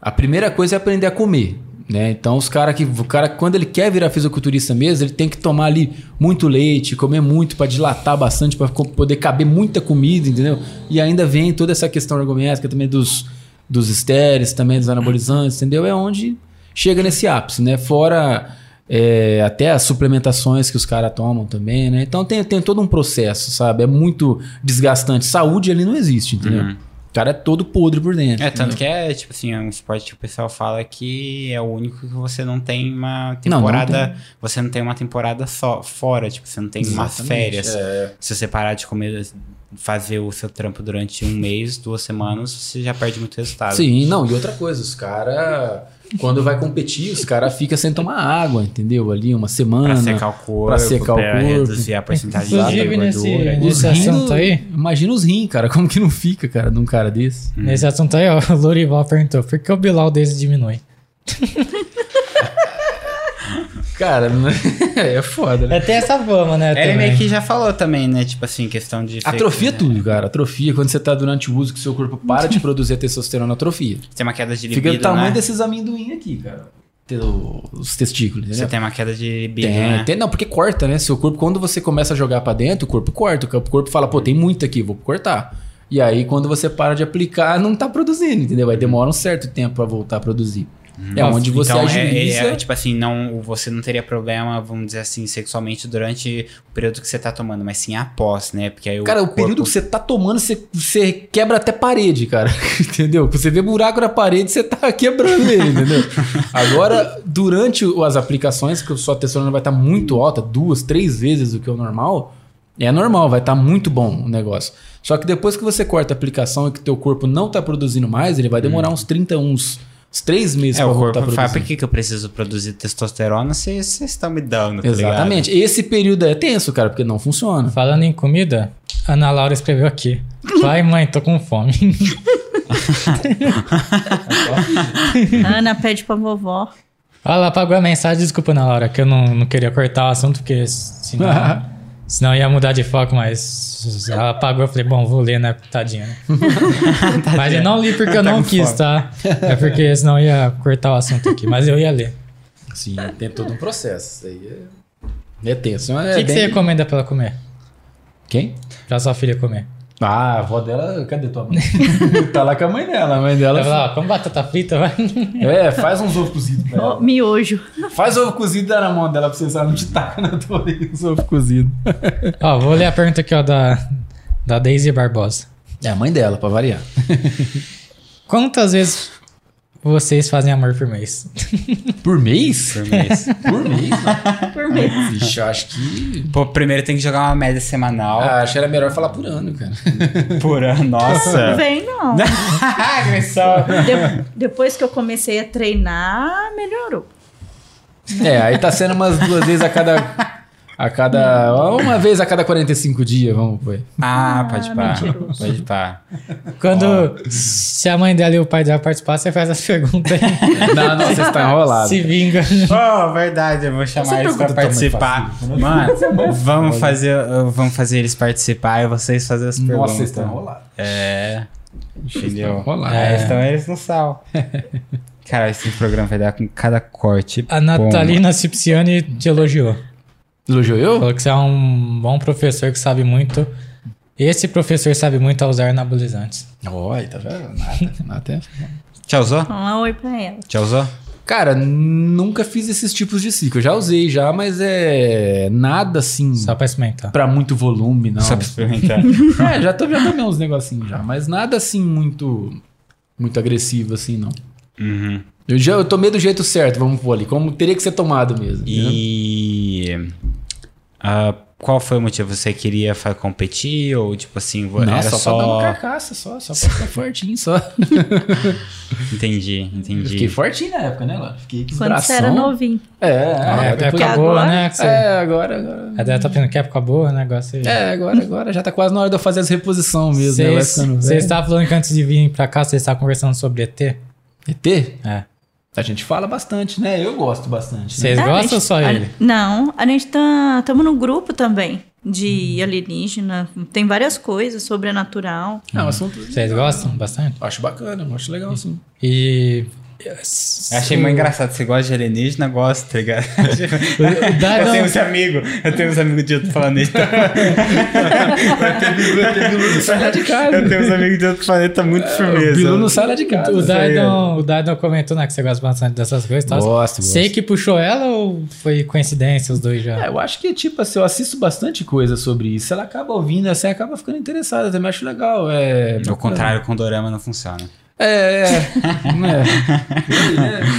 [SPEAKER 3] a primeira coisa é aprender a comer, né? Então os cara que o cara quando ele quer virar fisiculturista mesmo, ele tem que tomar ali muito leite, comer muito para dilatar bastante para poder caber muita comida, entendeu? E ainda vem toda essa questão ergométrica também dos dos estéreis, também dos anabolizantes, entendeu? É onde chega nesse ápice, né? Fora é, até as suplementações que os caras tomam também, né? Então tem, tem todo um processo, sabe? É muito desgastante. Saúde ali não existe, entendeu?
[SPEAKER 2] Uhum.
[SPEAKER 3] O cara é todo podre por dentro.
[SPEAKER 2] É, tanto
[SPEAKER 3] entendeu?
[SPEAKER 2] que é, tipo assim, é um esporte que o pessoal fala que é o único que você não tem uma
[SPEAKER 3] Não, não
[SPEAKER 2] temporada. Você não tem uma temporada só fora, tipo, você não tem umas
[SPEAKER 3] Exatamente, é.
[SPEAKER 2] férias. Se você parar de comer, fazer o seu trampo durante um mês, duas semanas, você já perde muito resultado.
[SPEAKER 3] Sim, não, e outra coisa, os caras, quando vai competir, os caras ficam sem tomar água, entendeu? Ali uma semana.
[SPEAKER 2] Pra secar o corpo, é,
[SPEAKER 3] pra secar o corpo.
[SPEAKER 2] reduzir a porcentagem de
[SPEAKER 1] Inclusive,
[SPEAKER 2] gordura. É,
[SPEAKER 1] nesse-
[SPEAKER 2] Isso.
[SPEAKER 1] Esse
[SPEAKER 3] rim
[SPEAKER 1] assunto
[SPEAKER 3] não-
[SPEAKER 1] aí?
[SPEAKER 3] Imagina os rins, cara, como que não fica, cara, de um cara desse?
[SPEAKER 1] Nesse assunto aí, ó, o Lorival perguntou: por que o Bilal desse diminui?
[SPEAKER 3] Cara, não- é foda, né?
[SPEAKER 1] É, tem essa fama, né?
[SPEAKER 2] Ele
[SPEAKER 1] também.
[SPEAKER 2] é meio que já falou também, né? Tipo assim, questão de. né?
[SPEAKER 3] Atrofia tudo, cara. Atrofia quando você tá durante o uso que o seu corpo para de produzir a testosterona, atrofia. tá
[SPEAKER 2] Tem uma queda de libido,
[SPEAKER 3] Fica do tamanho
[SPEAKER 2] né?
[SPEAKER 3] desses amendoim aqui, cara. ter o- os testículos,
[SPEAKER 2] Você
[SPEAKER 3] entendeu?
[SPEAKER 2] tem uma queda de libido,
[SPEAKER 3] né? Tem,
[SPEAKER 2] né?
[SPEAKER 3] tem, não, porque corta, né? Seu corpo, quando você começa a jogar pra dentro, o corpo corta. O corpo fala, pô, tem muito aqui, vou cortar. E aí, quando você para de aplicar, não tá produzindo, entendeu? Aí demora um certo tempo pra voltar a produzir. É onde você
[SPEAKER 2] então, é-
[SPEAKER 3] agiliza.
[SPEAKER 2] É, é, tipo assim, não, você não teria problema, vamos dizer assim, sexualmente durante o período que você tá tomando, mas sim após, né? Porque aí o
[SPEAKER 3] Cara, o
[SPEAKER 2] corpo-
[SPEAKER 3] período que você tá tomando, você, você quebra até parede, cara. Entendeu? Você vê buraco na parede, você tá quebrando ele, entendeu? Agora, durante o- as aplicações, que a sua testosterona vai estar muito alta, duas, três vezes do que o normal, é normal, vai estar muito bom o negócio. Só que depois que você corta a aplicação e que teu corpo não tá produzindo mais, ele vai demorar uns 30, uns, uns 3 meses
[SPEAKER 2] Hum. É,
[SPEAKER 3] pra
[SPEAKER 2] o
[SPEAKER 3] voltar
[SPEAKER 2] corpo
[SPEAKER 3] a produzir.
[SPEAKER 2] fala, por que, que eu preciso produzir testosterona se vocês estão me dando, tá ligado?
[SPEAKER 3] Exatamente. Esse período é tenso, cara, porque não funciona.
[SPEAKER 1] Falando em comida, Ana Laura escreveu aqui. Vai, mãe, tô com fome.
[SPEAKER 4] Ana pede pra vovó.
[SPEAKER 1] Ah, ela apagou a mensagem, desculpa, Ana Laura, que eu não, não queria cortar o assunto, porque senão, senão ia mudar de foco, mas ela apagou, eu falei, bom, vou ler, né, tadinha. né? mas eu não li porque eu
[SPEAKER 2] Tá
[SPEAKER 1] não
[SPEAKER 2] com
[SPEAKER 1] quis,
[SPEAKER 2] fome.
[SPEAKER 1] tá? É porque senão ia cortar o assunto aqui, mas eu ia ler.
[SPEAKER 3] Sim, tem todo um processo. Isso aí é, é tenso.
[SPEAKER 1] O
[SPEAKER 3] mas
[SPEAKER 1] que,
[SPEAKER 3] é
[SPEAKER 1] que você
[SPEAKER 3] bem-
[SPEAKER 1] recomenda pra ela comer?
[SPEAKER 3] Quem?
[SPEAKER 1] Pra sua filha comer?
[SPEAKER 3] Ah, a avó dela. Cadê tua mãe? tá lá com a mãe dela. A mãe
[SPEAKER 1] Ela
[SPEAKER 3] dela.
[SPEAKER 1] fala, ó, come batata frita, vai.
[SPEAKER 3] É, faz uns ovos cozidos. pra
[SPEAKER 4] Ó,
[SPEAKER 3] ela.
[SPEAKER 4] miojo.
[SPEAKER 3] Faz ovo cozido e dá na mão dela pra vocês não te taca na tua orelha os ovos cozidos.
[SPEAKER 1] ó, vou ler a pergunta aqui, ó, da, da Daisy Barbosa.
[SPEAKER 3] É a mãe dela, pra variar.
[SPEAKER 1] Quantas vezes vocês fazem amor por mês?
[SPEAKER 3] Por mês?
[SPEAKER 2] Por mês.
[SPEAKER 3] Por mês?
[SPEAKER 4] tá Por
[SPEAKER 2] É.
[SPEAKER 4] mês.
[SPEAKER 3] Vixe, eu acho que.
[SPEAKER 2] Pô, primeiro tem que jogar uma média semanal
[SPEAKER 3] Ah, acho que era melhor falar por ano, cara.
[SPEAKER 2] por ano.
[SPEAKER 4] Não
[SPEAKER 2] Nossa.
[SPEAKER 4] vem, não.
[SPEAKER 2] Agressão.
[SPEAKER 4] De- depois que eu comecei a treinar, melhorou.
[SPEAKER 3] É, aí tá sendo umas duas vezes a cada. A cada. Uma vez a cada 45 dias, vamos pôr.
[SPEAKER 2] Ah, pode pá.
[SPEAKER 4] mentiroso.
[SPEAKER 2] Pode pá.
[SPEAKER 1] Quando se a mãe dela e o pai dela participar, você faz as perguntas aí.
[SPEAKER 3] Não, não, você está enrolado.
[SPEAKER 1] se vinga.
[SPEAKER 2] Oh, verdade, eu vou chamar eles
[SPEAKER 3] tá
[SPEAKER 2] pra participar.
[SPEAKER 3] né?
[SPEAKER 2] Mano,
[SPEAKER 3] é
[SPEAKER 2] vamos fazer, uh, vamos fazer eles participar e vocês fazerem as perguntas.
[SPEAKER 3] Nossa, vocês estão enrolados.
[SPEAKER 2] É. Entendeu?
[SPEAKER 3] Enrolados.
[SPEAKER 2] É, estão eles no sal. Cara, esse programa vai dar com cada corte.
[SPEAKER 1] A
[SPEAKER 2] bomba.
[SPEAKER 1] Natalina Cipciani te elogiou.
[SPEAKER 3] Elogiou eu?
[SPEAKER 1] Falou que você é um bom professor que sabe muito. Esse professor sabe muito a usar anabolizantes.
[SPEAKER 3] Oi, tá vendo? Nada, nada.
[SPEAKER 2] Tchau, Zó?
[SPEAKER 4] Então, lá, oi pra ela.
[SPEAKER 2] Tchau, Zó?
[SPEAKER 3] Cara, nunca fiz esses tipos de ciclo. Eu Já usei já, mas é nada assim
[SPEAKER 1] Só pra experimentar.
[SPEAKER 3] pra muito volume, não.
[SPEAKER 2] Só pra experimentar.
[SPEAKER 3] É, já tomei, já tomei uns negocinhos já, mas nada assim muito muito agressivo assim, não.
[SPEAKER 2] Uhum.
[SPEAKER 3] Eu já eu tomei do jeito certo, vamos pôr ali, como teria que ser tomado mesmo. entendeu?
[SPEAKER 2] E. ah, qual foi o motivo? Você queria fa- competir? Ou, tipo assim, vo-
[SPEAKER 3] Não,
[SPEAKER 2] era
[SPEAKER 3] só,
[SPEAKER 2] só.
[SPEAKER 3] pra dar um uma carcaça, só, só pra ficar fortinho, só.
[SPEAKER 2] Entendi,
[SPEAKER 3] Eu fiquei
[SPEAKER 2] entendi.
[SPEAKER 3] fortinho na época, né, Laura? Fiquei com os
[SPEAKER 4] Quando você
[SPEAKER 3] bração.
[SPEAKER 4] era novinho.
[SPEAKER 3] É,
[SPEAKER 1] É,
[SPEAKER 3] é,
[SPEAKER 1] até
[SPEAKER 3] depois-
[SPEAKER 1] época
[SPEAKER 4] Porque
[SPEAKER 1] boa,
[SPEAKER 4] agora-
[SPEAKER 1] né? Que você...
[SPEAKER 3] é, agora, agora.
[SPEAKER 1] A dela tá pensando que época boa, negócio.
[SPEAKER 3] É, agora, agora já tá quase na hora de eu fazer as reposição mesmo, né? Vai
[SPEAKER 1] Vocês
[SPEAKER 3] ficando
[SPEAKER 1] vocês
[SPEAKER 3] velho.
[SPEAKER 1] estavam tá falando que antes de vir pra cá, vocês estavam conversando sobre ET?
[SPEAKER 3] ET?
[SPEAKER 1] É.
[SPEAKER 3] A gente fala bastante, né? Eu gosto bastante. Né?
[SPEAKER 1] Vocês
[SPEAKER 4] Ah, a
[SPEAKER 1] gostam
[SPEAKER 4] gente-
[SPEAKER 1] ou só
[SPEAKER 4] a-
[SPEAKER 1] ele?
[SPEAKER 4] Não, a gente tá. Estamos no grupo também de alienígena. Tem várias coisas, sobrenatural.
[SPEAKER 3] É um assunto.
[SPEAKER 1] Vocês gostam bastante?
[SPEAKER 3] Acho bacana, eu acho legal, sim.
[SPEAKER 1] E.
[SPEAKER 2] Eu achei muito engraçado. Você gosta de alienígena? Gosta, tá ligado?
[SPEAKER 3] Ah,
[SPEAKER 1] Dá,
[SPEAKER 2] eu
[SPEAKER 1] não.
[SPEAKER 2] tenho uns amigos, eu tenho uns amigos de outro planeta.
[SPEAKER 3] Sai Tá de casa. É,
[SPEAKER 2] eu tenho uns amigos de outro planeta muito
[SPEAKER 3] O
[SPEAKER 2] firmeza.
[SPEAKER 3] Bilu não sai lá de casa.
[SPEAKER 1] O
[SPEAKER 2] Isso aí,
[SPEAKER 1] Daidon, o Daidon comentou, né, que você gosta bastante dessas coisas e tal.
[SPEAKER 3] Gosto,
[SPEAKER 1] Sei que puxou ela ou foi coincidência os dois já?
[SPEAKER 3] É, eu acho que, tipo assim, eu assisto bastante coisa sobre isso. Ela acaba ouvindo, assim, acaba ficando interessada. Também acho legal. É.
[SPEAKER 2] Ao contrário, com dorama não funciona.
[SPEAKER 3] É, é. é.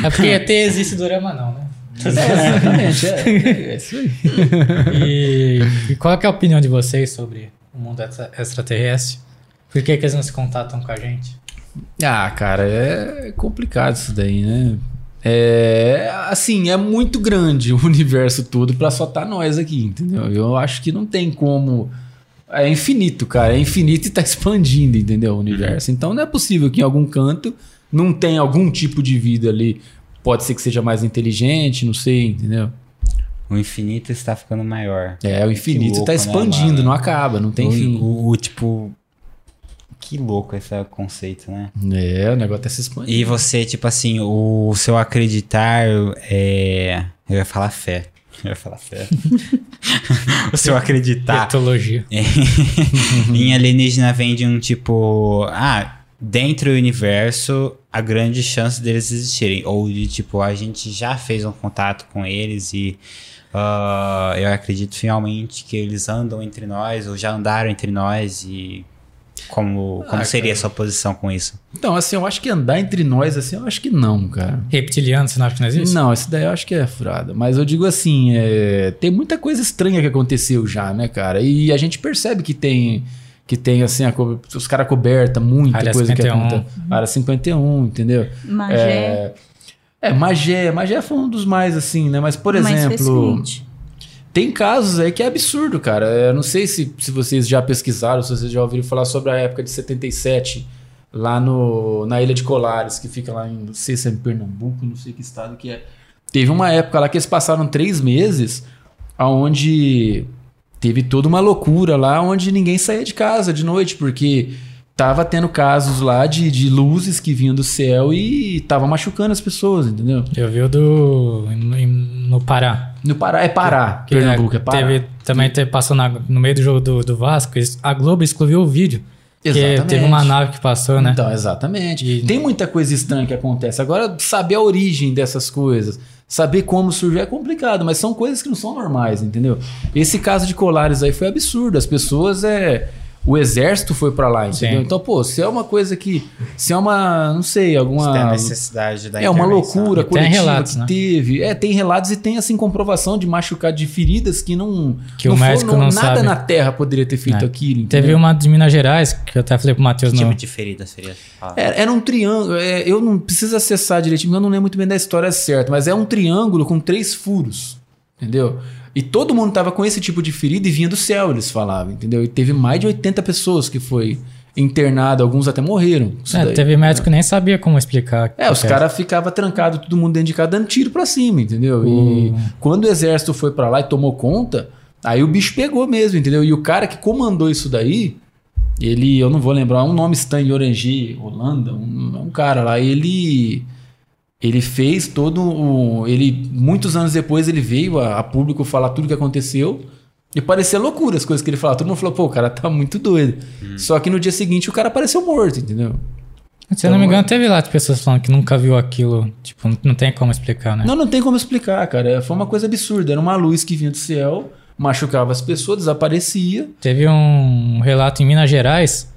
[SPEAKER 1] É porque ET existe dorama não, né?
[SPEAKER 3] É, Exatamente, é. É isso aí.
[SPEAKER 1] E, e qual que é a opinião de vocês sobre o mundo extra- extraterrestre? Por que, que eles não se contatam com a gente?
[SPEAKER 3] Ah, cara, é complicado isso daí, né? É, assim, é muito grande o universo todo pra só tá nós aqui, entendeu? Eu acho que não tem como. É infinito, cara. É infinito e tá expandindo, entendeu? O universo. Então não é possível que em algum canto não tenha algum tipo de vida ali. Pode ser que seja mais inteligente, não sei, entendeu?
[SPEAKER 2] O infinito está ficando maior.
[SPEAKER 3] É, o infinito
[SPEAKER 2] louco,
[SPEAKER 3] tá
[SPEAKER 2] né,
[SPEAKER 3] expandindo,
[SPEAKER 2] mano?
[SPEAKER 3] não acaba, não tem
[SPEAKER 2] o,
[SPEAKER 3] fim.
[SPEAKER 2] o- o, tipo. Que louco esse conceito, né?
[SPEAKER 3] É, o negócio é se expandir.
[SPEAKER 2] E você, tipo assim, o seu acreditar é. Eu ia falar fé. Eu ia falar fé. o seu
[SPEAKER 3] Tá.
[SPEAKER 2] acreditar
[SPEAKER 1] Etologia.
[SPEAKER 3] É.
[SPEAKER 2] em alienígena vem de um tipo. Ah, dentro do universo, a grande chance deles existirem. Ou de tipo, a gente já fez um contato com eles e. ah, eu acredito finalmente que eles andam entre nós, ou já andaram entre nós, e como, como
[SPEAKER 3] Ah,
[SPEAKER 2] seria
[SPEAKER 3] cara.
[SPEAKER 2] a sua posição com isso?
[SPEAKER 3] Então, assim, eu acho que andar entre nós, assim, eu acho que não, cara.
[SPEAKER 1] Reptiliano, você não acha que não existe?
[SPEAKER 3] Não, isso daí eu acho que é furada. Mas eu digo assim, é, tem muita coisa estranha que aconteceu já, né, cara? E a gente percebe que tem que tem assim a co- os caras coberta muita
[SPEAKER 1] Área
[SPEAKER 3] coisa
[SPEAKER 1] 51.
[SPEAKER 3] que acontece. Área 51, entendeu?
[SPEAKER 4] Magé.
[SPEAKER 3] É, Magé, Magé foi um dos mais assim, né? Mas por
[SPEAKER 4] mais
[SPEAKER 3] exemplo,
[SPEAKER 4] recente.
[SPEAKER 3] tem casos aí que é absurdo, cara. É, Eu não sei se, se vocês já pesquisaram, se vocês já ouviram falar sobre a época de 77, lá no, na Ilha de Colares, que fica lá em, não sei se é em Pernambuco, não sei que estado que é. Teve uma época lá que eles passaram três meses, onde teve toda uma loucura lá, onde ninguém saía de casa de noite, porque tava tendo casos lá de, de luzes que vinham do céu e tava machucando as pessoas, entendeu?
[SPEAKER 1] Eu vi o do. em- em- no Pará.
[SPEAKER 3] No Pará, é Pará,
[SPEAKER 1] Que
[SPEAKER 3] Pernambuco, é
[SPEAKER 1] né,
[SPEAKER 3] Pará.
[SPEAKER 1] Teve, também teve, passou na- no meio do jogo do, do Vasco. eles- A Globo excluiu o vídeo. Porque teve uma nave que passou, né?
[SPEAKER 3] Então, exatamente.
[SPEAKER 1] E-
[SPEAKER 3] Tem muita coisa estranha que acontece. Agora, saber a origem dessas coisas, saber como surgiu é complicado, mas são coisas que não são normais, entendeu? Esse caso de Colares aí foi absurdo. As pessoas é. O exército foi pra lá, entendeu?
[SPEAKER 1] Sim.
[SPEAKER 3] Então, pô, se é uma coisa que. Se é uma. Não sei,
[SPEAKER 2] Se tem a
[SPEAKER 3] alguma.
[SPEAKER 2] necessidade da
[SPEAKER 3] É uma
[SPEAKER 2] intervenção.
[SPEAKER 3] loucura
[SPEAKER 1] E tem
[SPEAKER 3] coletiva
[SPEAKER 1] relatos,
[SPEAKER 3] que
[SPEAKER 1] né?
[SPEAKER 3] teve. É, tem relatos e tem assim comprovação de machucar de feridas que não
[SPEAKER 1] Que o
[SPEAKER 3] foi-
[SPEAKER 1] médico não
[SPEAKER 3] nada
[SPEAKER 1] sabe.
[SPEAKER 3] na terra poderia ter feito
[SPEAKER 1] É.
[SPEAKER 3] aquilo.
[SPEAKER 1] Teve
[SPEAKER 3] entendeu?
[SPEAKER 1] uma de Minas Gerais, que eu até falei pro Matheus
[SPEAKER 2] Que
[SPEAKER 1] no.
[SPEAKER 3] né?
[SPEAKER 2] tipo de ferida seria? Ah,
[SPEAKER 3] Era, era um triângulo. é, eu não preciso acessar direitinho, porque eu não lembro muito bem da história certa, mas é um triângulo com três furos. Entendeu? E todo mundo tava com esse tipo de ferida e vinha do céu, eles falavam, entendeu? E teve mais de 80 pessoas que foi internada, alguns até morreram. com isso
[SPEAKER 1] É,
[SPEAKER 3] daí. né?
[SPEAKER 1] teve médico que nem sabia como explicar.
[SPEAKER 3] É, os
[SPEAKER 1] Porque-
[SPEAKER 3] caras ficavam trancados, todo mundo dentro de casa, dando tiro pra cima, entendeu? E
[SPEAKER 1] Hum.
[SPEAKER 3] quando o exército foi pra lá e tomou conta, aí o bicho pegou mesmo, entendeu? E o cara que comandou isso daí, ele, eu não vou lembrar, um nome Stanley Orange, Holanda, um, um cara lá, ele ele fez todo o ele muitos anos depois ele veio a, a público falar tudo o que aconteceu. E parecia loucura as coisas que ele falava. Todo mundo falou, pô, o cara tá muito doido. Só que no dia seguinte o cara apareceu morto, entendeu?
[SPEAKER 1] Se eu não me engano, teve lá de pessoas falando que nunca viu aquilo. Tipo, não- não tem como explicar, né?
[SPEAKER 3] Não, não tem como explicar, cara. É, Foi uma coisa absurda. Era uma luz que vinha do céu, machucava as pessoas, desaparecia.
[SPEAKER 1] Teve um relato em Minas Gerais,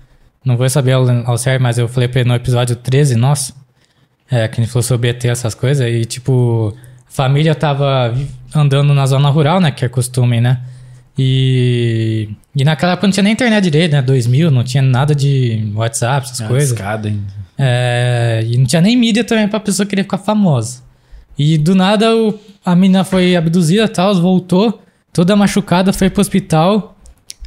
[SPEAKER 1] não vou saber ao, ao certo, mas eu falei pra ele no episódio 13, nosso, é, que a gente falou sobre ET, essas coisas, e tipo, a família tava vi- andando na zona rural, né, que é costume, né, e, e naquela época não tinha nem internet direito, né, 2000, não tinha nada de WhatsApp, essas coisas.
[SPEAKER 3] Escada ainda.
[SPEAKER 1] É, e não tinha nem mídia também pra pessoa querer ficar famosa. E do nada o- a menina foi abduzida tal, voltou, toda machucada, foi pro hospital.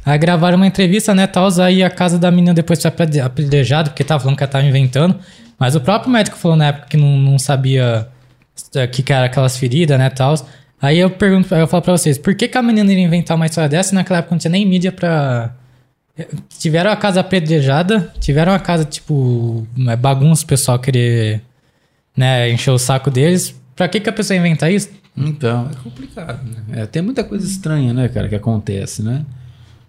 [SPEAKER 1] Aí gravaram uma entrevista, né, tal, aí a casa da menina depois foi apede- apedrejada, porque tava falando que ela tava inventando. Mas o próprio médico falou na época que não, não sabia o que, que era aquelas feridas, né, tal. Aí eu pergunto, aí eu falo pra vocês, por que, que a menina iria inventar uma história dessa e naquela época não tinha nem mídia pra, tiveram a casa apedrejada, tiveram a casa, tipo, é bagunça o pessoal querer, né, encher o saco deles. Pra que que a pessoa inventa isso?
[SPEAKER 3] Então, é complicado, né? É, tem muita coisa estranha, né, cara, que acontece, né?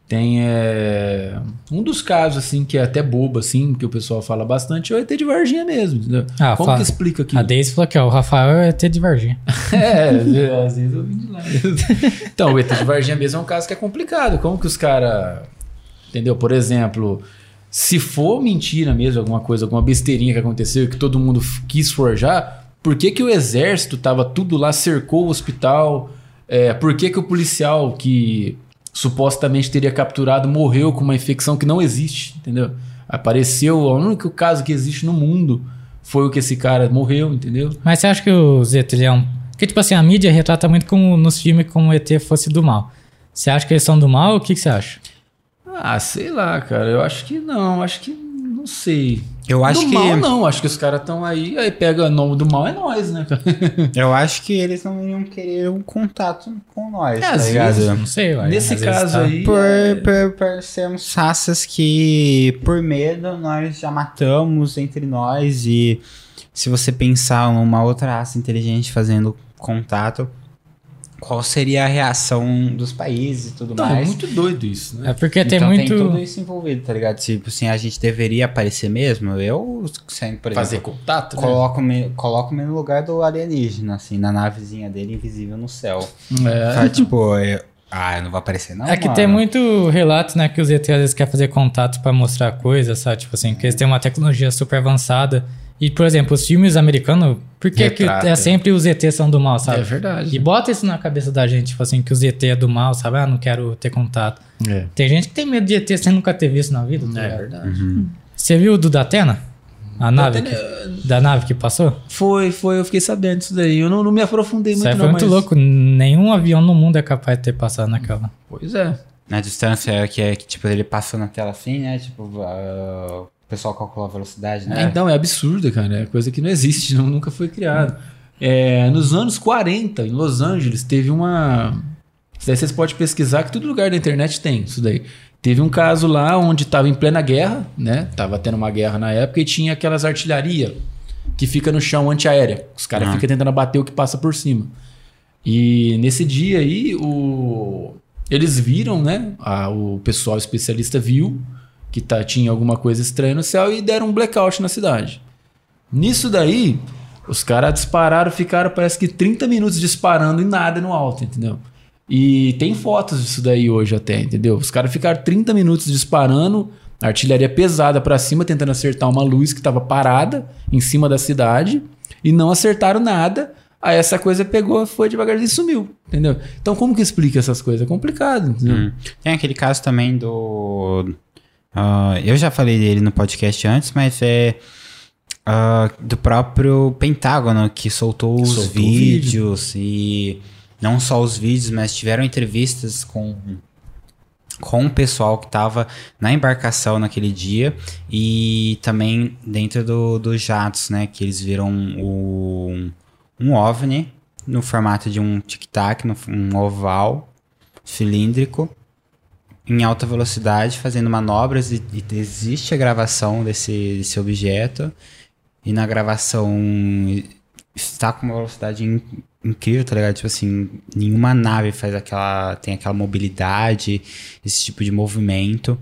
[SPEAKER 3] Tem é, um dos casos, assim, que é até bobo, assim, que o pessoal fala bastante, é o ET de Varginha mesmo, entendeu?
[SPEAKER 1] Ah,
[SPEAKER 3] Como
[SPEAKER 1] fala-
[SPEAKER 3] que explica aqui?
[SPEAKER 1] A Deise falou aqui, ó, o Rafael é ter de Varginha.
[SPEAKER 3] É, às vezes eu vim de lá. então, o ET de Varginha mesmo é um caso que é complicado. Como que os caras. Entendeu? Por exemplo, se for mentira mesmo, alguma coisa, alguma besteirinha que aconteceu que todo mundo f- quis forjar, por que, que o exército tava tudo lá, cercou o hospital? É, por que, que o policial que supostamente teria capturado morreu com uma infecção que não existe? Entendeu? Apareceu, o único caso que existe no mundo foi o que esse cara morreu, entendeu?
[SPEAKER 1] Mas você acha que o Zeta, ele é um... Porque, tipo assim, a mídia retrata muito como nos filmes como o ET fosse do mal. Você acha que eles são do mal? O que, que você acha?
[SPEAKER 3] Ah, sei lá, cara. Eu acho que não. Acho que não Não sei.
[SPEAKER 2] Eu acho
[SPEAKER 3] do
[SPEAKER 2] que.
[SPEAKER 3] mal, não. Acho que os caras estão aí, aí pega nome do mal, é nós, né, cara?
[SPEAKER 2] Eu acho que eles não iam querer um contato com nós,
[SPEAKER 3] É,
[SPEAKER 2] tá
[SPEAKER 3] às
[SPEAKER 2] ligado?
[SPEAKER 3] vezes,
[SPEAKER 1] Não sei, ué.
[SPEAKER 3] Nesse
[SPEAKER 1] às vezes
[SPEAKER 3] caso
[SPEAKER 1] tá-
[SPEAKER 3] aí.
[SPEAKER 2] Por,
[SPEAKER 3] é-
[SPEAKER 2] por, por sermos raças que, por medo, nós já matamos entre nós. E se você pensar numa outra raça inteligente fazendo contato, qual seria a reação dos países e tudo
[SPEAKER 3] Não, é
[SPEAKER 2] mais?
[SPEAKER 3] muito doido isso, né?
[SPEAKER 1] É porque tem
[SPEAKER 2] Então
[SPEAKER 1] muito.
[SPEAKER 2] tem tudo isso envolvido, tá ligado? Tipo assim, a gente deveria aparecer mesmo. Eu, sendo, por
[SPEAKER 3] Fazer
[SPEAKER 2] exemplo,
[SPEAKER 3] contato, né?
[SPEAKER 2] coloco-me coloco no lugar do alienígena, assim, na navezinha dele, invisível no céu.
[SPEAKER 3] É.
[SPEAKER 2] Sabe, tipo, eu- ah, eu não vou aparecer não,
[SPEAKER 1] é que
[SPEAKER 2] mano.
[SPEAKER 1] tem muito relato, né, que os ET às vezes querem fazer contato pra mostrar coisas, sabe? Tipo assim, que eles têm uma tecnologia super avançada. E, por exemplo, os filmes americanos, por que, que
[SPEAKER 3] Retrata.
[SPEAKER 1] é sempre os ET são do mal, sabe?
[SPEAKER 3] É verdade.
[SPEAKER 1] E bota isso na cabeça da gente, tipo assim, que os ET é do mal, sabe? Ah, não quero ter contato.
[SPEAKER 3] É.
[SPEAKER 1] Tem gente que tem medo de ET sem nunca ter visto na vida, tá
[SPEAKER 3] É
[SPEAKER 1] ligado?
[SPEAKER 3] verdade.
[SPEAKER 1] Você viu o do Datena? A nave que, da nave que passou?
[SPEAKER 3] Foi, foi, eu fiquei sabendo disso daí. Eu não, não me aprofundei
[SPEAKER 1] Isso
[SPEAKER 3] muito,
[SPEAKER 1] aí
[SPEAKER 3] não,
[SPEAKER 1] foi muito
[SPEAKER 3] mas-
[SPEAKER 1] louco. Nenhum avião no mundo é capaz de ter passado naquela.
[SPEAKER 3] Pois é.
[SPEAKER 2] Na distância que é que, tipo, ele passou na tela assim, né? Tipo, ah, o pessoal calcula a velocidade, né?
[SPEAKER 3] Então, é absurdo, cara. É coisa que não existe, não, nunca foi criada. É, nos anos 40, em Los Angeles, teve uma. Isso daí vocês podem pesquisar, que todo lugar da internet tem isso daí. Teve um caso lá onde estava em plena guerra, né? Tava tendo uma guerra na época e tinha aquelas artilharia que fica no chão antiaérea. Os caras
[SPEAKER 2] Ah.
[SPEAKER 3] ficam tentando abater o que passa por cima. E nesse dia aí, o... eles viram, né? A- o pessoal especialista viu que tá- tinha alguma coisa estranha no céu e deram um blackout na cidade. Nisso daí, os caras dispararam, ficaram parece que 30 minutos disparando e nada no alto, entendeu? E tem fotos disso daí hoje até, entendeu? Os caras ficaram 30 minutos disparando, artilharia pesada pra cima, tentando acertar uma luz que tava parada em cima da cidade e não acertaram nada. Aí essa coisa pegou, foi devagarzinho e sumiu, entendeu? Então como que explica essas coisas? É complicado, entendeu?
[SPEAKER 2] Hum. Tem aquele caso também do. ah, eu já falei dele no podcast antes, mas é. ah, do próprio Pentágono, que soltou os
[SPEAKER 3] Soltou o vídeo.
[SPEAKER 2] vídeos e. Não só os vídeos, mas tiveram entrevistas com. Com o pessoal que tava na embarcação naquele dia e também dentro do- dos jatos, né? Que eles viram o, um OVNI no formato de um tic-tac, no- um oval cilíndrico em alta velocidade fazendo manobras e, e existe a gravação desse, desse objeto e na gravação está com uma velocidade in- incrível, tá ligado? Tipo assim, nenhuma nave faz aquela tem aquela mobilidade, esse tipo de movimento.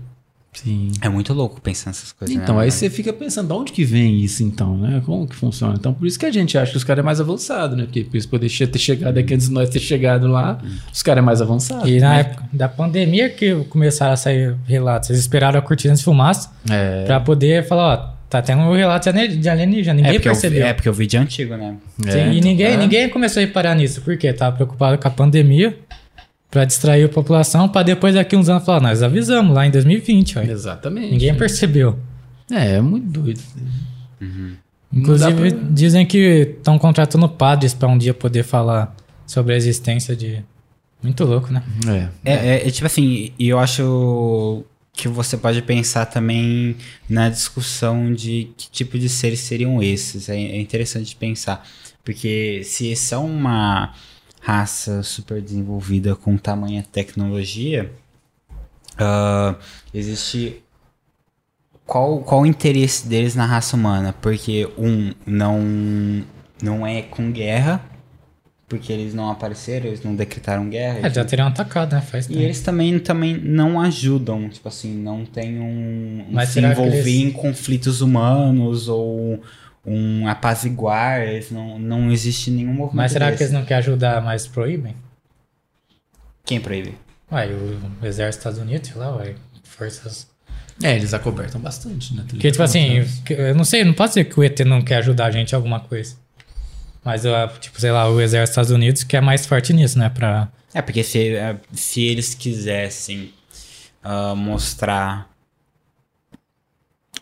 [SPEAKER 3] Sim.
[SPEAKER 2] É muito louco pensar nessas coisas.
[SPEAKER 3] Então,
[SPEAKER 2] né?
[SPEAKER 3] aí você fica pensando, de onde que vem isso então, né? Como que funciona? Então, por isso que a gente acha que os caras é mais avançado, né? Porque por isso poder che- ter chegado aqui antes de nós ter chegado lá, os caras é mais avançado.
[SPEAKER 1] E na
[SPEAKER 3] né?
[SPEAKER 1] época da pandemia que começaram a sair relatos, eles esperaram a cortina de fumaça
[SPEAKER 3] É,
[SPEAKER 1] pra poder falar, ó, tá tendo um relato de alien- de alienígena,
[SPEAKER 2] é
[SPEAKER 1] ninguém
[SPEAKER 2] porque,
[SPEAKER 1] percebeu.
[SPEAKER 2] Eu, é porque o vídeo é antigo, né?
[SPEAKER 1] Sim,
[SPEAKER 3] é,
[SPEAKER 1] e ninguém,
[SPEAKER 3] é.
[SPEAKER 1] ninguém começou a reparar nisso, porque tava preocupado com a pandemia, pra distrair a população, pra depois daqui uns anos falar, nós avisamos lá em 2020, ó.
[SPEAKER 3] Exatamente.
[SPEAKER 1] Ninguém percebeu.
[SPEAKER 3] É, é muito doido. Não dá
[SPEAKER 1] Inclusive,
[SPEAKER 3] pra-
[SPEAKER 1] dizem que estão contratando padres pra um dia poder falar sobre a existência de. Muito louco, né?
[SPEAKER 3] É.
[SPEAKER 2] É, é, é tipo assim, e eu acho que você pode pensar também na discussão de que tipo de seres seriam esses. É, é interessante pensar. Porque se são uma raça super desenvolvida com tamanha tecnologia, ah, existe. Qual, qual o interesse deles na raça humana? Porque, um, não, não é com guerra, porque eles não apareceram, eles não decretaram guerra.
[SPEAKER 1] É, já teriam atacado, né? Faz
[SPEAKER 2] E
[SPEAKER 1] tempo.
[SPEAKER 2] eles também, também não ajudam, tipo assim, não tem um, um
[SPEAKER 1] Mas
[SPEAKER 2] se
[SPEAKER 1] será que
[SPEAKER 2] envolver
[SPEAKER 1] eles-
[SPEAKER 2] em conflitos humanos ou um apaziguar, eles não, não existe nenhum movimento.
[SPEAKER 1] Mas será que
[SPEAKER 2] desse.
[SPEAKER 1] eles não querem ajudar, mas proíbem?
[SPEAKER 2] Quem proíbe?
[SPEAKER 1] Uai, o exército dos Estados Unidos, sei lá, uai. Forças.
[SPEAKER 3] É, eles acobertam bastante, né?
[SPEAKER 1] Porque, tipo assim, que- eu não sei, não pode ser que o ET não quer ajudar a gente em alguma coisa. Mas, ah, tipo, sei lá, o exército dos Estados Unidos que é mais forte nisso, né? Pra.
[SPEAKER 2] É, porque se, eh, se eles quisessem ah, mostrar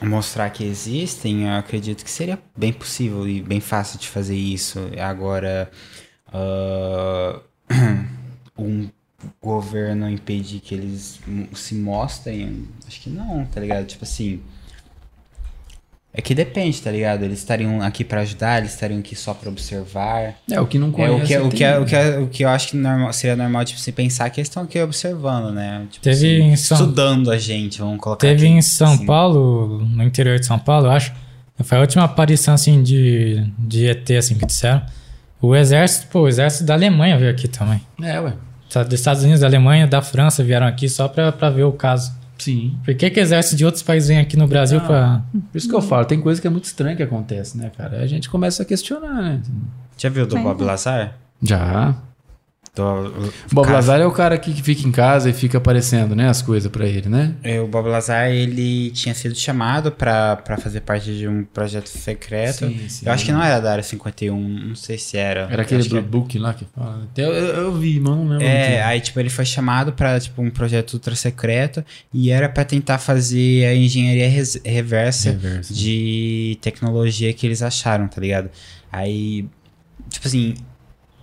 [SPEAKER 2] mostrar que existem, eu acredito que seria bem possível e bem fácil de fazer isso. Agora, ah, um governo impedir que eles mo- se mostrem, acho que não, tá ligado? Tipo assim, É que depende, tá ligado? Eles estariam aqui pra ajudar, eles estariam aqui só pra observar.
[SPEAKER 3] É, o que não
[SPEAKER 2] É,
[SPEAKER 3] conhece.
[SPEAKER 2] o, que, o,
[SPEAKER 3] tem-
[SPEAKER 2] que, o, que, o que eu acho que normal- seria normal, tipo, se pensar que eles estão aqui observando, né? Tipo,
[SPEAKER 1] Teve
[SPEAKER 2] assim,
[SPEAKER 1] em São-
[SPEAKER 2] estudando a gente, vamos colocar
[SPEAKER 1] Teve
[SPEAKER 2] aqui,
[SPEAKER 1] em São
[SPEAKER 2] assim.
[SPEAKER 1] Paulo, no interior de São Paulo, eu acho. Foi a última aparição, assim, de, de ET, assim, que disseram. O exército, pô, o exército da Alemanha veio aqui também.
[SPEAKER 3] É, ué.
[SPEAKER 1] Tá, Dos Estados Unidos, da Alemanha, da França vieram aqui só pra, pra ver o caso.
[SPEAKER 3] Sim.
[SPEAKER 1] Por que que exército de outros países vem aqui no Brasil
[SPEAKER 3] Ah.
[SPEAKER 1] pra...
[SPEAKER 3] Por isso que eu falo, tem coisa que é muito estranha que acontece, né, cara? A gente começa a questionar, né?
[SPEAKER 2] Já viu do
[SPEAKER 4] Sim.
[SPEAKER 2] Bob Lazar?
[SPEAKER 3] Já.
[SPEAKER 2] Do,
[SPEAKER 3] O Bob
[SPEAKER 2] cara-
[SPEAKER 3] Lazar é o cara que fica em casa e fica aparecendo, né, as coisas pra ele, né?
[SPEAKER 2] É, O Bob Lazar, ele tinha sido chamado pra pra fazer parte de um projeto secreto.
[SPEAKER 3] Sim, sim.
[SPEAKER 2] Eu acho que não era da Área 51, não sei se era.
[SPEAKER 3] Era aquele
[SPEAKER 2] Acho que
[SPEAKER 3] do book lá que fala. né? Até eu, eu- eu vi, mas não lembro.
[SPEAKER 2] É,
[SPEAKER 3] muito.
[SPEAKER 2] aí tipo, ele foi chamado pra tipo, um projeto ultra secreto e era pra tentar fazer a engenharia res- reversa
[SPEAKER 3] Reverso.
[SPEAKER 2] de tecnologia que eles acharam, tá ligado? Aí, tipo assim,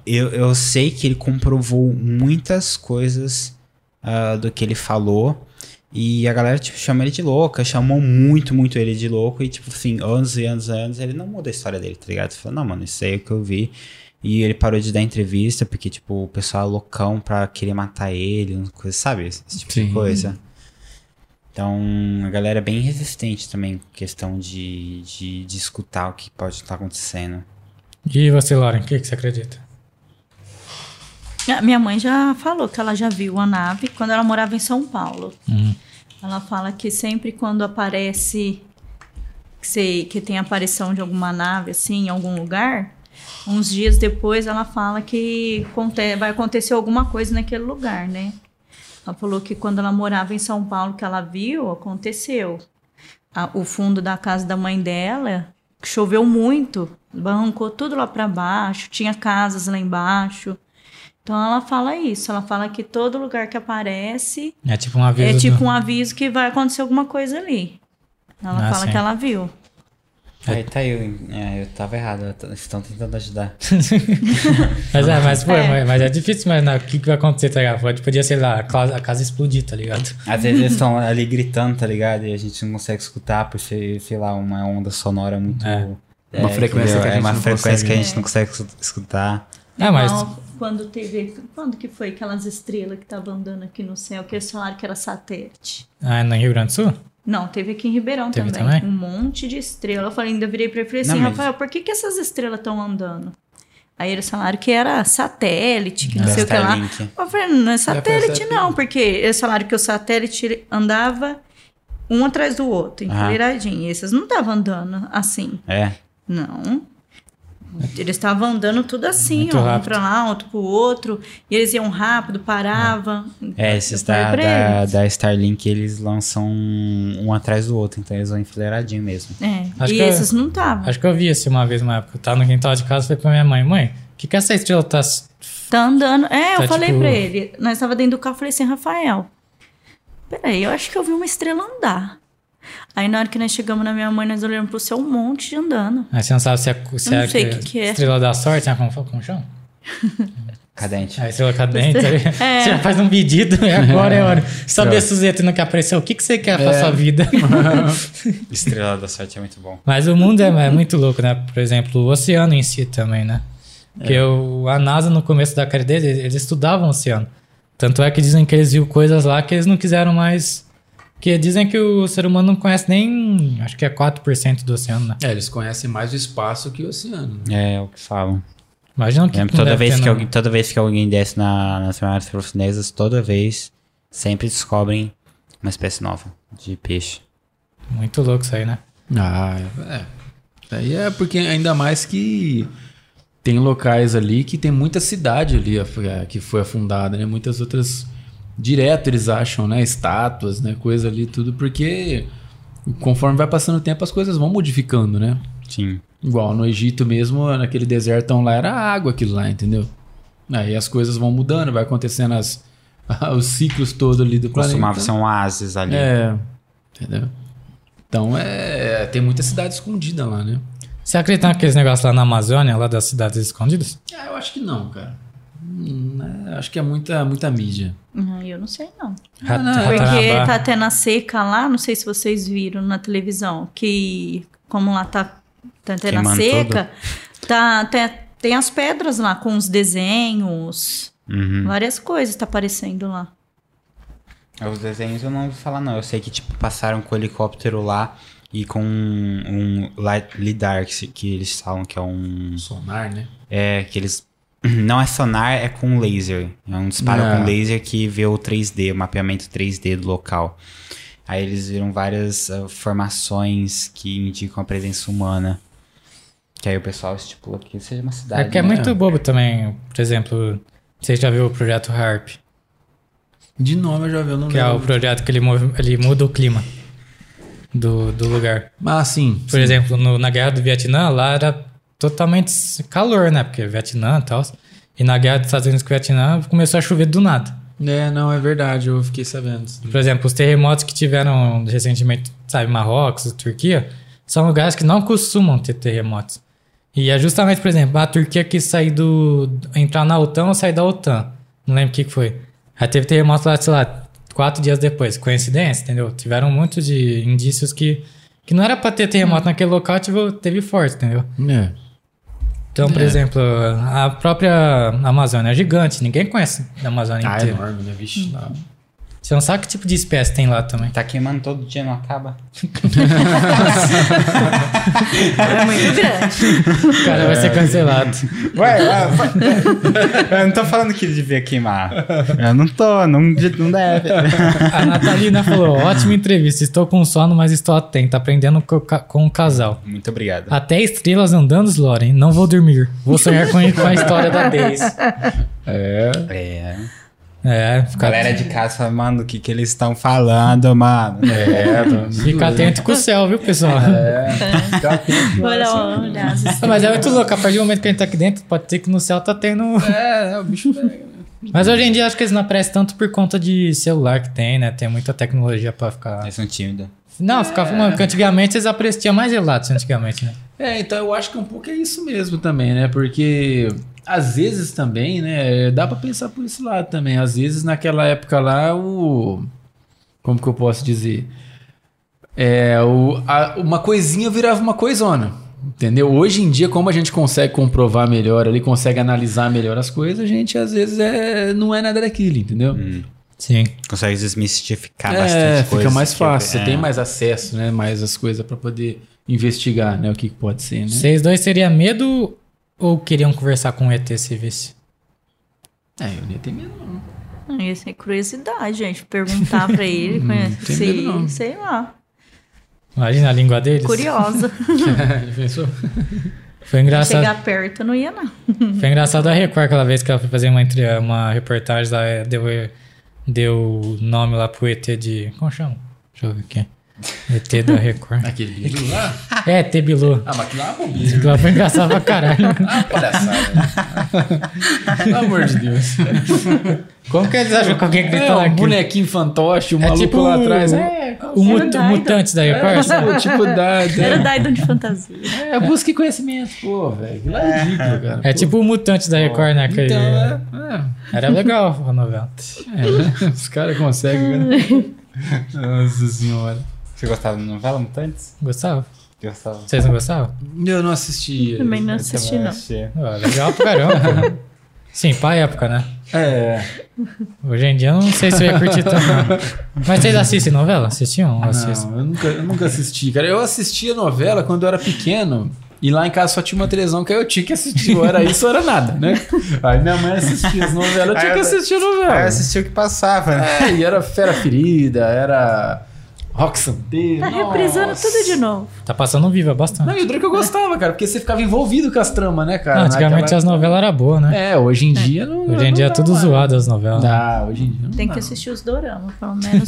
[SPEAKER 2] eu, eu sei que ele comprovou muitas coisas ah, do que ele falou. E a galera, tipo, chama ele de louca, chamou muito, muito ele de louco. E, tipo, assim, anos e anos e anos, ele não muda a história dele, tá ligado? Falou, não, mano, isso aí é o que eu vi. E ele parou de dar entrevista, porque, tipo, o pessoal é loucão pra querer matar ele, uma coisa, sabe? Esse tipo
[SPEAKER 3] Sim.
[SPEAKER 2] de coisa. Então, a galera é bem resistente também com questão de, de, de escutar o que pode estar acontecendo.
[SPEAKER 1] E você, Lauren, o que, que você acredita?
[SPEAKER 4] Ah, Minha mãe já falou que ela já viu a nave quando ela morava em São Paulo.
[SPEAKER 1] Hum.
[SPEAKER 4] Ela fala que sempre quando aparece que, se- que tem aparição de alguma nave assim em algum lugar, uns dias depois ela fala que conte- vai acontecer alguma coisa naquele lugar, né? Ela falou que quando ela morava em São Paulo que ela viu, aconteceu. A- o fundo da casa da mãe dela choveu muito, arrancou tudo lá para baixo, tinha casas lá embaixo. Então ela fala isso, ela fala que todo lugar que aparece
[SPEAKER 1] É tipo um aviso
[SPEAKER 4] é tipo
[SPEAKER 1] do-
[SPEAKER 4] um aviso que vai acontecer alguma coisa ali. Ela
[SPEAKER 1] Ah,
[SPEAKER 4] fala
[SPEAKER 1] sim.
[SPEAKER 4] que ela viu.
[SPEAKER 2] Aí tá eu, hein? é, eu tava errado, eu t- estão tentando ajudar.
[SPEAKER 1] Mas é, mas, pô,
[SPEAKER 4] É.
[SPEAKER 1] Mas, mas é difícil imaginar o que, que vai acontecer, tá ligado? Pode- Podia, sei lá, a casa, a casa explodir, tá ligado?
[SPEAKER 2] Às vezes eles estão ali gritando, tá ligado? E a gente não consegue escutar por ser, sei lá, uma onda sonora muito.
[SPEAKER 1] É.
[SPEAKER 2] É,
[SPEAKER 3] Uma frequência
[SPEAKER 2] entendeu?
[SPEAKER 3] que a
[SPEAKER 2] É
[SPEAKER 3] gente
[SPEAKER 2] uma
[SPEAKER 3] não
[SPEAKER 2] frequência
[SPEAKER 3] consegue-
[SPEAKER 2] que a gente não consegue escu- escutar.
[SPEAKER 1] Ah, mas...
[SPEAKER 4] Igual Quando teve. Quando que foi aquelas estrelas que estavam andando aqui no céu, que eles falaram que era satélite?
[SPEAKER 1] Ah, no Rio Grande do Sul?
[SPEAKER 4] Não, teve aqui em Ribeirão
[SPEAKER 1] Teve
[SPEAKER 4] também.
[SPEAKER 1] também?
[SPEAKER 4] Um monte de estrela. Eu falei, ainda virei pra ele e falei assim,
[SPEAKER 2] Não, mas-
[SPEAKER 4] Rafael, por que, que essas estrelas estão andando? Aí eles falaram que era satélite, que não
[SPEAKER 2] Da
[SPEAKER 4] sei o que lá.
[SPEAKER 2] Starlink.
[SPEAKER 4] Eu falei, não é satélite,
[SPEAKER 3] percebe?
[SPEAKER 4] não, porque eles falaram que o satélite ele andava um atrás do outro,
[SPEAKER 2] Aham.
[SPEAKER 4] enfileiradinho. E esses não estavam andando assim.
[SPEAKER 2] É.
[SPEAKER 4] Não. Eles estavam andando tudo assim,
[SPEAKER 1] Muito
[SPEAKER 4] ó, um
[SPEAKER 1] rápido.
[SPEAKER 4] pra lá, outro pro outro. E eles iam rápido, paravam.
[SPEAKER 2] É, esses
[SPEAKER 4] Eu falei
[SPEAKER 2] da,
[SPEAKER 4] pra
[SPEAKER 2] da,
[SPEAKER 4] eles.
[SPEAKER 2] da Starlink, eles lançam um um atrás do outro, então eles vão enfileiradinho mesmo.
[SPEAKER 4] É,
[SPEAKER 1] Acho
[SPEAKER 4] e
[SPEAKER 1] que eu-
[SPEAKER 4] esses não estavam.
[SPEAKER 1] Acho que eu vi esse uma vez, uma época. Eu tava no quintal de casa, falei pra minha mãe, mãe, o que que essa estrela tá... s-
[SPEAKER 4] Tá andando. É,
[SPEAKER 1] Tá,
[SPEAKER 4] eu falei
[SPEAKER 1] tipo-
[SPEAKER 4] pra ele. Nós tava dentro do carro, eu falei assim, Rafael, peraí, eu acho que eu vi uma estrela andar. Aí na hora que nós chegamos na minha mãe, nós olhamos pro céu um monte de andando.
[SPEAKER 1] Aí você não sabe se é, se
[SPEAKER 4] Eu não
[SPEAKER 1] é
[SPEAKER 4] sei o que que é.
[SPEAKER 1] estrela da sorte, né? Como, fala- como chama?
[SPEAKER 2] Cadente.
[SPEAKER 3] É.
[SPEAKER 1] A estrela tá cadente. aí
[SPEAKER 4] É.
[SPEAKER 1] Você já faz um pedido, é agora é hora. Saber se o Zé não quer aparecer, o que, que você quer pra sua vida?
[SPEAKER 2] Estrela da Sorte é muito bom.
[SPEAKER 1] Mas o mundo é, é muito louco, né? Por exemplo, o oceano em si também, né? Porque
[SPEAKER 2] É.
[SPEAKER 1] o- a NASA, no começo da carreira deles, eles estudavam o oceano. Tanto é que dizem que eles viram coisas lá que eles não quiseram mais... Porque dizem que o ser humano não conhece nem... Acho que é 4% do oceano, né?
[SPEAKER 3] É, eles conhecem mais o espaço que o oceano. né?
[SPEAKER 2] É, é o que falam.
[SPEAKER 1] Imagina o que...
[SPEAKER 2] Lembro
[SPEAKER 1] não
[SPEAKER 2] É, toda
[SPEAKER 1] deve
[SPEAKER 2] vez,
[SPEAKER 1] ter
[SPEAKER 2] que
[SPEAKER 1] no-
[SPEAKER 2] alguém, toda vez que alguém desce na, nas primeiras profundezas, toda vez, sempre descobrem uma espécie nova de peixe.
[SPEAKER 1] Muito louco isso aí, né?
[SPEAKER 3] Ah, é. Daí é porque ainda mais que tem locais ali que tem muita cidade ali af- é, que foi afundada, né? Muitas outras direto eles acham, né? Estátuas, né? Coisa ali, tudo, porque conforme vai passando o tempo as coisas vão modificando, né?
[SPEAKER 2] Sim.
[SPEAKER 3] Igual no Egito mesmo, naquele desertão lá era água aquilo lá, entendeu? Aí as coisas vão mudando, vai acontecendo as, os ciclos todos ali do planeta.
[SPEAKER 2] Costumava ser um oásis ali.
[SPEAKER 3] É, entendeu? Então é. Tem muita cidade escondida lá, né?
[SPEAKER 1] Você acredita naqueles negócios lá na Amazônia, lá das cidades escondidas?
[SPEAKER 3] né, Ah, eu acho que não, cara. Hum, é, acho que é muita, muita mídia.
[SPEAKER 4] Aí Eu não sei, Ah, não.
[SPEAKER 1] Rat-
[SPEAKER 4] Porque
[SPEAKER 1] Ratanabá.
[SPEAKER 4] tá tendo a seca lá, não sei se vocês viram na televisão, que como lá tá, tá tendo
[SPEAKER 2] Queimando
[SPEAKER 4] a seca, tá, tem- tem as pedras lá com os desenhos,
[SPEAKER 2] Uhum.
[SPEAKER 4] várias coisas tá aparecendo lá.
[SPEAKER 2] Os desenhos eu não ouvi falar, não. Eu sei que, tipo, passaram com o helicóptero lá e com um, um light- lidar, que, se- que eles falam que é um...
[SPEAKER 3] Sonar, né?
[SPEAKER 2] É, que eles... Não é sonar, é com laser. É um disparo
[SPEAKER 3] Ah.
[SPEAKER 2] com laser que vê o 3D, o mapeamento 3D do local. Aí eles viram várias ah, formações que indicam a presença humana. Que aí o pessoal estipula que seja uma
[SPEAKER 4] tá-
[SPEAKER 2] cidade.
[SPEAKER 1] É que é
[SPEAKER 2] né?
[SPEAKER 1] muito bobo também, por exemplo, você já viu o projeto HARP,
[SPEAKER 3] De nome eu já vi, eu não
[SPEAKER 1] que é o
[SPEAKER 3] lembro.
[SPEAKER 1] projeto que ele, move- ele muda o clima do, do lugar.
[SPEAKER 3] Ah, sim.
[SPEAKER 1] Por exemplo, no- na guerra do Vietnã, lá era totalmente calor, né? Porque Vietnã e tal. E na guerra dos Estados Unidos com o Vietnã começou a chover do nada.
[SPEAKER 3] É, não, é verdade, eu fiquei sabendo.
[SPEAKER 1] Por exemplo, os terremotos que tiveram recentemente, sabe, Marrocos, Turquia, são lugares que não costumam ter terremotos. E é justamente, por exemplo, a Turquia quis sair do. entrar na OTAN ou sair da OTAN. Não lembro o que, que foi. Aí teve terremoto lá, sei lá, quatro dias depois. Coincidência, entendeu? Tiveram um monte de indícios que. que não era pra ter terremoto naquele local, teve, teve forte, entendeu?
[SPEAKER 3] É.
[SPEAKER 1] Então, por
[SPEAKER 3] É.
[SPEAKER 1] exemplo, a própria Amazônia é gigante, ninguém conhece a Amazônia
[SPEAKER 3] Ah, é
[SPEAKER 1] inteira.
[SPEAKER 3] enorme, né? Vixe, lá.
[SPEAKER 1] Você não sabe que tipo de espécie tem lá também.
[SPEAKER 2] Tá queimando todo dia, não acaba?
[SPEAKER 4] É muito grande.
[SPEAKER 1] O cara vai
[SPEAKER 3] É.
[SPEAKER 1] ser cancelado.
[SPEAKER 2] Ué, ué, vai. Eu não tô falando que devia queimar. Eu não tô, não, não deve.
[SPEAKER 1] A Natalina falou: ótima entrevista, estou com sono, mas estou atenta, aprendendo co- ca- com o casal.
[SPEAKER 2] Muito obrigado.
[SPEAKER 1] Até estrelas andando, Loren, não vou dormir. Vou sonhar com, com a história da Daisy.
[SPEAKER 3] É.
[SPEAKER 2] É.
[SPEAKER 1] É,
[SPEAKER 2] A
[SPEAKER 1] fica,
[SPEAKER 2] galera de casa fala, mano, o que, que eles estão falando, mano?
[SPEAKER 3] É, tá-
[SPEAKER 1] fica atento com o céu, viu, pessoal?
[SPEAKER 3] tá atento.
[SPEAKER 4] Olha, olha. as estrelas.
[SPEAKER 1] Mas é muito louco, a partir do momento que a gente tá aqui dentro, pode ser que no céu tá tendo.
[SPEAKER 3] É, é, o bicho pega.
[SPEAKER 1] Mas hoje em dia acho que eles não aparecem tanto por conta de celular que tem, né? Tem muita tecnologia pra ficar.
[SPEAKER 2] É, Eles são tímidos.
[SPEAKER 1] Não, ficar fumando, porque antigamente eles apareciam mais relatos antigamente, né?
[SPEAKER 3] É, então eu acho que um pouco é isso mesmo também, né? Porque às vezes também, né? Dá pra pensar por esse lado também. Às vezes naquela época lá, o. Como que eu posso dizer? É, o, a- uma coisinha virava uma coisona. Entendeu? Hoje em dia, como a gente consegue comprovar melhor ali, consegue analisar melhor as coisas, a gente às vezes é, não é nada daquilo, entendeu?
[SPEAKER 1] Sim.
[SPEAKER 2] Consegue desmistificar
[SPEAKER 3] É,
[SPEAKER 2] bastante
[SPEAKER 3] Hum, fica
[SPEAKER 2] coisa.
[SPEAKER 3] mais
[SPEAKER 2] que-
[SPEAKER 3] fácil,
[SPEAKER 2] é.
[SPEAKER 3] você tem mais acesso, né? Mais as coisas pra poder investigar, né? O que, que pode ser, né?
[SPEAKER 1] Vocês dois seria medo ou queriam conversar com o ET se visse?
[SPEAKER 3] É, eu nem tenho medo, não.
[SPEAKER 4] Ah, Isso é curiosidade, gente. Perguntar pra ele, conhece-
[SPEAKER 3] tem
[SPEAKER 4] se-
[SPEAKER 3] medo, Hum, não.
[SPEAKER 4] sei lá.
[SPEAKER 1] Imagina a língua deles.
[SPEAKER 4] Curiosa.
[SPEAKER 3] Já pensou?
[SPEAKER 1] Foi engraçado,
[SPEAKER 4] Chegar perto eu não ia, não.
[SPEAKER 1] foi engraçado a Record aquela vez que ela foi fazer uma, entre- uma reportagem, ela eh, deu deu o nome lá pro ET de. Como chama? Deixa eu ver aqui. ET da Record.
[SPEAKER 3] Aquele bicho lá?
[SPEAKER 1] É, ET Bilu.
[SPEAKER 3] Ah, mas aquilo lá é uma bobeira.
[SPEAKER 1] Aquilo lá foi engraçado pra caralho.
[SPEAKER 3] Ah, palhaçada. Pelo amor de Deus.
[SPEAKER 1] Como que eles acham que alguém
[SPEAKER 3] É,
[SPEAKER 1] grita lá?
[SPEAKER 3] um bonequinho fantoche, um
[SPEAKER 1] É
[SPEAKER 3] maluco
[SPEAKER 1] tipo um
[SPEAKER 3] lá
[SPEAKER 1] o-
[SPEAKER 3] atrás. É,
[SPEAKER 4] É,
[SPEAKER 1] O mut- mutante da Record? sabe?
[SPEAKER 3] tipo, tipo da...
[SPEAKER 4] Era
[SPEAKER 3] da...
[SPEAKER 4] Daidon de fantasia.
[SPEAKER 3] É, busque conhecimento. Pô, velho, aquilo lá é ridículo, cara.
[SPEAKER 1] É tipo o mutante da Record, né? aquele-
[SPEAKER 3] Então, é...
[SPEAKER 1] Era legal a novela.
[SPEAKER 3] é, é, né? Os caras conseguem, né? Nossa senhora.
[SPEAKER 2] Você gostava da novela Mutantes?
[SPEAKER 1] Gostava?
[SPEAKER 2] Gostava.
[SPEAKER 1] Vocês não gostavam?
[SPEAKER 3] Eu não assisti.
[SPEAKER 4] Também não assisti, não.
[SPEAKER 1] Ah, legal pra caramba. pô. Sim, pra época, né?
[SPEAKER 3] É.
[SPEAKER 1] Hoje em dia eu não sei se eu ia curtir tanto. não. Mas vocês assistem novela? Assistiam? ou assistem?
[SPEAKER 3] Ah, Não, eu nunca, eu nunca assisti, cara. Eu assistia novela quando eu era pequeno. E lá em casa só tinha uma televisão que aí eu tinha que assistir. Ou era isso ou era nada, né? Aí minha mãe assistia as novelas, eu tinha
[SPEAKER 2] Aí
[SPEAKER 3] que
[SPEAKER 2] eu-
[SPEAKER 3] assistir a
[SPEAKER 2] Ah, eu
[SPEAKER 3] novela.
[SPEAKER 2] assisti o que passava, né?
[SPEAKER 3] É, e era Fera Ferida, era Rock Santeiro.
[SPEAKER 4] Tá reprisando tudo de novo.
[SPEAKER 1] Tá passando viva bastante.
[SPEAKER 3] Não, e o duro que eu gostava, cara, porque você ficava envolvido com as tramas, né, cara?
[SPEAKER 1] Não, antigamente
[SPEAKER 3] Naquela-
[SPEAKER 1] as novelas eram boas, né?
[SPEAKER 3] É, hoje em dia não.
[SPEAKER 1] Hoje em
[SPEAKER 3] não
[SPEAKER 1] dia é
[SPEAKER 3] dá
[SPEAKER 1] tudo
[SPEAKER 3] mais.
[SPEAKER 1] zoado as novelas.
[SPEAKER 3] Dá, hoje em dia. não
[SPEAKER 4] Tem
[SPEAKER 3] dá.
[SPEAKER 4] que assistir os doramas, pelo menos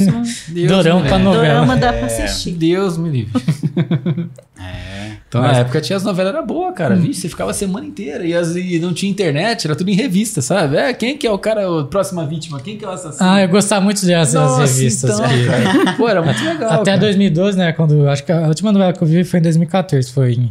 [SPEAKER 4] um
[SPEAKER 3] Deus
[SPEAKER 1] Dorão
[SPEAKER 3] me
[SPEAKER 1] pra
[SPEAKER 3] livre.
[SPEAKER 1] novela.
[SPEAKER 4] dorama dá pra
[SPEAKER 3] Te
[SPEAKER 4] assistir.
[SPEAKER 3] Deus me livre. Então,
[SPEAKER 1] é.
[SPEAKER 3] na época tinha as novelas, era boa,
[SPEAKER 1] Hum.
[SPEAKER 3] cara. Vixe, você ficava a semana inteira e, as- e não tinha internet, era tudo em revista, sabe? É, quem que é o cara, o próxima vítima? Quem que é o assassino?
[SPEAKER 1] Ah, eu gostava muito dessas
[SPEAKER 3] Nossa,
[SPEAKER 1] revistas.
[SPEAKER 3] então,
[SPEAKER 1] que-
[SPEAKER 3] cara. Pô, era muito legal.
[SPEAKER 1] Até
[SPEAKER 3] cara.
[SPEAKER 1] 2012, né? Quando. Acho que a última novela que eu vi foi em 2014. Foi em-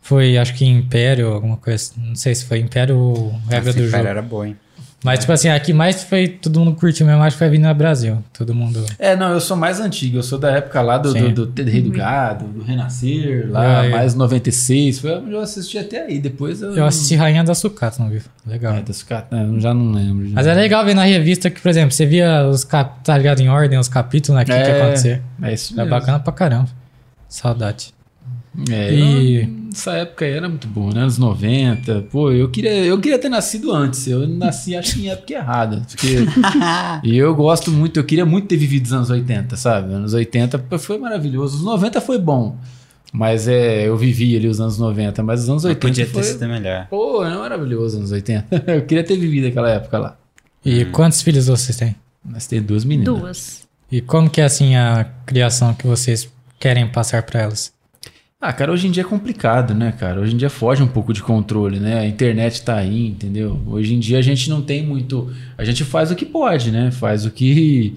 [SPEAKER 1] Foi, acho que em Império, alguma coisa. Não assim. sei se foi Império ou Regra
[SPEAKER 2] Esse
[SPEAKER 1] do
[SPEAKER 2] cara
[SPEAKER 1] Jogo.
[SPEAKER 2] era bom, hein?
[SPEAKER 1] Mas, tipo assim, aqui mais foi todo mundo curtiu mesmo, acho que foi vindo no Brasil. Todo mundo.
[SPEAKER 3] É, não, eu sou mais antigo, eu sou da época lá do,
[SPEAKER 1] Sim.
[SPEAKER 3] do, do Rei do Gado, do Renascer, lá,
[SPEAKER 1] É.
[SPEAKER 3] mais 96. Foi onde eu assisti até aí, depois eu.
[SPEAKER 1] Eu assisti Rainha da Sucata, não viu? Legal.
[SPEAKER 3] É, dos cat- é, eu já não lembro. já.
[SPEAKER 1] Mas é legal ver na revista que, por exemplo, você via os cap... tá ligado em ordem, os capítulos, né? O que, que ia
[SPEAKER 3] É,
[SPEAKER 1] acontecer.
[SPEAKER 3] É isso
[SPEAKER 1] Era
[SPEAKER 3] mesmo.
[SPEAKER 1] bacana pra caramba. Saudade.
[SPEAKER 3] É,
[SPEAKER 1] E-
[SPEAKER 3] eu- essa época aí era muito boa, né? Anos 90. Pô, eu queria, eu queria ter nascido antes. Eu nasci, acho que em época errada. Porque E eu gosto muito, eu queria muito ter vivido os anos 80, sabe? Anos 80 foi maravilhoso. Os 90 foi bom. Mas é, eu vivi ali os anos 90, mas os anos 80
[SPEAKER 2] Podia ter
[SPEAKER 3] foi...
[SPEAKER 2] sido melhor.
[SPEAKER 3] Pô, é maravilhoso os anos 80. Eu queria ter vivido aquela época lá. É.
[SPEAKER 1] E quantos filhos vocês têm?
[SPEAKER 3] Mas tem duas meninas.
[SPEAKER 4] Duas.
[SPEAKER 1] E como que é assim a criação que vocês querem passar pra elas?
[SPEAKER 3] Ah, cara, hoje em dia é complicado, né, cara? Hoje em dia foge um pouco de controle, né? A internet tá aí, entendeu? Hoje em dia a gente não tem muito. A gente faz o que pode, né? Faz o que.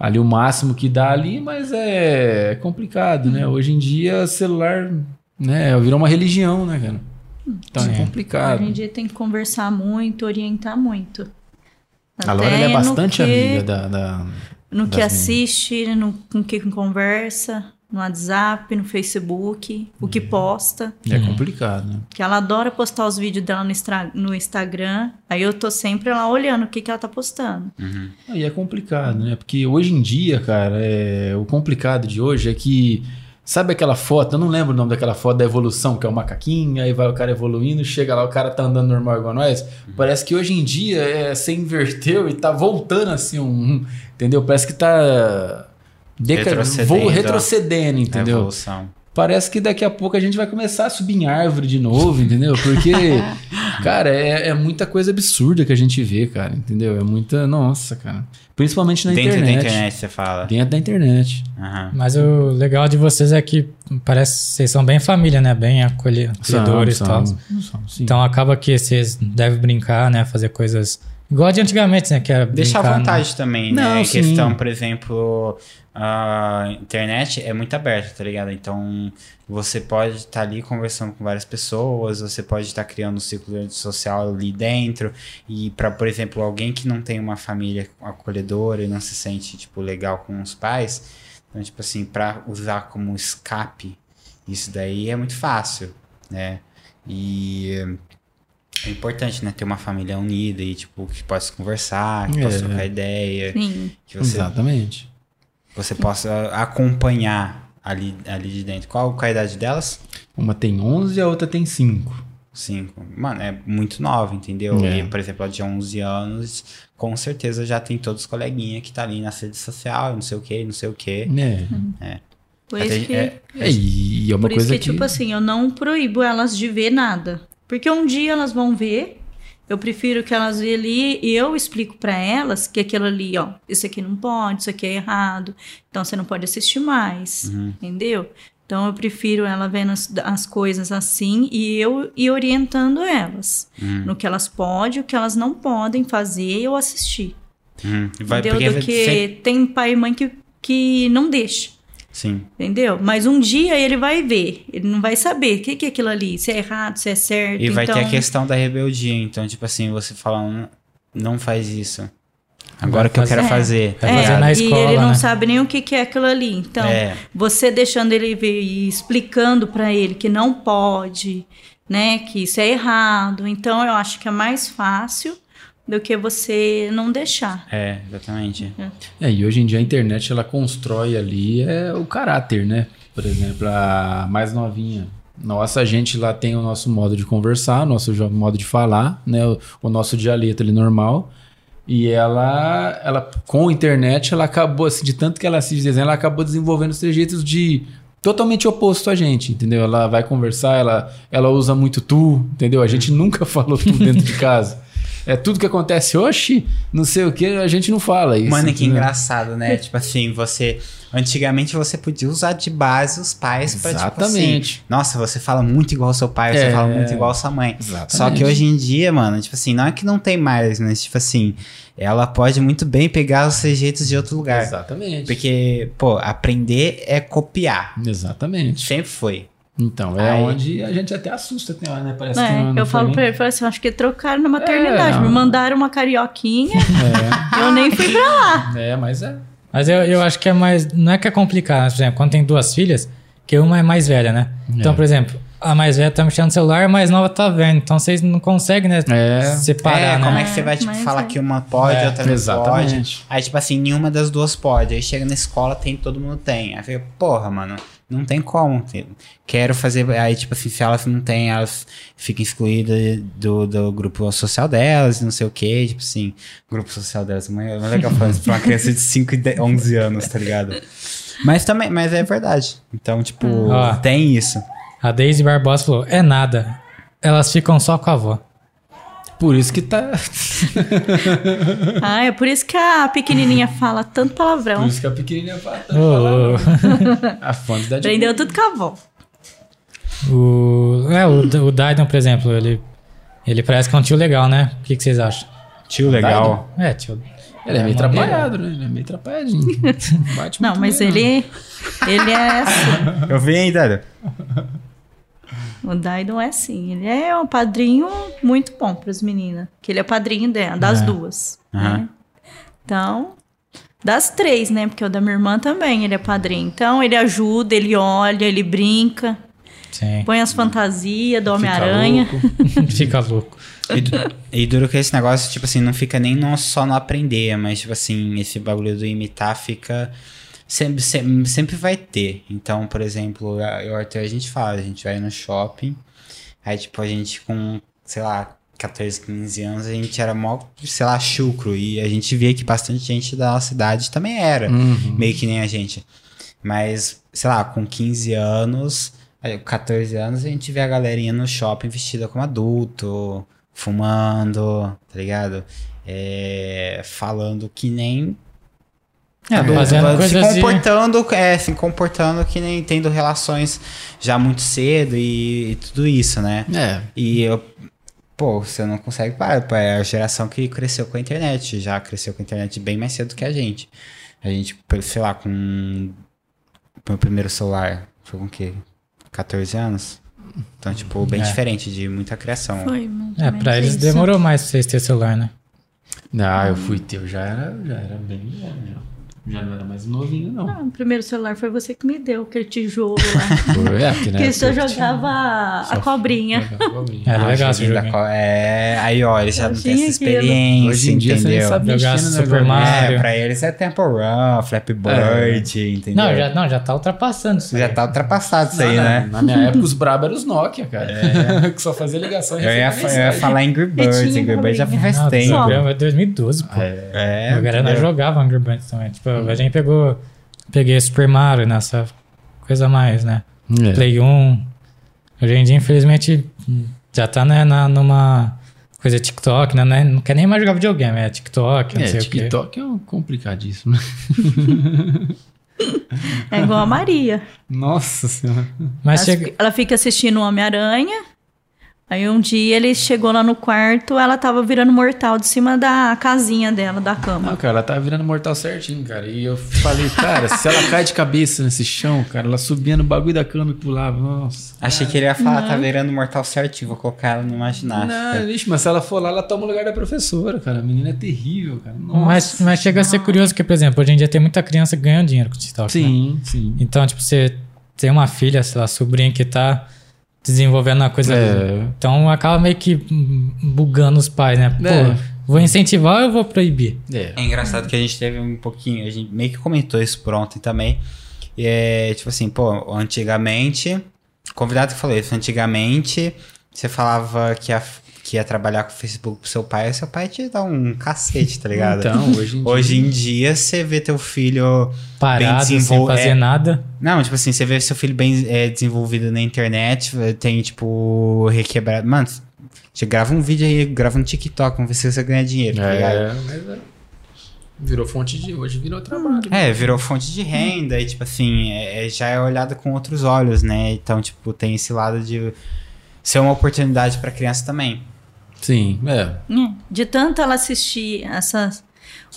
[SPEAKER 3] Ali o máximo que dá ali, mas é complicado, né? Hoje em dia celular, né? Virou uma religião, né, cara? Então é
[SPEAKER 1] Sim.
[SPEAKER 4] Hoje em
[SPEAKER 3] complicado.
[SPEAKER 4] dia tem que conversar muito, orientar muito.
[SPEAKER 3] A Laura ela
[SPEAKER 4] Até
[SPEAKER 3] é
[SPEAKER 4] no
[SPEAKER 3] bastante
[SPEAKER 4] tá que-
[SPEAKER 3] amiga da. da-
[SPEAKER 4] No que
[SPEAKER 3] das
[SPEAKER 4] assiste, no, com que conversa, no WhatsApp, no Facebook, o que posta.
[SPEAKER 3] É complicado, né?
[SPEAKER 4] Que ela adora postar os vídeos dela no, Instra- no Instagram. Aí eu tô sempre lá olhando o que, que ela tá postando.
[SPEAKER 3] Aí é complicado, né? Porque hoje em dia, cara, é... o complicado de hoje é que. Sabe aquela foto? Eu não lembro o nome daquela foto da evolução, que é o macaquinho, aí vai o cara evoluindo, chega lá, o cara tá andando normal igual nós. Parece que hoje em dia é, você inverteu e tá voltando assim, um, entendeu? Parece que tá. deca-
[SPEAKER 2] Retrocedendo.
[SPEAKER 3] vo- retrocedendo, entendeu?
[SPEAKER 2] Evolução.
[SPEAKER 3] Parece que daqui a pouco a gente vai começar a subir em árvore de novo, entendeu? Porque, cara, é, é muita coisa absurda que a gente vê, cara, entendeu? É muita. Nossa, cara. Principalmente na
[SPEAKER 2] Dentro
[SPEAKER 3] internet.
[SPEAKER 2] da internet você fala.
[SPEAKER 3] Dentro da internet.
[SPEAKER 2] Aham.
[SPEAKER 1] Mas o legal de vocês é que parece que vocês são bem família, né? Bem acolhe- acolhedores e tal.
[SPEAKER 3] São, são, sim.
[SPEAKER 1] Então acaba que vocês devem brincar, né? Fazer coisas igual de antigamente, né? Que era
[SPEAKER 2] Deixar à
[SPEAKER 1] brincar, né?
[SPEAKER 2] vontade também, né?
[SPEAKER 3] Não,
[SPEAKER 2] A
[SPEAKER 3] sim.
[SPEAKER 2] questão, por exemplo, a internet é muito aberta, tá ligado? Então, você pode estar ali conversando com várias pessoas, você pode estar criando um ciclo social ali dentro. E para, por exemplo, alguém que não tem uma família acolhedora e não se sente, tipo, legal com os pais, então, tipo assim, para usar como escape, isso daí é muito fácil, né? E é importante, né? Ter uma família unida e, tipo, que possa se conversar, que
[SPEAKER 3] É.
[SPEAKER 2] possa trocar ideia,
[SPEAKER 4] Sim.
[SPEAKER 2] que você,
[SPEAKER 3] Exatamente.
[SPEAKER 2] você possa acompanhar ali, ali de dentro. Qual, qual a idade delas?
[SPEAKER 3] Uma tem 11 e a outra tem 5.
[SPEAKER 2] Cinco. Mano, é muito nova, entendeu?
[SPEAKER 3] É.
[SPEAKER 2] E, por exemplo, ela de 11 anos, com certeza já tem todos os coleguinhas que tá ali na rede social, não sei o que, não sei o que.
[SPEAKER 3] Né?
[SPEAKER 4] Por
[SPEAKER 2] Até-
[SPEAKER 4] isso que,
[SPEAKER 2] é-
[SPEAKER 3] É, e é uma
[SPEAKER 4] Uhum. por isso
[SPEAKER 3] coisa
[SPEAKER 4] que, tipo assim, eu não proíbo elas de ver nada. Porque um dia elas vão ver. Eu prefiro que elas vejam ali e eu explico pra elas que aquilo ali, ó, isso aqui não pode, isso aqui é errado. Então você não pode assistir mais. Entendeu? Então eu prefiro ela vendo as, as coisas assim e eu e orientando elas
[SPEAKER 2] Uhum.
[SPEAKER 4] no que elas podem, o que elas não podem fazer eu assistir.
[SPEAKER 3] Uhum.
[SPEAKER 2] Hum, vai, porque
[SPEAKER 4] entendeu? Do que
[SPEAKER 2] sempre-
[SPEAKER 4] tem pai e mãe que, que não deixa.
[SPEAKER 2] Sim.
[SPEAKER 4] Entendeu? Mas um dia ele vai ver, ele não vai saber o que, que é aquilo ali, se é errado, se é certo.
[SPEAKER 2] E vai
[SPEAKER 4] então,
[SPEAKER 2] ter a questão da rebeldia. Então, tipo assim, você falando, não faz isso. Agora
[SPEAKER 1] Vai
[SPEAKER 2] que eu quero
[SPEAKER 1] fazer-
[SPEAKER 2] fazer. tá
[SPEAKER 1] vai fazer
[SPEAKER 4] é,
[SPEAKER 1] na
[SPEAKER 4] e ele
[SPEAKER 1] escola,
[SPEAKER 4] não
[SPEAKER 1] né?
[SPEAKER 4] sabe nem o que, que é aquilo ali. Então,
[SPEAKER 2] É.
[SPEAKER 4] você deixando ele ver e explicando pra ele que não pode, né, que isso é errado. Então, eu acho que é mais fácil do que você não deixar.
[SPEAKER 2] É, exatamente.
[SPEAKER 3] É, e hoje em dia a internet ela constrói ali é, o caráter, né? Por exemplo, a mais novinha. Nossa, a gente lá tem o nosso modo de conversar, o nosso jo- modo de falar, né? O, o nosso dialeto ali normal. E ela, ela, com a internet, ela acabou, assim, de tanto que ela assiste desenho, ela acabou desenvolvendo os trejeitos de totalmente oposto a gente, entendeu? Ela vai conversar, ela, ela usa muito tu, entendeu? A gente nunca falou tu dentro de casa. É tudo que acontece, oxi, não sei o que, a gente não fala isso. é.
[SPEAKER 2] Mano, que
[SPEAKER 3] entendeu?
[SPEAKER 2] engraçado, né? tipo assim, você. Antigamente você podia usar de base os pais pra tipo assim.
[SPEAKER 3] Exatamente.
[SPEAKER 2] Nossa, você fala muito igual seu pai, você
[SPEAKER 3] É.
[SPEAKER 2] fala muito igual sua mãe.
[SPEAKER 3] Exatamente.
[SPEAKER 2] Só que hoje em dia, mano, tipo assim, não é que não tem mais, mas tipo assim, ela pode muito bem pegar os rejeitos de outro lugar.
[SPEAKER 3] Exatamente.
[SPEAKER 2] Porque, pô, aprender é copiar.
[SPEAKER 3] Exatamente.
[SPEAKER 2] Sempre foi.
[SPEAKER 3] Então, é
[SPEAKER 2] Aí-
[SPEAKER 3] onde a gente até assusta, tem hora, né? Parece que
[SPEAKER 4] É,
[SPEAKER 3] não, não
[SPEAKER 4] eu
[SPEAKER 3] foi
[SPEAKER 4] falo
[SPEAKER 3] nem-
[SPEAKER 4] pra ele, falo assim, acho que trocaram na maternidade,
[SPEAKER 3] É,
[SPEAKER 4] me
[SPEAKER 3] não.
[SPEAKER 4] mandaram uma carioquinha, eu nem fui pra
[SPEAKER 3] É, é, mas é.
[SPEAKER 1] Mas eu, eu acho que é mais. Não é que é complicado, por exemplo, quando tem duas filhas, que uma é mais velha, né? Então, por exemplo, a mais velha tá mexendo no celular, a mais nova tá vendo. Então vocês não conseguem, né?
[SPEAKER 3] É.
[SPEAKER 1] Separar,
[SPEAKER 2] é,
[SPEAKER 1] né?
[SPEAKER 2] como é que você vai, tipo,
[SPEAKER 4] Mas
[SPEAKER 2] falar
[SPEAKER 4] é.
[SPEAKER 2] que uma pode,
[SPEAKER 1] É,
[SPEAKER 2] outra não pode?
[SPEAKER 3] exatamente.
[SPEAKER 2] Aí, tipo assim, nenhuma das duas pode. Aí chega na escola, tem, todo mundo tem. Aí fica, porra, mano, não tem como. ter- Quero fazer. Aí, tipo assim, se elas não têm, elas ficam excluídas do, do grupo social delas, não sei o quê. Tipo assim, grupo social delas. Não é não é legal falar isso pra uma criança de 5 e de- 11 anos, tá ligado? Mas também, mas é verdade. Então, tipo,
[SPEAKER 1] Ah.
[SPEAKER 2] tem isso.
[SPEAKER 1] A Daisy Barbosa falou: é nada. Elas ficam só com a avó.
[SPEAKER 3] Por isso que tá.
[SPEAKER 4] Ah, é por isso que a pequenininha fala tanto
[SPEAKER 3] Por
[SPEAKER 4] palavrão.
[SPEAKER 3] isso que a pequenininha fala. tá
[SPEAKER 1] Ô, ô,
[SPEAKER 3] A fonte da
[SPEAKER 4] Aprendeu tudo com a avó.
[SPEAKER 1] O, é, o, D- o Daidan, por exemplo, ele, ele parece que é um tio legal, né? O que, que vocês acham?
[SPEAKER 2] Tio legal.
[SPEAKER 1] É, tio.
[SPEAKER 3] Ele é meio
[SPEAKER 1] maneiro.
[SPEAKER 3] atrapalhado, né? Ele é meio atrapalhadinho. Bate
[SPEAKER 4] Não,
[SPEAKER 3] muito
[SPEAKER 4] mas
[SPEAKER 3] bem, né?
[SPEAKER 4] ele, é ele é assim.
[SPEAKER 2] Eu vi ainda.
[SPEAKER 4] O Daidon é assim. Ele é um padrinho muito bom pras meninas. Que ele é padrinho dela, das
[SPEAKER 1] É.
[SPEAKER 4] duas.
[SPEAKER 2] Aham.
[SPEAKER 4] né? Então, das três, né? Porque o da minha irmã também, ele é padrinho. Então, ele ajuda, ele olha, ele brinca,
[SPEAKER 1] Sim.
[SPEAKER 4] põe as fantasias do
[SPEAKER 3] Fica
[SPEAKER 4] Homem-Aranha.
[SPEAKER 3] louco.
[SPEAKER 1] Fica louco.
[SPEAKER 2] E, du- e duro que esse negócio, tipo assim, não fica nem no- só no aprender, mas, tipo assim, esse bagulho do imitar fica. Sempre, sempre, sempre vai ter. Então, por exemplo, a- eu até a gente fala, a gente vai no shopping, aí, tipo, a gente com, sei lá, 14, 15 anos, a gente era mó, sei lá, chucro. E a gente via que bastante gente da nossa idade também era
[SPEAKER 3] Uhum.
[SPEAKER 2] meio que nem a gente. Mas, sei lá, com 15 anos, aí, 14 anos, a gente vê a galerinha no shopping vestida como adulto, fumando, tá ligado? É, falando que nem. adulto,
[SPEAKER 1] É, fazendo coisas
[SPEAKER 2] se
[SPEAKER 1] de-
[SPEAKER 2] comportando, é, se comportando que nem tendo relações já muito cedo e, e tudo isso, né?
[SPEAKER 3] É.
[SPEAKER 2] E eu. Pô, você não consegue parar. pô, É a geração que cresceu com a internet. Já cresceu com a internet bem mais cedo que a gente. A gente, pô, sei lá, com. Meu primeiro celular foi com o quê? 14 anos? Então, tipo, bem
[SPEAKER 1] É.
[SPEAKER 2] diferente de muita criação.
[SPEAKER 4] Foi, mais ou
[SPEAKER 1] É,
[SPEAKER 4] menos
[SPEAKER 1] pra eles
[SPEAKER 4] isso.
[SPEAKER 1] demorou mais pra vocês terem celular, né?
[SPEAKER 3] Ah, eu fui teu, já era, já era bem velho. Já não era mais novinho, não.
[SPEAKER 4] Ah, o primeiro celular foi você que me deu, aquele tijolo lá.
[SPEAKER 3] Foi, é, porque, né?
[SPEAKER 4] que eu só
[SPEAKER 3] porque
[SPEAKER 4] jogava a cobrinha.
[SPEAKER 3] tinha- jogava bem.
[SPEAKER 1] É
[SPEAKER 2] Ah,
[SPEAKER 1] legal esse
[SPEAKER 2] joguinho da
[SPEAKER 1] jogo. hein?
[SPEAKER 2] co- É, aí, ó, eles já não têm essa
[SPEAKER 4] Tinha aquilo.
[SPEAKER 2] experiência.
[SPEAKER 3] Hoje em dia você
[SPEAKER 2] entendeu?
[SPEAKER 3] nem sabe mexer
[SPEAKER 1] Jogar
[SPEAKER 3] no
[SPEAKER 1] Super
[SPEAKER 3] negócio.
[SPEAKER 1] Mario. É.
[SPEAKER 2] É, pra eles é Temple Run, Flap Bird, entendeu?
[SPEAKER 1] Não já, não, já tá ultrapassando isso.
[SPEAKER 2] Já
[SPEAKER 1] aí. É.
[SPEAKER 2] tá ultrapassado isso
[SPEAKER 3] Não,
[SPEAKER 2] aí,
[SPEAKER 3] não,
[SPEAKER 2] né?
[SPEAKER 3] Na minha época, os brabo eram os Nokia, cara. que só fazia ligação e
[SPEAKER 2] Eu ia,
[SPEAKER 3] recebia
[SPEAKER 2] fa- eu ia
[SPEAKER 3] mensagem.
[SPEAKER 2] falar Angry Birds.
[SPEAKER 4] Tinha
[SPEAKER 2] Angry Birds já faz
[SPEAKER 1] Não,
[SPEAKER 2] tempo.
[SPEAKER 1] o programa é 2012, pô.
[SPEAKER 2] É,
[SPEAKER 1] a galera nós
[SPEAKER 2] entendeu?
[SPEAKER 1] jogava Angry Birds também. Tipo,
[SPEAKER 3] Uhum.
[SPEAKER 1] a gente pegou. Peguei Super Mario nessa coisa a mais, né?
[SPEAKER 3] É.
[SPEAKER 1] Play 1. Hoje em dia, infelizmente, já tá né, na, numa coisa TikTok, né? né? Não quer nem mais jogar videogame, é TikTok, não
[SPEAKER 3] É,
[SPEAKER 1] sei o quê.
[SPEAKER 3] TikTok é um complicadíssimo. né?
[SPEAKER 4] É igual a Maria.
[SPEAKER 3] Nossa senhora.
[SPEAKER 1] Mas
[SPEAKER 4] Ela
[SPEAKER 1] chega.
[SPEAKER 4] fica- Ela fica assistindo o Homem-Aranha. Aí um dia ele chegou lá no quarto, ela tava virando mortal de cima da casinha dela, da
[SPEAKER 3] Não,
[SPEAKER 4] cama.
[SPEAKER 3] cara, ela tá virando mortal certinho, cara. E eu falei, cara, se ela cai de cabeça nesse chão, cara, ela subia no bagulho da cama e pulava. Nossa.
[SPEAKER 2] Achei que ele ia falar, tá virando mortal certinho, vou colocar ela numa ginástica.
[SPEAKER 3] Não, vixe, mas se ela for lá, ela toma o lugar da professora, cara. A menina é terrível, cara. Nossa.
[SPEAKER 1] Mas, mas chega a ser curioso que, por exemplo, hoje em dia tem muita criança ganhando dinheiro com TikTok. né?
[SPEAKER 3] Sim, sim.
[SPEAKER 1] Então, tipo, você tem uma filha, sei lá, sobrinha que tá desenvolvendo uma coisa.
[SPEAKER 3] É.
[SPEAKER 1] Então acaba meio que hum, bugando os pais, né? Pô,
[SPEAKER 3] É.
[SPEAKER 1] vou incentivar ou eu vou proibir?
[SPEAKER 3] É.
[SPEAKER 2] É engraçado que a gente teve um pouquinho, a gente meio que comentou isso por ontem também. E é, tipo assim, pô, antigamente, o convidado que falou isso, antigamente você falava que ia, que ia trabalhar com o Facebook pro seu pai, e seu pai te dá um cacete, tá ligado?
[SPEAKER 3] Então, hoje em dia.
[SPEAKER 2] Hoje em dia você vê teu filho
[SPEAKER 1] Parado, sem
[SPEAKER 2] desenvol-
[SPEAKER 1] fazer
[SPEAKER 2] é.
[SPEAKER 1] nada.
[SPEAKER 2] Não, tipo assim, você vê seu filho bem é, desenvolvido na internet, eh, tem, tipo, requebrado. Mano, você grava um vídeo aí, grava um TikTok, vamos ver se você ganha dinheiro, tá ligado?
[SPEAKER 3] É, mas é. Virou fonte de. Hoje virou trabalho.
[SPEAKER 2] É, virou fonte de renda e, tipo assim, é- é- já é olhada com outros olhos, né? Então, tipo, tem esse lado de ser uma oportunidade pra criança também.
[SPEAKER 3] Sim, é.
[SPEAKER 4] É. De tanto ela assistir essas,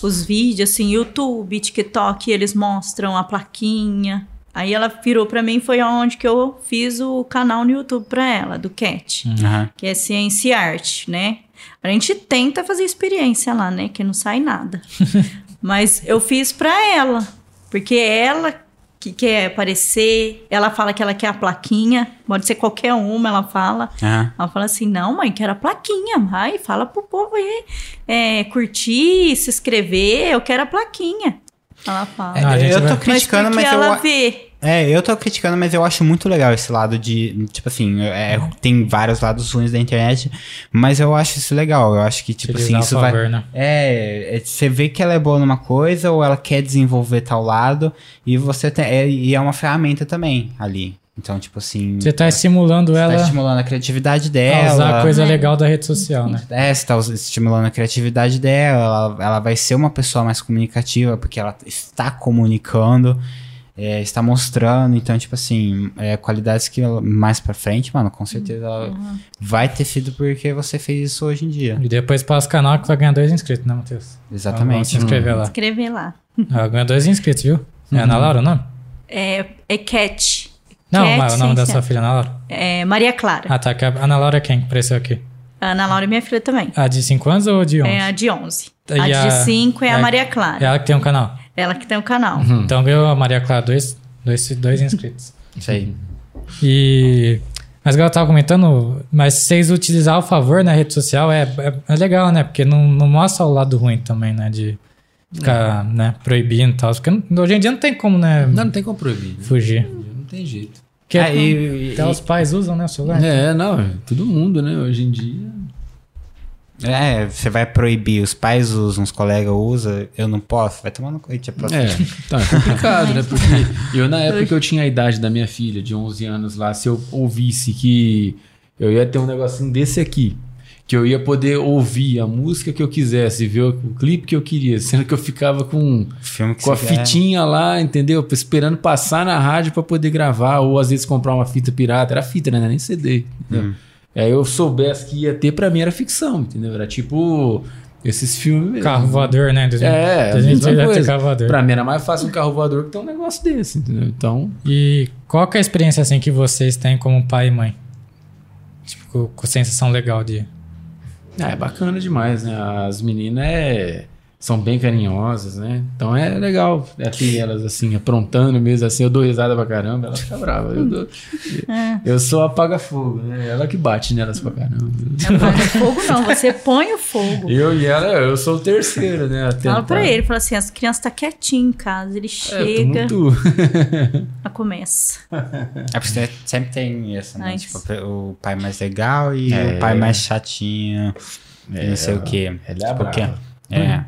[SPEAKER 4] os vídeos, assim, YouTube, TikTok, eles mostram a plaquinha, Aí ela virou pra mim, foi onde que eu fiz o canal no YouTube pra ela, do CAT,
[SPEAKER 2] Aham.
[SPEAKER 4] que é Ciência e Arte, né? A gente tenta fazer experiência lá, né? Que não sai nada. Mas eu fiz pra ela, porque é ela que quer aparecer, ela fala que ela quer a plaquinha, pode ser qualquer uma, ela fala.
[SPEAKER 2] Aham.
[SPEAKER 4] Ela fala assim: não, mãe, quero a plaquinha, vai, fala pro povo aí é, curtir, se inscrever, eu quero a plaquinha. Ela fala.
[SPEAKER 1] É, Não, a gente
[SPEAKER 2] eu tô
[SPEAKER 1] vai-
[SPEAKER 2] criticando,
[SPEAKER 4] porque
[SPEAKER 2] mas, eu,
[SPEAKER 4] ela
[SPEAKER 2] a-
[SPEAKER 4] vê.
[SPEAKER 2] É, eu tô criticando, mas eu acho muito legal esse lado de. Tipo assim, é, tem vários lados ruins da internet, mas eu acho isso legal. Eu acho que, tipo assim,
[SPEAKER 1] Utilizar
[SPEAKER 2] isso
[SPEAKER 1] a
[SPEAKER 2] vai.
[SPEAKER 1] favor, né?
[SPEAKER 2] É, é, você vê que ela é boa numa coisa ou ela quer desenvolver tal lado e você tem, é, e é uma ferramenta também ali. Então, tipo assim,
[SPEAKER 1] Você tá estimulando
[SPEAKER 2] você tá
[SPEAKER 1] ela
[SPEAKER 2] estimulando a criatividade
[SPEAKER 1] a usar
[SPEAKER 2] dela.
[SPEAKER 1] a coisa legal da rede social, né?
[SPEAKER 2] É, você tá us- estimulando a criatividade dela, ela, ela vai ser uma pessoa mais comunicativa, porque ela está comunicando, é, está mostrando, então, tipo assim, é, qualidades que ela- mais pra frente, mano, com certeza ela vai ter sido porque você fez isso hoje em dia.
[SPEAKER 1] E depois passa o canal que vai ganhar dois inscritos, né, Matheus? Então vamos se
[SPEAKER 2] Exatamente.
[SPEAKER 1] inscrever lá.
[SPEAKER 4] Escrever lá.
[SPEAKER 1] Ela ganhou dois inscritos, viu? É
[SPEAKER 2] Uhum.
[SPEAKER 1] Ana Laura o nome?
[SPEAKER 4] É, é Cat.
[SPEAKER 1] Não,
[SPEAKER 4] Cat,
[SPEAKER 1] mas o nome da
[SPEAKER 4] sim,
[SPEAKER 1] sua
[SPEAKER 4] sim.
[SPEAKER 1] filha, Ana Laura.
[SPEAKER 4] É Maria Clara.
[SPEAKER 1] Ah, tá. que a Ana Laura é quem que apareceu aqui?
[SPEAKER 4] Ana Laura é minha filha também.
[SPEAKER 1] A de 5 anos ou a de 11?
[SPEAKER 4] É a de 11.
[SPEAKER 1] E
[SPEAKER 4] a
[SPEAKER 1] a-
[SPEAKER 4] de 5 é,
[SPEAKER 1] é a-
[SPEAKER 4] a Maria
[SPEAKER 1] É
[SPEAKER 4] Clara.
[SPEAKER 1] ela que tem um canal.
[SPEAKER 4] Ela que tem o canal.
[SPEAKER 2] Hum.
[SPEAKER 1] Então ganhou a Maria Clara dois, dois, dois inscritos.
[SPEAKER 2] Isso aí.
[SPEAKER 1] E. Mas igual eu tava comentando, mas vocês utilizar o favor na rede social é, é, é legal, né? Porque não, não mostra o lado ruim também, né? De ficar né, proibindo e tal. Porque não- hoje em dia não tem como, né?
[SPEAKER 3] Não, não tem como proibir. né?
[SPEAKER 1] Fugir.
[SPEAKER 3] Não tem jeito.
[SPEAKER 1] Porque
[SPEAKER 2] Ah, e-
[SPEAKER 1] até
[SPEAKER 2] e-
[SPEAKER 1] os pais usam, né? O celular.
[SPEAKER 3] É, não, é todo mundo, né? Hoje em dia.
[SPEAKER 2] É, você vai proibir, os pais usam, os colegas usam, eu não posso, vai tomar no cu. Tipo,
[SPEAKER 3] É, tá, é complicado, né? Porque eu, na época que eu tinha a idade da minha filha, de 11 anos lá, se eu ouvisse que eu ia ter um negocinho desse aqui, que eu ia poder ouvir a música que eu quisesse, ver o clipe que eu queria, sendo que eu ficava com,
[SPEAKER 2] filme que
[SPEAKER 3] com a
[SPEAKER 2] você quer.
[SPEAKER 3] fitinha lá, entendeu? Esperando passar na rádio pra poder gravar, ou às vezes comprar uma fita pirata. Era fita, né? Não era Nem CD. entendeu?
[SPEAKER 2] Hum.
[SPEAKER 3] Aí eu soubesse que ia ter, pra mim era ficção, entendeu? Era tipo esses filmes mesmo.
[SPEAKER 1] Carro voador, né? Dois-
[SPEAKER 3] É, a
[SPEAKER 1] dois-
[SPEAKER 3] mesma
[SPEAKER 1] dois-
[SPEAKER 3] coisa.
[SPEAKER 1] carro voador.
[SPEAKER 3] Pra mim era mais fácil um carro voador que ter um negócio desse, entendeu? Então,
[SPEAKER 1] E qual que é a experiência assim que vocês têm como pai e mãe? Tipo, com, com sensação legal de.
[SPEAKER 3] ah, é bacana demais, né? As meninas é- são bem carinhosas, né? Então é legal é ter elas assim, aprontando mesmo assim. Eu dou risada pra caramba, ela fica brava. Eu, dou-
[SPEAKER 4] É.
[SPEAKER 3] eu sou apaga-fogo, né? Ela que bate nelas pra caramba.
[SPEAKER 4] Não põe fogo, não. Você põe o fogo.
[SPEAKER 3] Eu e ela, eu sou o terceiro, né? a
[SPEAKER 4] Fala pra
[SPEAKER 3] tentar.
[SPEAKER 4] ele, fala assim, as crianças tá quietinha em casa, ele
[SPEAKER 3] É, eu tô
[SPEAKER 4] chega,
[SPEAKER 3] muito-
[SPEAKER 4] ela começa.
[SPEAKER 2] É porque você sempre tem isso, né?
[SPEAKER 4] Ai,
[SPEAKER 2] Tipo, o pai mais legal e
[SPEAKER 3] É.
[SPEAKER 2] o pai mais chatinho. e não sei o quê.
[SPEAKER 3] Ele é
[SPEAKER 2] Tipo, o quê?
[SPEAKER 3] bravo.
[SPEAKER 2] É.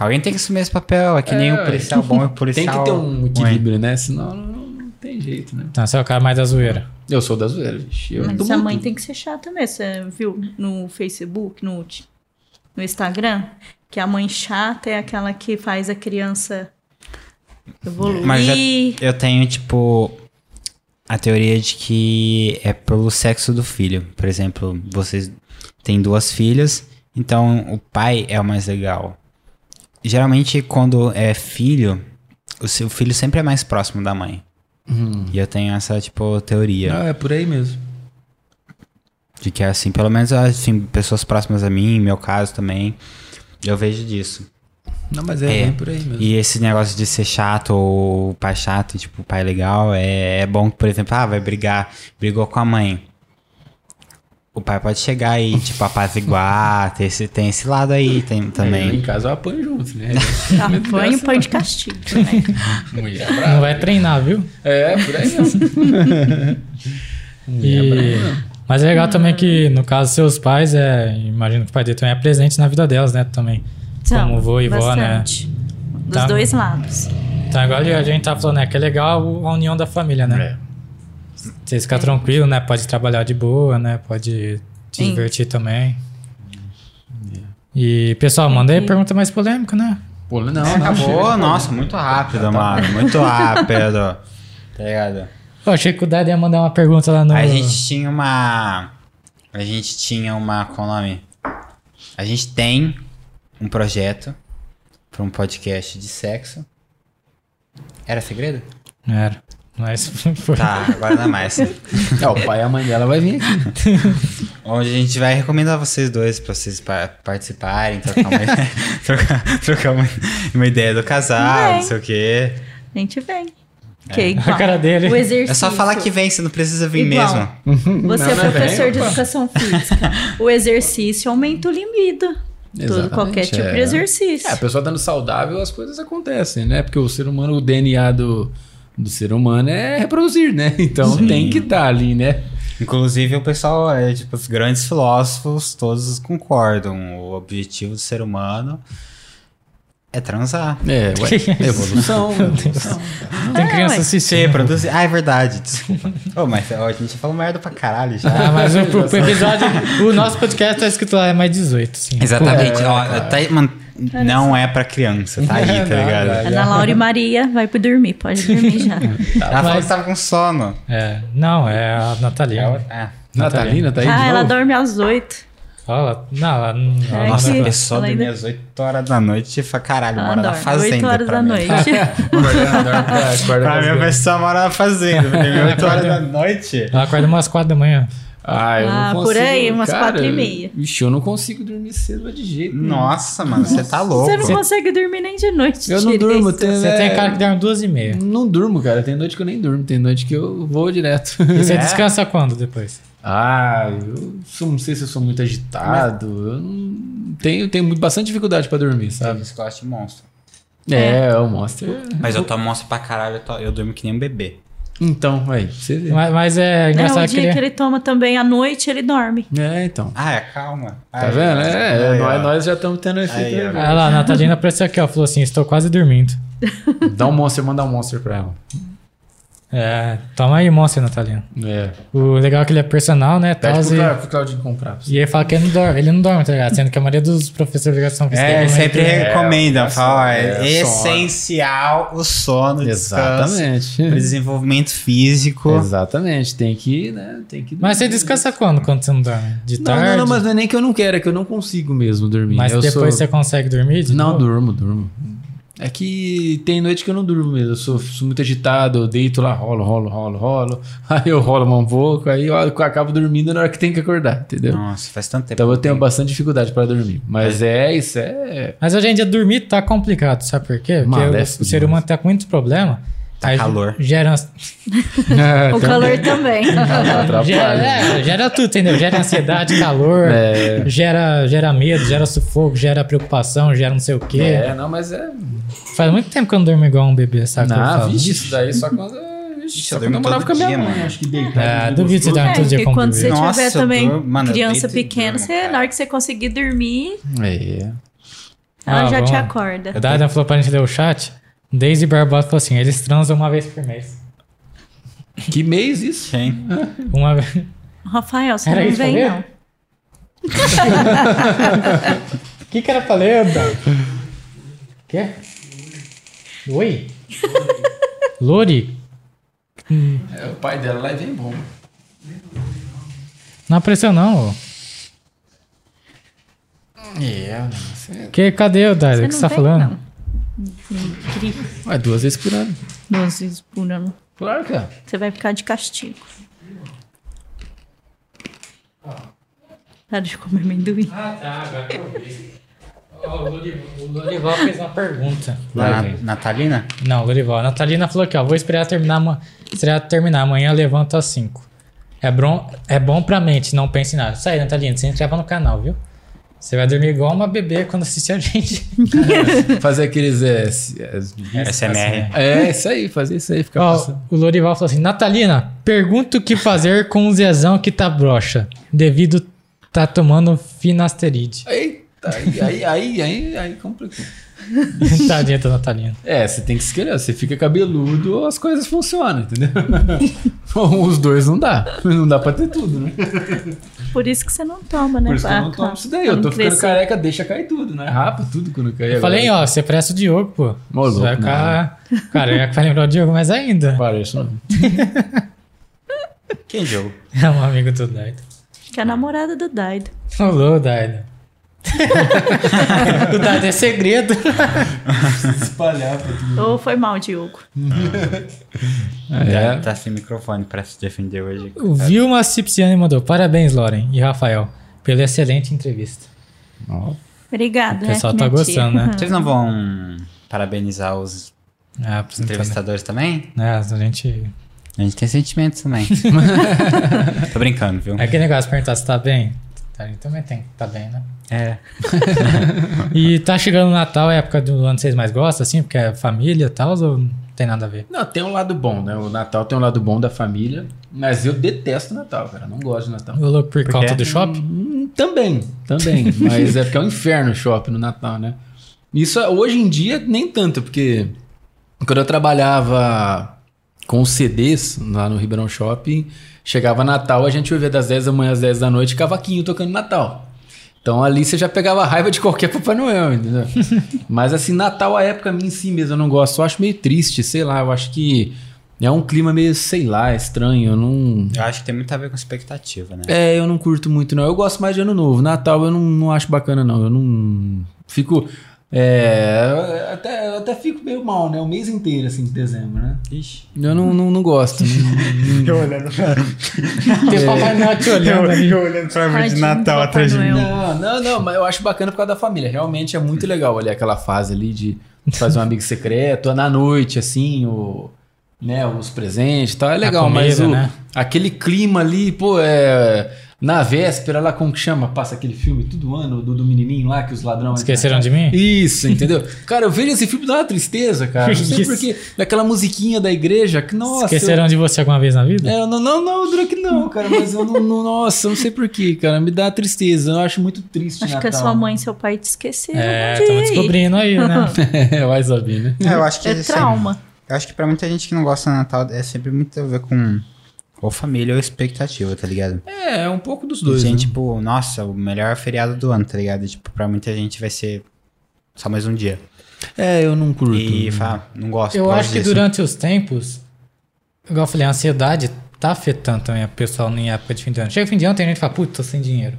[SPEAKER 2] Alguém tem que assumir esse papel. É que nem
[SPEAKER 3] É,
[SPEAKER 2] o policial bom e o policial.
[SPEAKER 3] Tem que ter um
[SPEAKER 2] ruim.
[SPEAKER 3] equilíbrio, né? Senão não, não tem jeito, né?
[SPEAKER 1] Então, você é o cara mais da zoeira.
[SPEAKER 3] Eu sou da zoeira, bicho. Eu dou
[SPEAKER 4] Mas a
[SPEAKER 3] muito.
[SPEAKER 4] mãe tem que ser chata mesmo, você viu? No Facebook, no, no Instagram, que a mãe chata é aquela que faz a criança evoluir.
[SPEAKER 2] Mas já-
[SPEAKER 1] é-
[SPEAKER 2] Eu tenho, tipo, a teoria de que é pelo sexo do filho. Por exemplo, vocês têm duas filhas, então o pai é o mais legal. Geralmente, quando é filho, o seu filho sempre é mais próximo da mãe.
[SPEAKER 3] Hum.
[SPEAKER 2] E eu tenho essa, tipo, teoria.
[SPEAKER 3] Não, é por aí mesmo.
[SPEAKER 2] De que é assim, pelo menos assim, pessoas próximas a mim, meu caso também, eu vejo disso.
[SPEAKER 3] Não, mas é,
[SPEAKER 2] É.
[SPEAKER 3] bem por aí mesmo.
[SPEAKER 2] E esse negócio de ser chato ou pai chato, tipo, pai legal, é, é bom, por exemplo, ah, vai brigar, brigou com a mãe. O pai pode chegar e, tipo, apaziguar, tem esse, tem esse lado aí tem,
[SPEAKER 3] Eu, É, em
[SPEAKER 2] também.
[SPEAKER 3] casa eu apanho junto, né?
[SPEAKER 4] Apanha e põe de castigo, né?
[SPEAKER 3] Mulher
[SPEAKER 1] Não
[SPEAKER 3] brava.
[SPEAKER 1] vai treinar, viu?
[SPEAKER 3] É, por aí mesmo.
[SPEAKER 1] E-
[SPEAKER 3] Mulher
[SPEAKER 2] né?
[SPEAKER 3] brava.
[SPEAKER 1] Mas é legal também que, no caso, seus pais, é, imagino que o pai dele também é presente na vida delas, né? Também. Como vó e vó, né?
[SPEAKER 4] Então, bastante. Dos
[SPEAKER 1] Tá.
[SPEAKER 4] dois lados.
[SPEAKER 1] Então, agora a gente tá falando, né? Que é legal a união da família, né?
[SPEAKER 2] É.
[SPEAKER 1] Você fica tranquilo, né? Pode trabalhar de boa, né? Pode te
[SPEAKER 4] Sim.
[SPEAKER 1] divertir também.
[SPEAKER 2] É.
[SPEAKER 1] E, pessoal, manda aí pergunta mais polêmica, né?
[SPEAKER 3] Pô, não, não,
[SPEAKER 2] Acabou,
[SPEAKER 3] chega.
[SPEAKER 2] nossa, muito rápido, mano, muito rápido. Tá ligado?
[SPEAKER 1] Eu achei que o Dad ia mandar uma pergunta lá no.
[SPEAKER 2] A gente tinha uma. A gente tinha uma. Qual o nome? A gente tem um projeto pra um podcast de sexo. Era segredo?
[SPEAKER 1] Era. Mas foi.
[SPEAKER 2] Tá, agora não é mais.
[SPEAKER 3] É, o pai e a mãe dela vai vir aqui.
[SPEAKER 2] Onde a gente vai recomendar vocês dois pra vocês pa- participarem, trocar uma, trocar, trocar uma, uma ideia do casal, não é.
[SPEAKER 4] Bem.
[SPEAKER 2] sei o quê.
[SPEAKER 4] A gente vem. Que é igual.
[SPEAKER 1] A cara dele.
[SPEAKER 4] O exercício.
[SPEAKER 2] É só falar que vem, você não precisa vir
[SPEAKER 4] Igual.
[SPEAKER 2] mesmo.
[SPEAKER 4] Você
[SPEAKER 3] Não,
[SPEAKER 4] é
[SPEAKER 3] não
[SPEAKER 4] professor
[SPEAKER 3] vem,
[SPEAKER 4] de
[SPEAKER 3] opa.
[SPEAKER 4] educação física. O exercício aumenta o libido. Todo
[SPEAKER 3] Exatamente,
[SPEAKER 4] qualquer tipo
[SPEAKER 3] é.
[SPEAKER 4] de exercício.
[SPEAKER 3] É, a pessoa estando saudável, as coisas acontecem, né? Porque o ser humano, o DNA do, do ser humano é reproduzir, né? Então
[SPEAKER 2] Sim.
[SPEAKER 3] tem que estar ali, né?
[SPEAKER 2] Inclusive, o pessoal, é, tipo, os grandes filósofos, todos concordam. O objetivo do ser humano é transar.
[SPEAKER 3] É, ué, evolução. evolução.
[SPEAKER 1] Tem
[SPEAKER 4] É,
[SPEAKER 1] criança
[SPEAKER 4] ué.
[SPEAKER 2] Você
[SPEAKER 1] assistindo.
[SPEAKER 2] produzir. Ah, é verdade, desculpa. Ô, mas ó, a gente falou merda pra caralho já.
[SPEAKER 1] Ah, mas o, o episódio. O nosso podcast tá escrito lá, é mais 18, sim.
[SPEAKER 2] Exatamente. ó, tá aí, mano, não é pra criança, tá aí, tá
[SPEAKER 3] Não,
[SPEAKER 2] ligado?
[SPEAKER 3] não,
[SPEAKER 4] Ana Laura e Maria, vai pro dormir, pode dormir já.
[SPEAKER 2] Ela falou
[SPEAKER 1] Mas-
[SPEAKER 2] que tava com sono.
[SPEAKER 1] É. Não, é a Natalia.
[SPEAKER 2] É.
[SPEAKER 3] Natalina tá aí de
[SPEAKER 4] ah, ela
[SPEAKER 3] novo?
[SPEAKER 4] dorme às oito.
[SPEAKER 1] Fala. Não, ela não. ela
[SPEAKER 4] É
[SPEAKER 1] não-
[SPEAKER 2] Nossa,
[SPEAKER 4] que
[SPEAKER 2] a pessoa
[SPEAKER 4] ela
[SPEAKER 2] dormir
[SPEAKER 4] ainda-
[SPEAKER 2] às 8 horas da noite e fala, caralho,
[SPEAKER 4] Ela
[SPEAKER 2] mora na
[SPEAKER 4] dorme.
[SPEAKER 2] fazenda.
[SPEAKER 4] Oito horas
[SPEAKER 2] pra
[SPEAKER 4] da
[SPEAKER 2] mim.
[SPEAKER 4] noite.
[SPEAKER 3] tá,
[SPEAKER 2] Pra mim, a pessoa mora na fazenda. Porque 8 horas da noite.
[SPEAKER 1] Ela acorda umas 4 da manhã.
[SPEAKER 3] Ah, eu
[SPEAKER 4] Ah,
[SPEAKER 3] não
[SPEAKER 4] por
[SPEAKER 3] consigo,
[SPEAKER 4] aí, umas
[SPEAKER 3] cara,
[SPEAKER 4] quatro e meia.
[SPEAKER 3] Vixe, eu não consigo dormir cedo mas de jeito nenhum.
[SPEAKER 2] Nossa, mano, você tá louco.
[SPEAKER 4] Você não consegue dormir nem de noite.
[SPEAKER 3] Eu não
[SPEAKER 4] direito.
[SPEAKER 3] durmo, tem, né?
[SPEAKER 1] Você tem cara que dorme duas e meia.
[SPEAKER 3] Não durmo, cara. Tem noite que eu nem durmo, tem noite que eu vou direto.
[SPEAKER 1] E você
[SPEAKER 2] É?
[SPEAKER 1] descansa quando depois?
[SPEAKER 3] ah, eu sou- não sei se eu sou muito agitado. Eu não tenho, tenho muito- bastante dificuldade pra dormir, sabe?
[SPEAKER 2] Isso que eu acho monstro.
[SPEAKER 3] É, eu mostro.
[SPEAKER 2] Mas eu tomo monstro pra caralho, eu, to- eu durmo que nem um bebê.
[SPEAKER 3] Então, aí, pra você vê.
[SPEAKER 1] Mas, mas é
[SPEAKER 4] É,
[SPEAKER 1] engraçado
[SPEAKER 4] o
[SPEAKER 1] que
[SPEAKER 4] dia que
[SPEAKER 1] ele...
[SPEAKER 4] ele toma também, à noite ele dorme.
[SPEAKER 3] É, então.
[SPEAKER 2] Ah, é, calma.
[SPEAKER 3] Tá vendo? É, nós, nós já estamos tendo efeito.
[SPEAKER 2] Aí, ó.
[SPEAKER 3] né?
[SPEAKER 1] Olha lá, a Natalina apareceu aqui, ó. Falou assim: estou quase dormindo.
[SPEAKER 3] Dá um monster, manda um monster pra ela.
[SPEAKER 1] É, toma aí, monstro, Natalina.
[SPEAKER 3] É.
[SPEAKER 1] O legal é que ele é personal, né? Tal,
[SPEAKER 3] Pede pro,
[SPEAKER 1] e-
[SPEAKER 3] Cla- pro Claudinho comprar. pra você.
[SPEAKER 1] E ele fala que ele não dorme, ele não dorme, tá ligado? Sendo que a maioria dos professores de educação física
[SPEAKER 2] É,
[SPEAKER 1] ele
[SPEAKER 2] sempre
[SPEAKER 1] não
[SPEAKER 2] recomendam.
[SPEAKER 3] é,
[SPEAKER 2] fala, ó, é,
[SPEAKER 3] é, sono.
[SPEAKER 2] essencial o sono, descanso,
[SPEAKER 3] Exatamente.
[SPEAKER 2] pro desenvolvimento físico.
[SPEAKER 3] Exatamente. Tem que, né? Tem que.
[SPEAKER 1] Mas você descansa quando? Quando você não dorme? De
[SPEAKER 3] Não,
[SPEAKER 1] tarde?
[SPEAKER 3] não, não, mas não é nem que eu não quero, é que eu não consigo mesmo dormir.
[SPEAKER 1] Mas
[SPEAKER 3] eu
[SPEAKER 1] depois
[SPEAKER 3] sou...
[SPEAKER 1] você consegue dormir? de
[SPEAKER 3] Não,
[SPEAKER 1] novo?
[SPEAKER 3] durmo, durmo. É que tem noite que eu não durmo mesmo. Eu sou, sou muito agitado, eu deito lá, rolo, rolo, rolo, rolo. Aí eu rolo mais um pouco, aí eu acabo dormindo na hora que tem que acordar, entendeu?
[SPEAKER 2] Nossa, faz tanto tempo.
[SPEAKER 3] Então eu tenho bastante dificuldade pra dormir. Mas é, isso é.
[SPEAKER 1] Mas hoje em dia dormir tá complicado, sabe por quê? Porque
[SPEAKER 3] Maléfico
[SPEAKER 1] o ser humano tá com muito problema.
[SPEAKER 2] Tá
[SPEAKER 1] aí
[SPEAKER 2] calor.
[SPEAKER 1] Gera, ans-
[SPEAKER 4] O calor também.
[SPEAKER 3] Tá
[SPEAKER 1] gera,
[SPEAKER 3] atrapalha.
[SPEAKER 1] é, gera tudo, entendeu? Gera ansiedade, calor,
[SPEAKER 3] É.
[SPEAKER 1] gera, gera medo, gera sufoco, gera preocupação, gera não sei o quê.
[SPEAKER 3] É, não, mas é.
[SPEAKER 1] Faz muito tempo que eu não durmo igual um bebê, sabe? o que eu
[SPEAKER 3] Ah,
[SPEAKER 1] falo?
[SPEAKER 3] vixe, isso daí só quando. é, Vixe,
[SPEAKER 2] Vixe,
[SPEAKER 3] só
[SPEAKER 2] eu
[SPEAKER 3] quando eu
[SPEAKER 2] durmo
[SPEAKER 3] morava com a
[SPEAKER 2] todo
[SPEAKER 3] minha
[SPEAKER 2] dia,
[SPEAKER 3] mãe.
[SPEAKER 2] mano.
[SPEAKER 3] Acho que deitado.
[SPEAKER 1] É, duvido você dar
[SPEAKER 4] É,
[SPEAKER 1] todo dia
[SPEAKER 4] e
[SPEAKER 1] com um
[SPEAKER 4] quando você
[SPEAKER 1] bebê.
[SPEAKER 2] Nossa,
[SPEAKER 4] tiver
[SPEAKER 2] eu
[SPEAKER 4] também
[SPEAKER 2] durmo- mano, eu deito
[SPEAKER 4] criança
[SPEAKER 2] e
[SPEAKER 4] pequena,
[SPEAKER 2] durmo,
[SPEAKER 4] você-
[SPEAKER 2] cara.
[SPEAKER 4] na hora que você conseguir dormir,
[SPEAKER 3] É.
[SPEAKER 4] ela
[SPEAKER 1] Ah,
[SPEAKER 4] já te
[SPEAKER 1] bom.
[SPEAKER 4] acorda.
[SPEAKER 1] A Dada falou pra gente ler o chat. Daisy Barbosa falou assim: eles transam uma vez por mês.
[SPEAKER 3] Que mês isso?
[SPEAKER 2] Hein?
[SPEAKER 1] Uma vez.
[SPEAKER 4] Rafael, você
[SPEAKER 1] Era
[SPEAKER 4] não
[SPEAKER 1] isso pra
[SPEAKER 4] vem,
[SPEAKER 1] ler?
[SPEAKER 4] não.
[SPEAKER 1] O que, que era pra ler, Dada? Quê? Oi? Lori?
[SPEAKER 3] É, o pai dela lá é bem bom.
[SPEAKER 1] Não apareceu, não. ô.
[SPEAKER 3] É, o negócio é.
[SPEAKER 1] Que, cadê o Dada? O que
[SPEAKER 4] não
[SPEAKER 1] você tá
[SPEAKER 4] vem,
[SPEAKER 1] falando?
[SPEAKER 4] não. Incrível.
[SPEAKER 3] Ué, duas vezes por ano.
[SPEAKER 4] Nossa, isso, por ano.
[SPEAKER 3] Claro, cara.
[SPEAKER 4] Você vai ficar de castigo. Para de comer amendoim.
[SPEAKER 1] Ah, tá, agora que eu vi. o Lorival fez uma pergunta.
[SPEAKER 2] Na, Natalina?
[SPEAKER 1] Não, Lorival. A Natalina falou aqui, ó. Vou esperar terminar, ama- esperar terminar. amanhã, levanto às 5. É bom, é bom pra mente, não pense em nada. Isso aí, Natalina, você entrava no canal, viu? Você vai dormir igual uma bebê quando assistir a gente.
[SPEAKER 3] Fazer aqueles. É, s- é, s-
[SPEAKER 2] SMR.
[SPEAKER 3] é, isso aí, fazer isso aí, ficar
[SPEAKER 1] Ó,
[SPEAKER 3] passando.
[SPEAKER 1] o Lorival falou assim: Natalina, pergunta o que fazer com o Zezão que tá broxa, devido tá tomando finasteride.
[SPEAKER 3] Eita, aí, aí, aí, aí, aí complicou.
[SPEAKER 1] Tadinha da Natalina.
[SPEAKER 3] É, você tem que escolher, você fica cabeludo ou as coisas funcionam, entendeu? Ou Os dois não dá. Não dá pra ter tudo, né?
[SPEAKER 4] Por isso que você não toma, né?
[SPEAKER 3] Por isso que eu não
[SPEAKER 4] vaca?
[SPEAKER 3] tomo isso daí.
[SPEAKER 4] Pra
[SPEAKER 3] Eu
[SPEAKER 4] não
[SPEAKER 3] tô ficando
[SPEAKER 4] crescer.
[SPEAKER 3] careca, deixa cair tudo, né? Rapa tudo quando cair.
[SPEAKER 1] Eu falei, ó, você parece o Diogo, pô.
[SPEAKER 3] louco,
[SPEAKER 1] Você vai ficar. Cara, eu ia ficar lembrando o Diogo, mas ainda.
[SPEAKER 3] Parece, não.
[SPEAKER 2] Quem jogo?
[SPEAKER 1] É um amigo do Daido.
[SPEAKER 4] Que é a namorada do Daido.
[SPEAKER 1] Alô, Daido. Tu tá até segredo.
[SPEAKER 3] Espalhar pra tudo.
[SPEAKER 4] Ou foi mal, Diogo.
[SPEAKER 3] É.
[SPEAKER 2] Tá, tá sem microfone pra se defender hoje.
[SPEAKER 1] O Vilma Cipciani mandou. Parabéns, Lauren e Rafael, pela excelente entrevista.
[SPEAKER 4] Obrigada.
[SPEAKER 1] O pessoal
[SPEAKER 4] né,
[SPEAKER 1] tá
[SPEAKER 4] minha tia.
[SPEAKER 1] gostando, né?
[SPEAKER 2] Vocês não vão parabenizar os
[SPEAKER 1] Ah,
[SPEAKER 2] né?
[SPEAKER 1] apresentando.
[SPEAKER 2] entrevistadores também?
[SPEAKER 1] É, a gente.
[SPEAKER 2] A gente tem sentimentos também. Tô brincando, viu?
[SPEAKER 1] É aquele negócio de perguntar se tá bem. A gente também tem que tá bem, né?
[SPEAKER 2] É.
[SPEAKER 1] E tá chegando o Natal, é a época do ano que vocês mais gostam, assim, porque é família e tal, ou não tem nada a ver?
[SPEAKER 3] Não, tem um lado bom, né? O Natal tem um lado bom da família, mas eu detesto o Natal, cara. Não gosto de Natal.
[SPEAKER 1] O louco por causa do shopping?
[SPEAKER 3] Hum, Também, também. Mas é porque é um inferno o shopping no Natal, né? Isso é- hoje em dia nem tanto, porque quando eu trabalhava com os CDs lá no Ribeirão Shopping, chegava Natal, a gente ia ver das 10 da manhã às 10 da noite cavaquinho tocando Natal. Então ali você já pegava a raiva de qualquer Papai Noel, entendeu? Mas assim, Natal, a época minha em si mesmo, eu não gosto. Eu acho meio triste, sei lá, eu acho que é um clima meio, sei lá, estranho. Eu não,
[SPEAKER 2] Eu acho que tem muito a ver com expectativa, né?
[SPEAKER 3] é, eu não curto muito, não. Eu gosto mais de ano novo. Natal eu não, não acho bacana, não. Eu não. Fico. É. Até, eu até fico meio mal, né? O mês inteiro, assim, de dezembro, né?
[SPEAKER 2] Ixi.
[SPEAKER 3] Eu não, não, não gosto. né? É.
[SPEAKER 2] Eu olhando pra
[SPEAKER 1] Tem o Papai Noel te olhando ali.
[SPEAKER 2] Eu olhando pra
[SPEAKER 4] mim de Tadinho Natal do Papai atrás de mim. Noel.
[SPEAKER 3] não, não, não, mas eu acho bacana por causa da família. Realmente é muito legal olhar aquela fase ali de fazer um amigo secreto, na noite, assim, o. Né, os presentes e tal, é legal,
[SPEAKER 1] comida,
[SPEAKER 3] mas o,
[SPEAKER 1] né?
[SPEAKER 3] aquele clima ali, pô, é. Na véspera lá, como que chama? Passa aquele filme todo ano do, do menininho lá que os ladrões. né?
[SPEAKER 1] Esqueceram de mim?
[SPEAKER 3] Isso, entendeu? Cara, eu vejo esse filme dá uma tristeza, cara. Não sei
[SPEAKER 1] Isso.
[SPEAKER 3] porque daquela musiquinha da igreja que nossa.
[SPEAKER 1] Esqueceram de você alguma vez na
[SPEAKER 3] Eu,
[SPEAKER 1] vida?
[SPEAKER 3] é, eu não, não, não, Drake, não, cara, mas eu não, não- nossa, eu não sei porquê, cara, me dá tristeza, eu acho muito triste
[SPEAKER 4] Acho que
[SPEAKER 3] Natal.
[SPEAKER 4] a sua mãe e seu pai te esqueceram.
[SPEAKER 1] É,
[SPEAKER 4] um dia
[SPEAKER 1] estamos
[SPEAKER 4] aí.
[SPEAKER 1] descobrindo aí, né?
[SPEAKER 3] é, vai saber, né?
[SPEAKER 2] É, eu acho que
[SPEAKER 4] É
[SPEAKER 2] isso
[SPEAKER 4] trauma.
[SPEAKER 2] Eu acho que pra muita gente que não gosta do Natal é sempre muito a ver com ou família ou expectativa, tá ligado?
[SPEAKER 3] É, é um pouco dos dois,
[SPEAKER 2] gente,
[SPEAKER 3] né?
[SPEAKER 2] tipo, nossa, o melhor feriado do ano, tá ligado? Tipo, pra muita gente vai ser só mais um dia.
[SPEAKER 3] É, eu não curto.
[SPEAKER 2] E fala, "Ah, não gosto. por
[SPEAKER 1] Eu
[SPEAKER 2] causa
[SPEAKER 1] acho que
[SPEAKER 2] disso.
[SPEAKER 1] durante os tempos, igual eu falei, a ansiedade tá afetando também o pessoal em época de fim de ano. Chega o fim de ano, tem gente que fala, putz, tô sem dinheiro.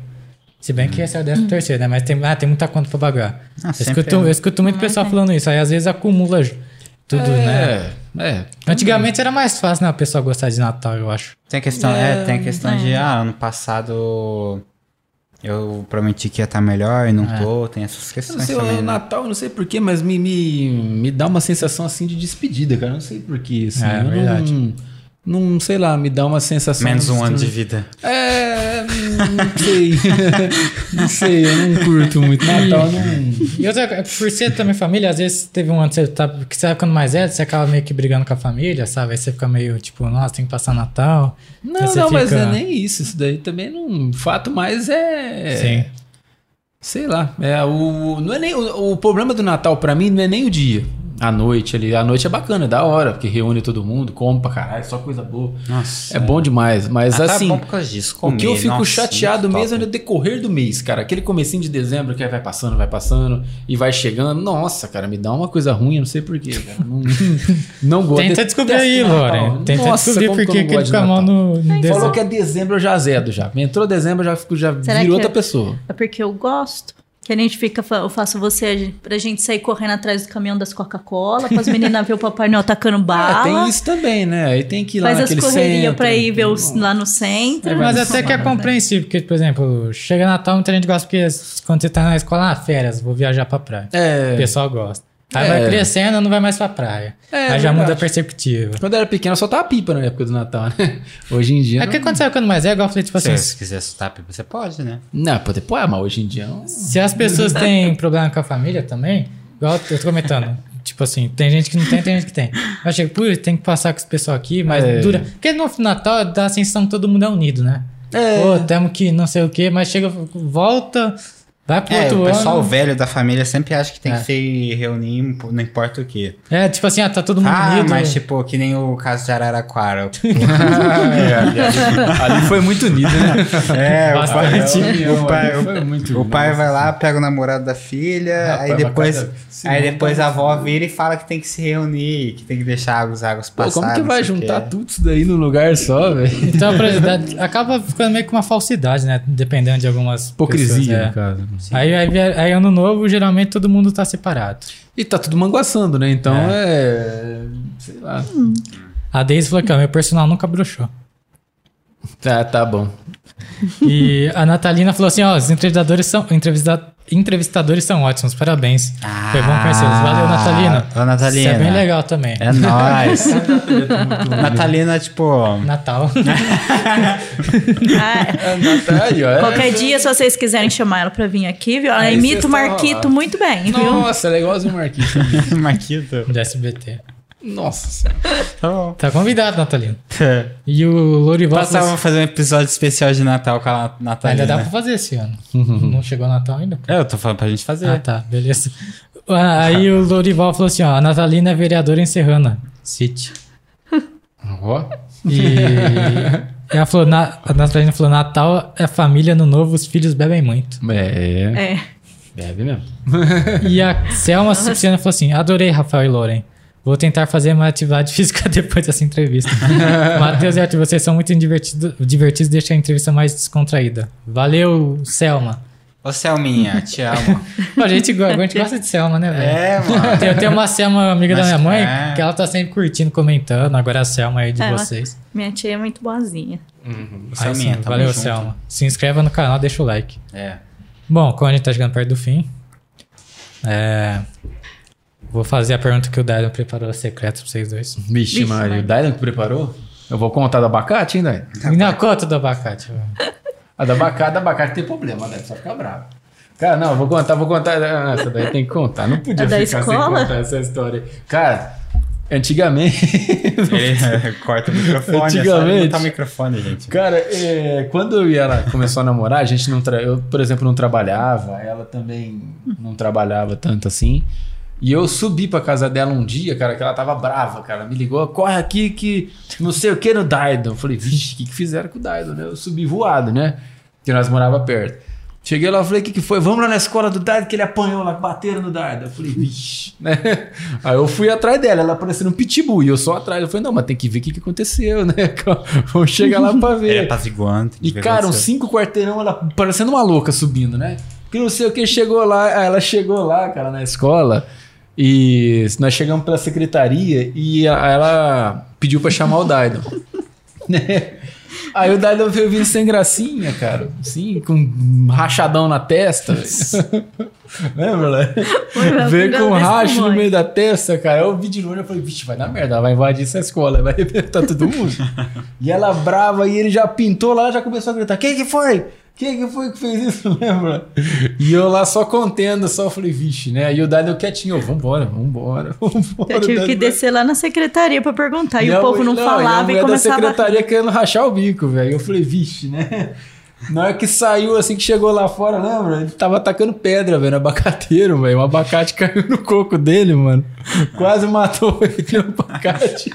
[SPEAKER 1] Se bem
[SPEAKER 3] Hum.
[SPEAKER 1] que esse é o décimo terceiro, né? Mas tem, ah, tem muita conta pra pagar.
[SPEAKER 2] Ah,
[SPEAKER 1] eu,
[SPEAKER 2] sempre
[SPEAKER 1] escuto,
[SPEAKER 2] é.
[SPEAKER 1] eu escuto muito pessoal falando isso, aí às vezes acumula ju- tudo, né?
[SPEAKER 3] é, né? É,
[SPEAKER 1] Antigamente era mais fácil, né? O pessoal gostar de Natal, eu acho.
[SPEAKER 2] Tem a questão, é, tem a questão de, ah, ano passado eu prometi que ia estar melhor e não tô, tem essas
[SPEAKER 3] É. Eu não
[SPEAKER 2] questões
[SPEAKER 3] sei,
[SPEAKER 2] também.
[SPEAKER 3] o
[SPEAKER 2] né?
[SPEAKER 3] Natal, eu não sei porquê, mas me, me, me dá uma sensação assim de despedida, cara. Eu não sei porquê. Assim,
[SPEAKER 1] É,
[SPEAKER 3] eu não-
[SPEAKER 1] verdade.
[SPEAKER 3] Não, sei lá, me dá uma sensação.
[SPEAKER 2] Menos um ano de
[SPEAKER 3] estranha.
[SPEAKER 2] vida.
[SPEAKER 3] É, hum, não sei. não sei, eu não curto muito. Natal não.
[SPEAKER 1] E outra, coisa, por ser também família, às vezes teve um ano que você, tá, que você vai ficando mais velho, você acaba meio que brigando com a família, sabe? Aí você fica meio tipo, nossa, tem que passar Natal.
[SPEAKER 3] Não,
[SPEAKER 1] Aí você
[SPEAKER 3] não, mas
[SPEAKER 1] fica-
[SPEAKER 3] não é nem isso. Isso daí também não. Fato mais é.
[SPEAKER 1] Sim.
[SPEAKER 3] Sei lá. É, o, não é nem, o, o problema do Natal pra mim não é nem o dia. A noite ali. A noite é bacana, é da hora, porque reúne todo mundo, come pra caralho, só coisa boa.
[SPEAKER 2] Nossa.
[SPEAKER 3] É, bom demais, mas
[SPEAKER 2] Natal é
[SPEAKER 3] assim.
[SPEAKER 2] bom por causa disso,
[SPEAKER 3] O que eu
[SPEAKER 2] comer,
[SPEAKER 3] fico
[SPEAKER 2] nossa,
[SPEAKER 3] chateado
[SPEAKER 2] muito
[SPEAKER 3] mesmo é
[SPEAKER 2] top.
[SPEAKER 3] no decorrer do mês, cara. Aquele comecinho de dezembro que aí vai passando, vai passando e vai chegando. Nossa, cara, me dá uma coisa ruim, eu não sei porquê, cara. Não, não gosto.
[SPEAKER 1] Tenta
[SPEAKER 3] detesto
[SPEAKER 1] descobrir aí,
[SPEAKER 3] Natal.
[SPEAKER 1] Loren. Tenta
[SPEAKER 3] Nossa,
[SPEAKER 1] descobrir
[SPEAKER 3] como
[SPEAKER 1] por
[SPEAKER 3] eu
[SPEAKER 1] que
[SPEAKER 3] não
[SPEAKER 1] que ele
[SPEAKER 3] gosto de
[SPEAKER 1] fica mal
[SPEAKER 3] Natal.
[SPEAKER 1] no no
[SPEAKER 3] Falou
[SPEAKER 1] desenho.
[SPEAKER 3] que é dezembro, eu já zedo já. Entrou dezembro, eu já, fico, já
[SPEAKER 4] Será
[SPEAKER 3] viro
[SPEAKER 4] que
[SPEAKER 3] outra
[SPEAKER 4] é?
[SPEAKER 3] pessoa.
[SPEAKER 4] É porque eu gosto. Que a gente fica, fa- eu faço você a gente- pra gente sair correndo atrás do caminhão das Coca-Cola, as meninas ver o Papai Noel tacando
[SPEAKER 3] Ah,
[SPEAKER 4] bala.
[SPEAKER 3] tem isso também, né? Aí tem que ir lá
[SPEAKER 4] faz as
[SPEAKER 3] naquele
[SPEAKER 4] correrias
[SPEAKER 3] centro.
[SPEAKER 4] pra ir ver os,
[SPEAKER 3] Não.
[SPEAKER 4] lá no centro.
[SPEAKER 3] É,
[SPEAKER 1] Mas
[SPEAKER 3] Vai
[SPEAKER 1] até
[SPEAKER 3] no
[SPEAKER 1] que é
[SPEAKER 3] sábado, né?
[SPEAKER 1] compreensível, porque, por exemplo, chega Natal, muita gente gosta, porque quando você tá na escola, ah, férias, vou viajar pra praia. O
[SPEAKER 3] É.
[SPEAKER 1] pessoal gosta. Aí
[SPEAKER 3] É.
[SPEAKER 1] vai crescendo, não vai mais pra praia.
[SPEAKER 3] É,
[SPEAKER 1] Aí já
[SPEAKER 3] verdade.
[SPEAKER 1] muda a perspectiva.
[SPEAKER 3] Quando eu era pequeno, eu soltava pipa na época do Natal, né? Hoje em dia.
[SPEAKER 1] É
[SPEAKER 3] não-
[SPEAKER 1] que quando você vai ficando mais é, igual eu falei, tipo assim,
[SPEAKER 2] Se você quiser soltar pipa, você pode, né?
[SPEAKER 3] Não, pô, depois, mas hoje em dia. é um- não.
[SPEAKER 1] Se as pessoas têm problema com a família também, igual eu tô comentando. tipo assim, tem gente que não tem, tem gente que tem. Eu achei, putz, tem que passar com esse pessoal aqui, mas
[SPEAKER 3] É.
[SPEAKER 1] dura. Porque no Natal dá a sensação que todo mundo é unido, né?
[SPEAKER 3] É.
[SPEAKER 1] Pô, temos que não sei o quê, mas chega, volta, vai pro
[SPEAKER 2] É,
[SPEAKER 1] outro
[SPEAKER 2] o pessoal
[SPEAKER 1] ano.
[SPEAKER 2] velho da família sempre acha que tem
[SPEAKER 1] É.
[SPEAKER 2] que se reunir, impo- não importa o quê.
[SPEAKER 1] É, tipo assim, ah, tá todo mundo
[SPEAKER 2] Ah,
[SPEAKER 1] unido.
[SPEAKER 2] mas tipo, que nem o caso de Araraquara.
[SPEAKER 3] É, Ali foi muito unido, né?
[SPEAKER 2] É, o pai,
[SPEAKER 1] Bastante.
[SPEAKER 2] o pai,
[SPEAKER 3] Foi muito
[SPEAKER 2] o,
[SPEAKER 3] irmão,
[SPEAKER 2] pai vai
[SPEAKER 3] assim.
[SPEAKER 2] lá, pega o namorado da filha,
[SPEAKER 3] Rapaz,
[SPEAKER 2] aí
[SPEAKER 3] mas
[SPEAKER 2] depois,
[SPEAKER 3] cada- se
[SPEAKER 2] aí
[SPEAKER 3] junta,
[SPEAKER 2] depois a
[SPEAKER 3] né?
[SPEAKER 2] avó vira e fala que tem que se reunir, que tem que deixar os águas
[SPEAKER 3] Pô,
[SPEAKER 2] passarem.
[SPEAKER 3] como que
[SPEAKER 2] não
[SPEAKER 3] vai
[SPEAKER 2] sei o quê.
[SPEAKER 3] juntar tudo isso daí num lugar só, velho?
[SPEAKER 1] Então, a curiosidade acaba ficando meio que uma falsidade, né? Dependendo de algumas.
[SPEAKER 3] Hipocrisia,
[SPEAKER 1] pessoas, é.
[SPEAKER 3] no caso.
[SPEAKER 1] Aí, aí, aí, ano novo, geralmente todo mundo tá separado.
[SPEAKER 3] E tá tudo manguaçando, né? Então é. Sei lá.
[SPEAKER 1] A Daisy falou que ó, meu personal nunca bruxou.
[SPEAKER 3] Tá, tá bom.
[SPEAKER 1] E a Natalina falou assim: ó, os entrevistadores são, entrevista- entrevistadores são ótimos, parabéns. Foi bom conhecê-los. Valeu, Natalina.
[SPEAKER 2] Ah, Ô, Natalina.
[SPEAKER 1] Isso é bem legal também.
[SPEAKER 2] É nóis.
[SPEAKER 3] tá,
[SPEAKER 2] Natalina, tipo.
[SPEAKER 1] Natal.
[SPEAKER 4] Ah,
[SPEAKER 3] Tá aí, ó. É.
[SPEAKER 4] Qualquer dia, se vocês quiserem chamar ela pra vir aqui, viu? Ela
[SPEAKER 3] Aí
[SPEAKER 4] imita o
[SPEAKER 3] vocês tavam
[SPEAKER 4] Marquito
[SPEAKER 3] lá.
[SPEAKER 4] muito bem, viu?
[SPEAKER 3] Nossa, ela é igualzinho o Marquinhos.
[SPEAKER 2] Marquito.
[SPEAKER 1] do SBT.
[SPEAKER 3] Nossa senhora.
[SPEAKER 2] Tá bom.
[SPEAKER 1] Tá convidado, Natalina. E o Lorival. falou
[SPEAKER 2] Passava a fazer um episódio especial de Natal com a
[SPEAKER 1] assim,
[SPEAKER 2] Natalina. Uhum.
[SPEAKER 1] ainda dá pra fazer esse ano. Não chegou o Natal ainda?
[SPEAKER 2] É, eu tô falando pra gente fazer.
[SPEAKER 1] Ah, tá, beleza. Ah, Aí o Lorival falou assim: ó, a Natalina é vereadora em Serrana, City.
[SPEAKER 3] Ó.
[SPEAKER 1] E ela falou, na, a Natalina falou: Natal é família, no novo os filhos bebem muito.
[SPEAKER 3] É.
[SPEAKER 4] É.
[SPEAKER 3] Bebe mesmo.
[SPEAKER 1] E a Selma Cipriana falou assim: adorei Rafael e Loren. Vou tentar fazer uma atividade física depois dessa entrevista. Matheus e Arthur, vocês são muito divertido, divertidos, deixa a entrevista mais descontraída. Valeu, Selma.
[SPEAKER 2] Ô, Selminha, te amo.
[SPEAKER 1] Pô, a, gente, go- a gente gosta de Selma, né, velho?
[SPEAKER 2] é, mano.
[SPEAKER 1] Tem, tem uma Selma, amiga da
[SPEAKER 2] Mas,
[SPEAKER 1] minha mãe,
[SPEAKER 2] é.
[SPEAKER 1] que ela tá sempre curtindo, comentando. Agora a Selma aí de
[SPEAKER 4] Ela-
[SPEAKER 1] vocês.
[SPEAKER 4] Minha tia é muito boazinha.
[SPEAKER 2] Ô,
[SPEAKER 1] Aí sim,
[SPEAKER 2] Selminha, tamo
[SPEAKER 1] valeu,
[SPEAKER 2] junto.
[SPEAKER 1] Selma. Se inscreva no canal, deixa o like.
[SPEAKER 2] É.
[SPEAKER 1] Bom, como a gente tá chegando perto do fim, é, vou fazer a pergunta que o Dylan preparou secreto pra vocês dois.
[SPEAKER 3] Vixe,
[SPEAKER 4] Vixe,
[SPEAKER 3] Maria.
[SPEAKER 4] Maria.
[SPEAKER 3] O Dylan que preparou? Eu vou contar do abacate, hein, Dylan?
[SPEAKER 2] Tá
[SPEAKER 1] Na conta do abacate. velho.
[SPEAKER 3] A da abacate, da abacate tem problema, Dylan. Só ficar bravo. Cara, não, vou contar, vou contar. Ah, Essa daí tem que contar. Não podia
[SPEAKER 4] A É da
[SPEAKER 3] ficar sem
[SPEAKER 4] escola?
[SPEAKER 3] contar essa história. Cara, antigamente.
[SPEAKER 2] Ele corta o microfone.
[SPEAKER 3] Antigamente-
[SPEAKER 2] É só tá o microfone, gente.
[SPEAKER 3] Cara, é, quando eu e ela começou a namorar, a gente não tra- eu, por exemplo, não trabalhava, ela também não trabalhava tanto assim. E eu subi pra casa dela um dia, cara, que ela tava brava, cara. Me ligou, corre aqui que não sei o que no Daido. Eu falei, vixe, o que, que fizeram com o Daido, né? Eu subi voado, né? Porque nós morava perto. Cheguei lá, falei, o que, que foi? Vamos lá na escola do Daido, que ele apanhou lá, bateram no Daido. Eu falei, vixe, né? Aí eu fui atrás dela, ela parecendo um pitbull, e eu só atrás. Eu falei, não, mas tem que ver o que, que aconteceu, né? Vamos chegar lá pra ver.
[SPEAKER 2] Ele é apaziguante.
[SPEAKER 3] E,
[SPEAKER 2] devia
[SPEAKER 1] um
[SPEAKER 3] cara, uns
[SPEAKER 2] acontecer.
[SPEAKER 3] cinco quarteirão, ela parecendo uma louca subindo, né? Que não sei o que, chegou lá, ela chegou lá, cara, na escola, e nós chegamos pela secretaria e a- ela pediu pra chamar o Daido. né? Aí o Daido veio vindo sem gracinha, cara, assim, com um rachadão na testa. velho. Lembra, né? Veio com um racho no meio da testa, cara. Eu vi de longe e falei, vixe, vai dar merda, ela vai invadir essa escola, vai arrebentar todo mundo. e ela brava, e ele já pintou lá, já começou a gritar, quem que foi? Quem que foi que fez isso, lembra? E eu lá só contendo, só falei, vixe, né? E o Daniel quietinho, eu, vambora, vambora, vambora.
[SPEAKER 4] Eu tive
[SPEAKER 3] Daniel.
[SPEAKER 4] que descer lá na secretaria pra perguntar. E,
[SPEAKER 3] a
[SPEAKER 4] o povo não,
[SPEAKER 3] mulher- a
[SPEAKER 4] falava e
[SPEAKER 3] mulher da
[SPEAKER 4] começava.
[SPEAKER 3] secretaria querendo rachar o bico, velho. Eu falei, vixe, né? Na hora que saiu, assim que chegou lá fora, lembra? Ele tava atacando pedra, velho, no abacateiro, velho. Um abacate caiu no coco dele, mano. Quase matou ele o abacate.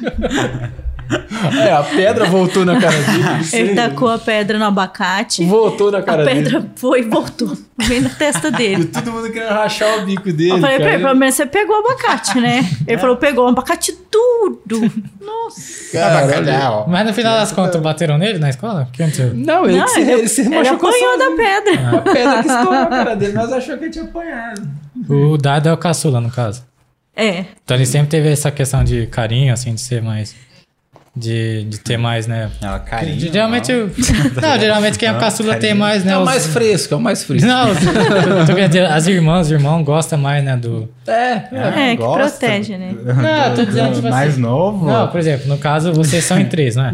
[SPEAKER 3] É, a pedra voltou na cara dele. não sei,
[SPEAKER 4] Ele tacou a pedra no abacate.
[SPEAKER 3] Voltou na
[SPEAKER 4] A
[SPEAKER 3] cara dele.
[SPEAKER 4] pedra foi e voltou. Veio na testa
[SPEAKER 3] E
[SPEAKER 4] dele.
[SPEAKER 3] todo mundo querendo rachar o bico dele.
[SPEAKER 4] Eu falei pra
[SPEAKER 3] cara.
[SPEAKER 4] ele, pelo menos você pegou o abacate, né? Ele falou, pegou o abacate tudo. Nossa.
[SPEAKER 2] Ah,
[SPEAKER 3] Caralho.
[SPEAKER 2] bacalhau.
[SPEAKER 1] Mas no final das contas, bateram nele na escola? O que aconteceu?
[SPEAKER 3] Não, ele,
[SPEAKER 4] Não,
[SPEAKER 3] se, ele se
[SPEAKER 4] ele
[SPEAKER 3] machucou
[SPEAKER 4] apanhou da
[SPEAKER 3] sozinho.
[SPEAKER 4] pedra.
[SPEAKER 3] A pedra que estourou na cara dele, nós achamos que ele tinha apanhado.
[SPEAKER 1] O Dado é o caçula, no caso.
[SPEAKER 4] É.
[SPEAKER 1] Então ele sempre teve essa questão de carinho, assim, de ser mais. De, de ter mais, né?
[SPEAKER 2] Ela carinho.
[SPEAKER 1] geralmente. o-
[SPEAKER 2] não.
[SPEAKER 1] Não, geralmente quem é o caçula tem
[SPEAKER 2] carinho.
[SPEAKER 1] mais, né?
[SPEAKER 3] É o
[SPEAKER 1] os-
[SPEAKER 3] mais fresco, é o mais fresco.
[SPEAKER 1] Não, os- tô querendo dizer, as irmãs, os irmãos gostam mais, né? Do.
[SPEAKER 3] É,
[SPEAKER 4] É, que
[SPEAKER 2] gosta.
[SPEAKER 4] protege, né?
[SPEAKER 1] Não, eu tô dizendo tipo
[SPEAKER 2] é Mais um
[SPEAKER 1] assim.
[SPEAKER 2] novo?
[SPEAKER 1] Não, por exemplo, no caso, vocês são em três, não é?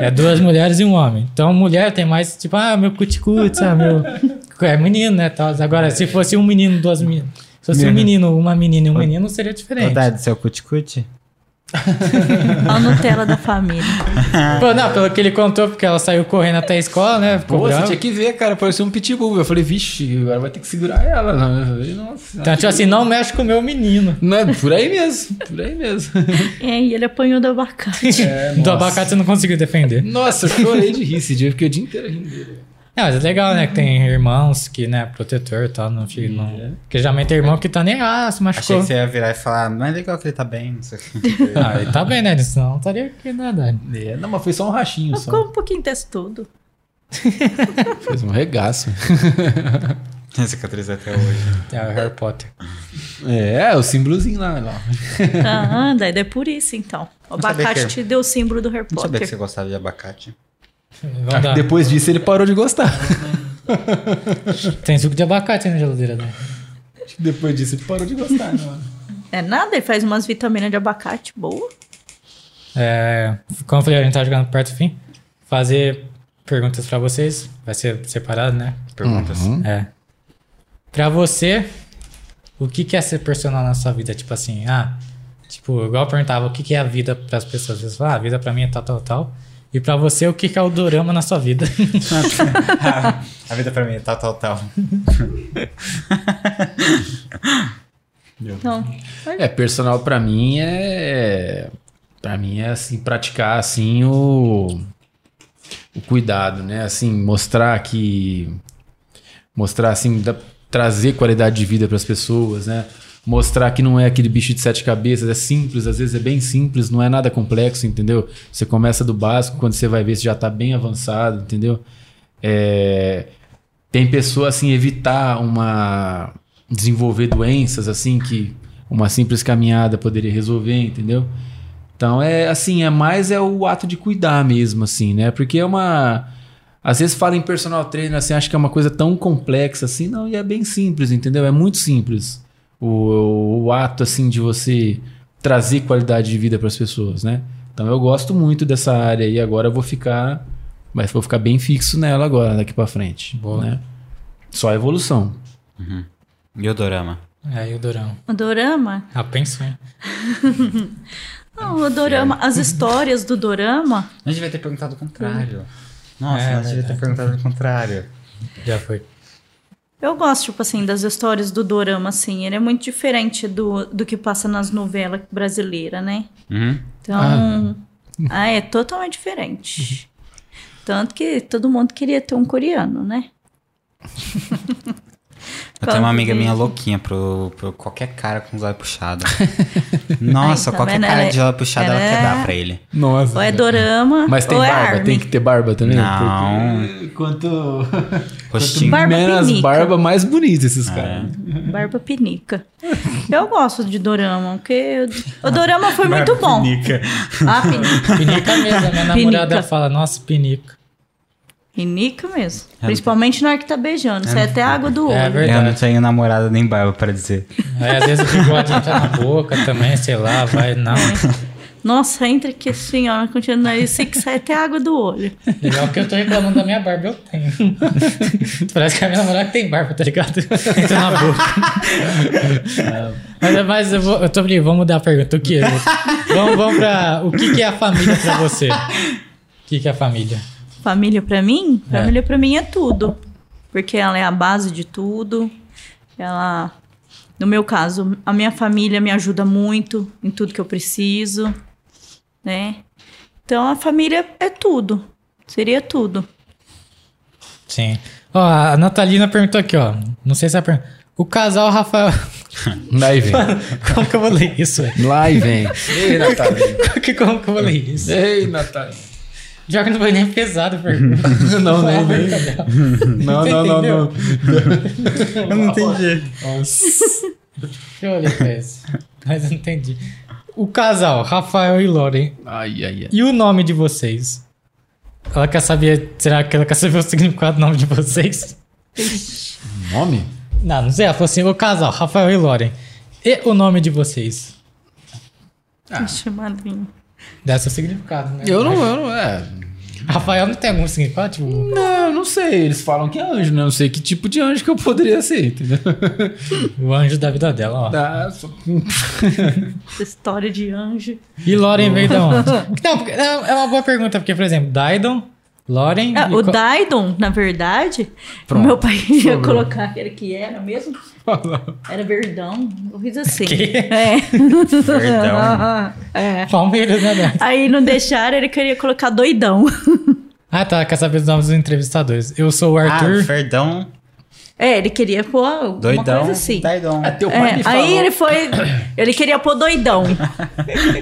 [SPEAKER 1] É duas mulheres e um homem. Então, mulher tem mais, tipo, ah, meu cuticute, ah, meu. É menino, né? Tal. Agora, se fosse um menino, duas meninas. Se fosse um menino, uma menina e um menino, seria
[SPEAKER 2] Ô,
[SPEAKER 1] diferente.
[SPEAKER 2] Dado, seu cuticute?
[SPEAKER 4] A Nutella da família.
[SPEAKER 3] Ah.
[SPEAKER 1] Pô, não, pelo que ele contou, porque ela saiu correndo até a escola, né? Ficou
[SPEAKER 3] Pô, você
[SPEAKER 1] brava.
[SPEAKER 3] tinha que ver, cara. Parecia um pitbull. Eu falei, vixe, agora vai ter que segurar ela. né? Eu falei, Nossa.
[SPEAKER 1] Então, tipo assim, não mexe com o meu menino.
[SPEAKER 3] Não é por aí mesmo, por aí mesmo.
[SPEAKER 4] É, e ele apanhou do abacate.
[SPEAKER 1] Do
[SPEAKER 3] É, nossa.
[SPEAKER 1] abacate eu não conseguiu defender.
[SPEAKER 3] Nossa, eu chorei de rir esse dia, eu fiquei o dia inteiro rindo dele.
[SPEAKER 1] É, mas é legal, né? Que tem irmãos que, né, protetor e tal, não fica.
[SPEAKER 3] É.
[SPEAKER 1] Não... Porque geralmente tem irmão que tá nem, ah, se
[SPEAKER 2] Achei
[SPEAKER 1] machucou.
[SPEAKER 2] que você ia virar e falar, não é legal que ele tá bem, não sei o que.
[SPEAKER 1] Ah, ele tá bem, né? Senão não estaria aqui, né, Dani?
[SPEAKER 3] É, não, mas foi só um rachinho
[SPEAKER 4] Mas
[SPEAKER 3] só.
[SPEAKER 4] Ficou um pouquinho testudo.
[SPEAKER 3] Fez um regaço.
[SPEAKER 2] Tem cicatriz até hoje.
[SPEAKER 1] É o Harry Potter.
[SPEAKER 3] É, o símbolozinho lá. lá.
[SPEAKER 4] Ah, daí é por isso, então. O
[SPEAKER 2] Não sabia
[SPEAKER 4] abacate
[SPEAKER 2] que-
[SPEAKER 4] te deu o símbolo do Harry
[SPEAKER 2] Não sabia que
[SPEAKER 4] Potter.
[SPEAKER 2] você gostava de abacate.
[SPEAKER 1] Vamos dar.
[SPEAKER 3] Ah, Depois disso ele parou de gostar.
[SPEAKER 1] Tem suco de abacate aí na geladeira, né?
[SPEAKER 3] Acho que Depois disso ele parou de gostar, né, mano?
[SPEAKER 4] É nada, ele faz umas vitaminas de abacate boa.
[SPEAKER 1] É, como eu falei, a gente tá jogando perto do fim. Fazer perguntas pra vocês. Vai ser separado, né?
[SPEAKER 2] Perguntas.
[SPEAKER 1] É. Pra você, o que que é ser personal na sua vida? Tipo assim, ah, tipo, igual eu perguntava, o que que é a vida pras pessoas? Vocês falam, ah, a vida pra mim é tal, tal, tal. E pra você, o que que é o dorama na sua vida?
[SPEAKER 2] A vida pra mim é tal, tal, tal.
[SPEAKER 4] Então,
[SPEAKER 3] É, personal pra mim é. Pra mim é assim, praticar assim o. O cuidado, né? Assim, mostrar que. Mostrar assim, da- trazer qualidade de vida pras pessoas, né? Mostrar que não é aquele bicho de sete cabeças, é simples, às vezes é bem simples, não é nada complexo, entendeu? Você começa do básico, quando você vai ver, você já tá bem avançado, entendeu? É, tem pessoa assim evitar uma desenvolver doenças assim que uma simples caminhada poderia resolver, entendeu? Então é assim, é mais é o ato de cuidar mesmo assim, né? Porque é uma às vezes fala em personal trainer assim, acha que é uma coisa tão complexa assim, não, e é bem simples, entendeu? É muito simples. O, o ato assim de você trazer qualidade de vida para as pessoas, né? Então eu gosto muito dessa área e agora eu vou ficar, mas vou ficar bem fixo nela agora daqui para frente,
[SPEAKER 1] Boa.
[SPEAKER 3] né? Só evolução.
[SPEAKER 2] E o dorama?
[SPEAKER 1] Aí É, o dorama.
[SPEAKER 4] o dorama.
[SPEAKER 1] Ah, pensa, hein?
[SPEAKER 4] Não, o dorama, as histórias do dorama.
[SPEAKER 2] Não devia ter perguntado o contrário. Nossa,
[SPEAKER 1] É,
[SPEAKER 2] não devia ter
[SPEAKER 1] verdade.
[SPEAKER 2] perguntado o contrário.
[SPEAKER 1] Já foi.
[SPEAKER 4] Eu gosto, tipo assim, das histórias do dorama, assim. Ele é muito diferente do, do que passa nas novelas brasileiras, né?
[SPEAKER 2] Uhum.
[SPEAKER 4] Então, ah. é totalmente diferente.
[SPEAKER 3] Uhum.
[SPEAKER 4] Tanto que todo mundo queria ter um coreano, né?
[SPEAKER 2] Eu tenho uma amiga
[SPEAKER 4] Quando-
[SPEAKER 2] minha louquinha pro, pro qualquer cara com os olhos puxados. Nossa,
[SPEAKER 4] Ai, tá
[SPEAKER 2] qualquer
[SPEAKER 4] vendo?
[SPEAKER 2] cara
[SPEAKER 4] Ela é-
[SPEAKER 2] de olho puxado ela
[SPEAKER 4] ela
[SPEAKER 2] quer
[SPEAKER 4] é-
[SPEAKER 2] dar pra ele.
[SPEAKER 3] Nossa.
[SPEAKER 4] Ou é dorama,
[SPEAKER 3] Mas tem
[SPEAKER 4] ou é
[SPEAKER 3] barba,
[SPEAKER 4] army.
[SPEAKER 3] tem que ter barba também?
[SPEAKER 2] Não.
[SPEAKER 3] Porque Quanto
[SPEAKER 2] Rostinho.
[SPEAKER 4] Barba
[SPEAKER 3] menos
[SPEAKER 4] pinica.
[SPEAKER 3] barba, mais bonito esses caras.
[SPEAKER 4] Barba pinica. Eu gosto de dorama, porque o dorama foi muito bom.
[SPEAKER 2] Nica.
[SPEAKER 4] Ah, pinica.
[SPEAKER 1] Pinica mesmo, a minha namorada
[SPEAKER 4] Pinica.
[SPEAKER 1] fala, nossa, pinica.
[SPEAKER 4] Pinica mesmo.
[SPEAKER 3] É,
[SPEAKER 4] Principalmente na hora que tá beijando. Sai até a água do olho.
[SPEAKER 1] É verdade.
[SPEAKER 2] Eu não tenho namorada nem barba pra dizer.
[SPEAKER 1] Aí às vezes o bigode entra na boca também, sei lá, vai, não.
[SPEAKER 4] Nossa, entra aqui assim, ó. Continua aí, sei que sai até a água do olho.
[SPEAKER 1] Legal que eu tô reclamando da minha barba, eu tenho. Parece que é a minha namorada tem barba, tá ligado? Entra na boca. Mas, é mais, eu, vou, eu tô brincando, vamos mudar a pergunta. O que? é Vamos, vamos pra. O que, que é a família pra você? O que, que é a família?
[SPEAKER 4] Família pra mim? Família pra mim é tudo. Porque ela é a base de tudo. Ela, no meu caso, a minha família me ajuda muito em tudo que eu preciso, né? Então a família é tudo. Seria tudo.
[SPEAKER 1] Sim. Ó, a Natalina perguntou aqui, ó. Não sei se é a pergunta. O casal Rafael.
[SPEAKER 3] Daí vem.
[SPEAKER 1] Como que eu vou ler isso, velho?
[SPEAKER 3] Lá e vem. Ei, Natália.
[SPEAKER 1] Como que eu vou ler isso?
[SPEAKER 3] Ei, Natália.
[SPEAKER 1] Já que não foi nem pesado, a pergunta.
[SPEAKER 3] Não, né? Não,
[SPEAKER 1] Você
[SPEAKER 3] não, não, não.
[SPEAKER 2] Eu não entendi.
[SPEAKER 1] Deixa eu olhar pra esse. Mas eu não entendi. O casal, Rafael e Loren.
[SPEAKER 3] Ai, ai, ai.
[SPEAKER 1] E o nome de vocês? Ela quer saber. Será que ela quer saber o significado do nome de vocês?
[SPEAKER 3] Nome?
[SPEAKER 1] Não, não sei. Ela falou assim: o casal, Rafael e Loren. E o nome de vocês?
[SPEAKER 4] Ixi, madrinha.
[SPEAKER 1] Dá seu significado, né?
[SPEAKER 3] Eu não, eu não, é.
[SPEAKER 1] Rafael não tem algum tipo, significativo?
[SPEAKER 3] Não, eu não sei. Eles falam que é anjo, né? Eu não sei que tipo de anjo que eu poderia ser, entendeu?
[SPEAKER 1] O anjo da vida dela, ó.
[SPEAKER 3] Tá, só-
[SPEAKER 4] Essa história de anjo.
[SPEAKER 1] E Loren veio da onde? Não, porque- não, é uma boa pergunta, porque, por exemplo, Daidon, Loren.
[SPEAKER 4] Ah,
[SPEAKER 1] e
[SPEAKER 4] o
[SPEAKER 1] co-
[SPEAKER 4] Daidon, na verdade, o
[SPEAKER 3] Pronto,
[SPEAKER 4] meu pai ia
[SPEAKER 3] sobrou.
[SPEAKER 4] colocar que era que era mesmo. Era verdão. Eu fiz assim. É.
[SPEAKER 2] Perdão.
[SPEAKER 4] é.
[SPEAKER 1] Palmeiras, né, Daidon?
[SPEAKER 4] Aí não deixaram, ele queria colocar doidão.
[SPEAKER 1] Ah, tá, quer saber os nomes dos entrevistadores. Eu sou o
[SPEAKER 2] Ah,
[SPEAKER 1] Arthur.
[SPEAKER 2] Ferdão,
[SPEAKER 4] É, ele queria pôr alguma
[SPEAKER 2] doidão,
[SPEAKER 4] coisa assim.
[SPEAKER 2] doidão.
[SPEAKER 3] Ah, teu
[SPEAKER 4] É,
[SPEAKER 3] pai me falou.
[SPEAKER 4] aí ele foi. Ele queria pôr doidão.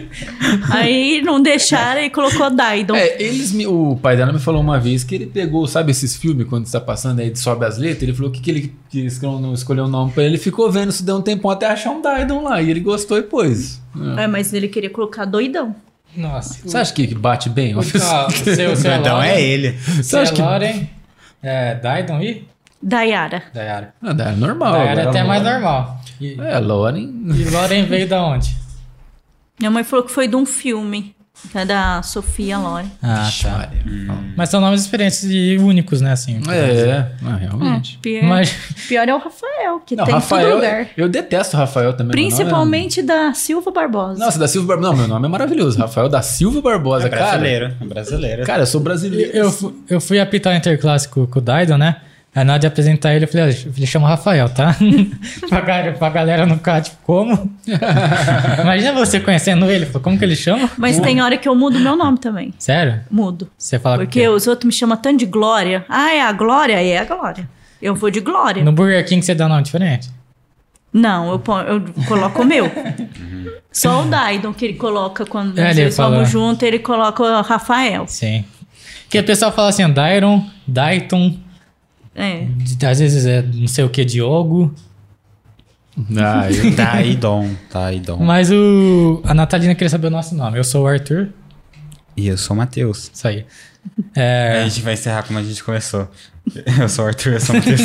[SPEAKER 4] aí não deixaram e colocou Daidon.
[SPEAKER 3] É, eles me, o pai dela me falou uma vez que ele pegou, sabe esses filmes quando está passando aí sobe as letras, ele falou que, que ele que eles não não escolheu o nome pra ele, ele ficou vendo isso deu um tempão até achar um Daidon lá e ele gostou e pôs. É.
[SPEAKER 4] É, mas ele queria colocar doidão.
[SPEAKER 1] Nossa.
[SPEAKER 3] Você acha que que bate bem? uma
[SPEAKER 1] Ah,
[SPEAKER 3] pessoa?
[SPEAKER 1] o seu, o seu é
[SPEAKER 2] Doidão
[SPEAKER 3] Então
[SPEAKER 1] Loren.
[SPEAKER 2] é ele.
[SPEAKER 1] Você
[SPEAKER 3] acha
[SPEAKER 1] é
[SPEAKER 3] que-
[SPEAKER 1] Loren. É, Daidon e
[SPEAKER 4] Dayara.
[SPEAKER 1] Dayara.
[SPEAKER 3] Ah, Daidon é normal.
[SPEAKER 1] Dayara é
[SPEAKER 3] agora
[SPEAKER 1] até mais
[SPEAKER 3] Lauren-
[SPEAKER 1] normal. E,
[SPEAKER 3] É, Lauren.
[SPEAKER 1] e Loren veio da onde?
[SPEAKER 4] Minha mãe falou que foi de um filme. que é da Sofia Loren.
[SPEAKER 1] Ah,
[SPEAKER 3] Vixe,
[SPEAKER 1] tá.
[SPEAKER 3] Maria.
[SPEAKER 1] Mas são nomes diferentes e únicos, né, assim.
[SPEAKER 3] É, ah, realmente.
[SPEAKER 4] Pior,
[SPEAKER 1] Mas
[SPEAKER 4] pior é o Rafael, que
[SPEAKER 3] Não,
[SPEAKER 4] tem em todo
[SPEAKER 3] Rafael,
[SPEAKER 4] lugar.
[SPEAKER 3] eu detesto o Rafael também. meu nome é-
[SPEAKER 4] Principalmente da Silva Barbosa.
[SPEAKER 3] Nossa, da Silva Barbosa. Não, meu nome é maravilhoso. Rafael da Silva Barbosa,
[SPEAKER 2] É
[SPEAKER 3] cara.
[SPEAKER 2] brasileiro, é brasileiro.
[SPEAKER 3] Cara, eu sou brasileiro.
[SPEAKER 1] eu, fu- eu fui apitar o Interclasse com, com o Daidon, né? Aí na hora de apresentar ele, eu falei, ó, ele chama Rafael, tá? pra, ga- pra galera não ficar, tipo, como? Imagina você conhecendo ele, falou, como que ele chama?
[SPEAKER 4] Mas tem hora que eu mudo meu nome também.
[SPEAKER 1] Sério?
[SPEAKER 4] Mudo.
[SPEAKER 1] Você fala com
[SPEAKER 4] Porque
[SPEAKER 1] quem?
[SPEAKER 4] os outros me chamam tanto de Glória. Ah, é a Glória? É a Glória. Eu vou de Glória.
[SPEAKER 1] No Burger King você dá um nome diferente?
[SPEAKER 4] Não, eu, pon- eu coloco o meu. Só o Daidon que ele coloca quando
[SPEAKER 1] Uhum. É,
[SPEAKER 4] nós
[SPEAKER 1] ele
[SPEAKER 4] dois
[SPEAKER 1] fala.
[SPEAKER 4] vamos junto, ele coloca o Rafael.
[SPEAKER 1] Sim. Porque o pessoal fala assim, Dairon, Dayton,
[SPEAKER 4] É.
[SPEAKER 1] de- às vezes é não sei o que, Diogo.
[SPEAKER 3] Ah, eu-
[SPEAKER 2] Daidon, Daidon.
[SPEAKER 1] Mas o, a Natalina queria saber o nosso nome. Eu sou o Arthur.
[SPEAKER 2] E eu sou o Matheus.
[SPEAKER 1] Isso aí. É,
[SPEAKER 2] A gente vai encerrar como a gente começou. Eu sou o Arthur, eu sou o Matheus.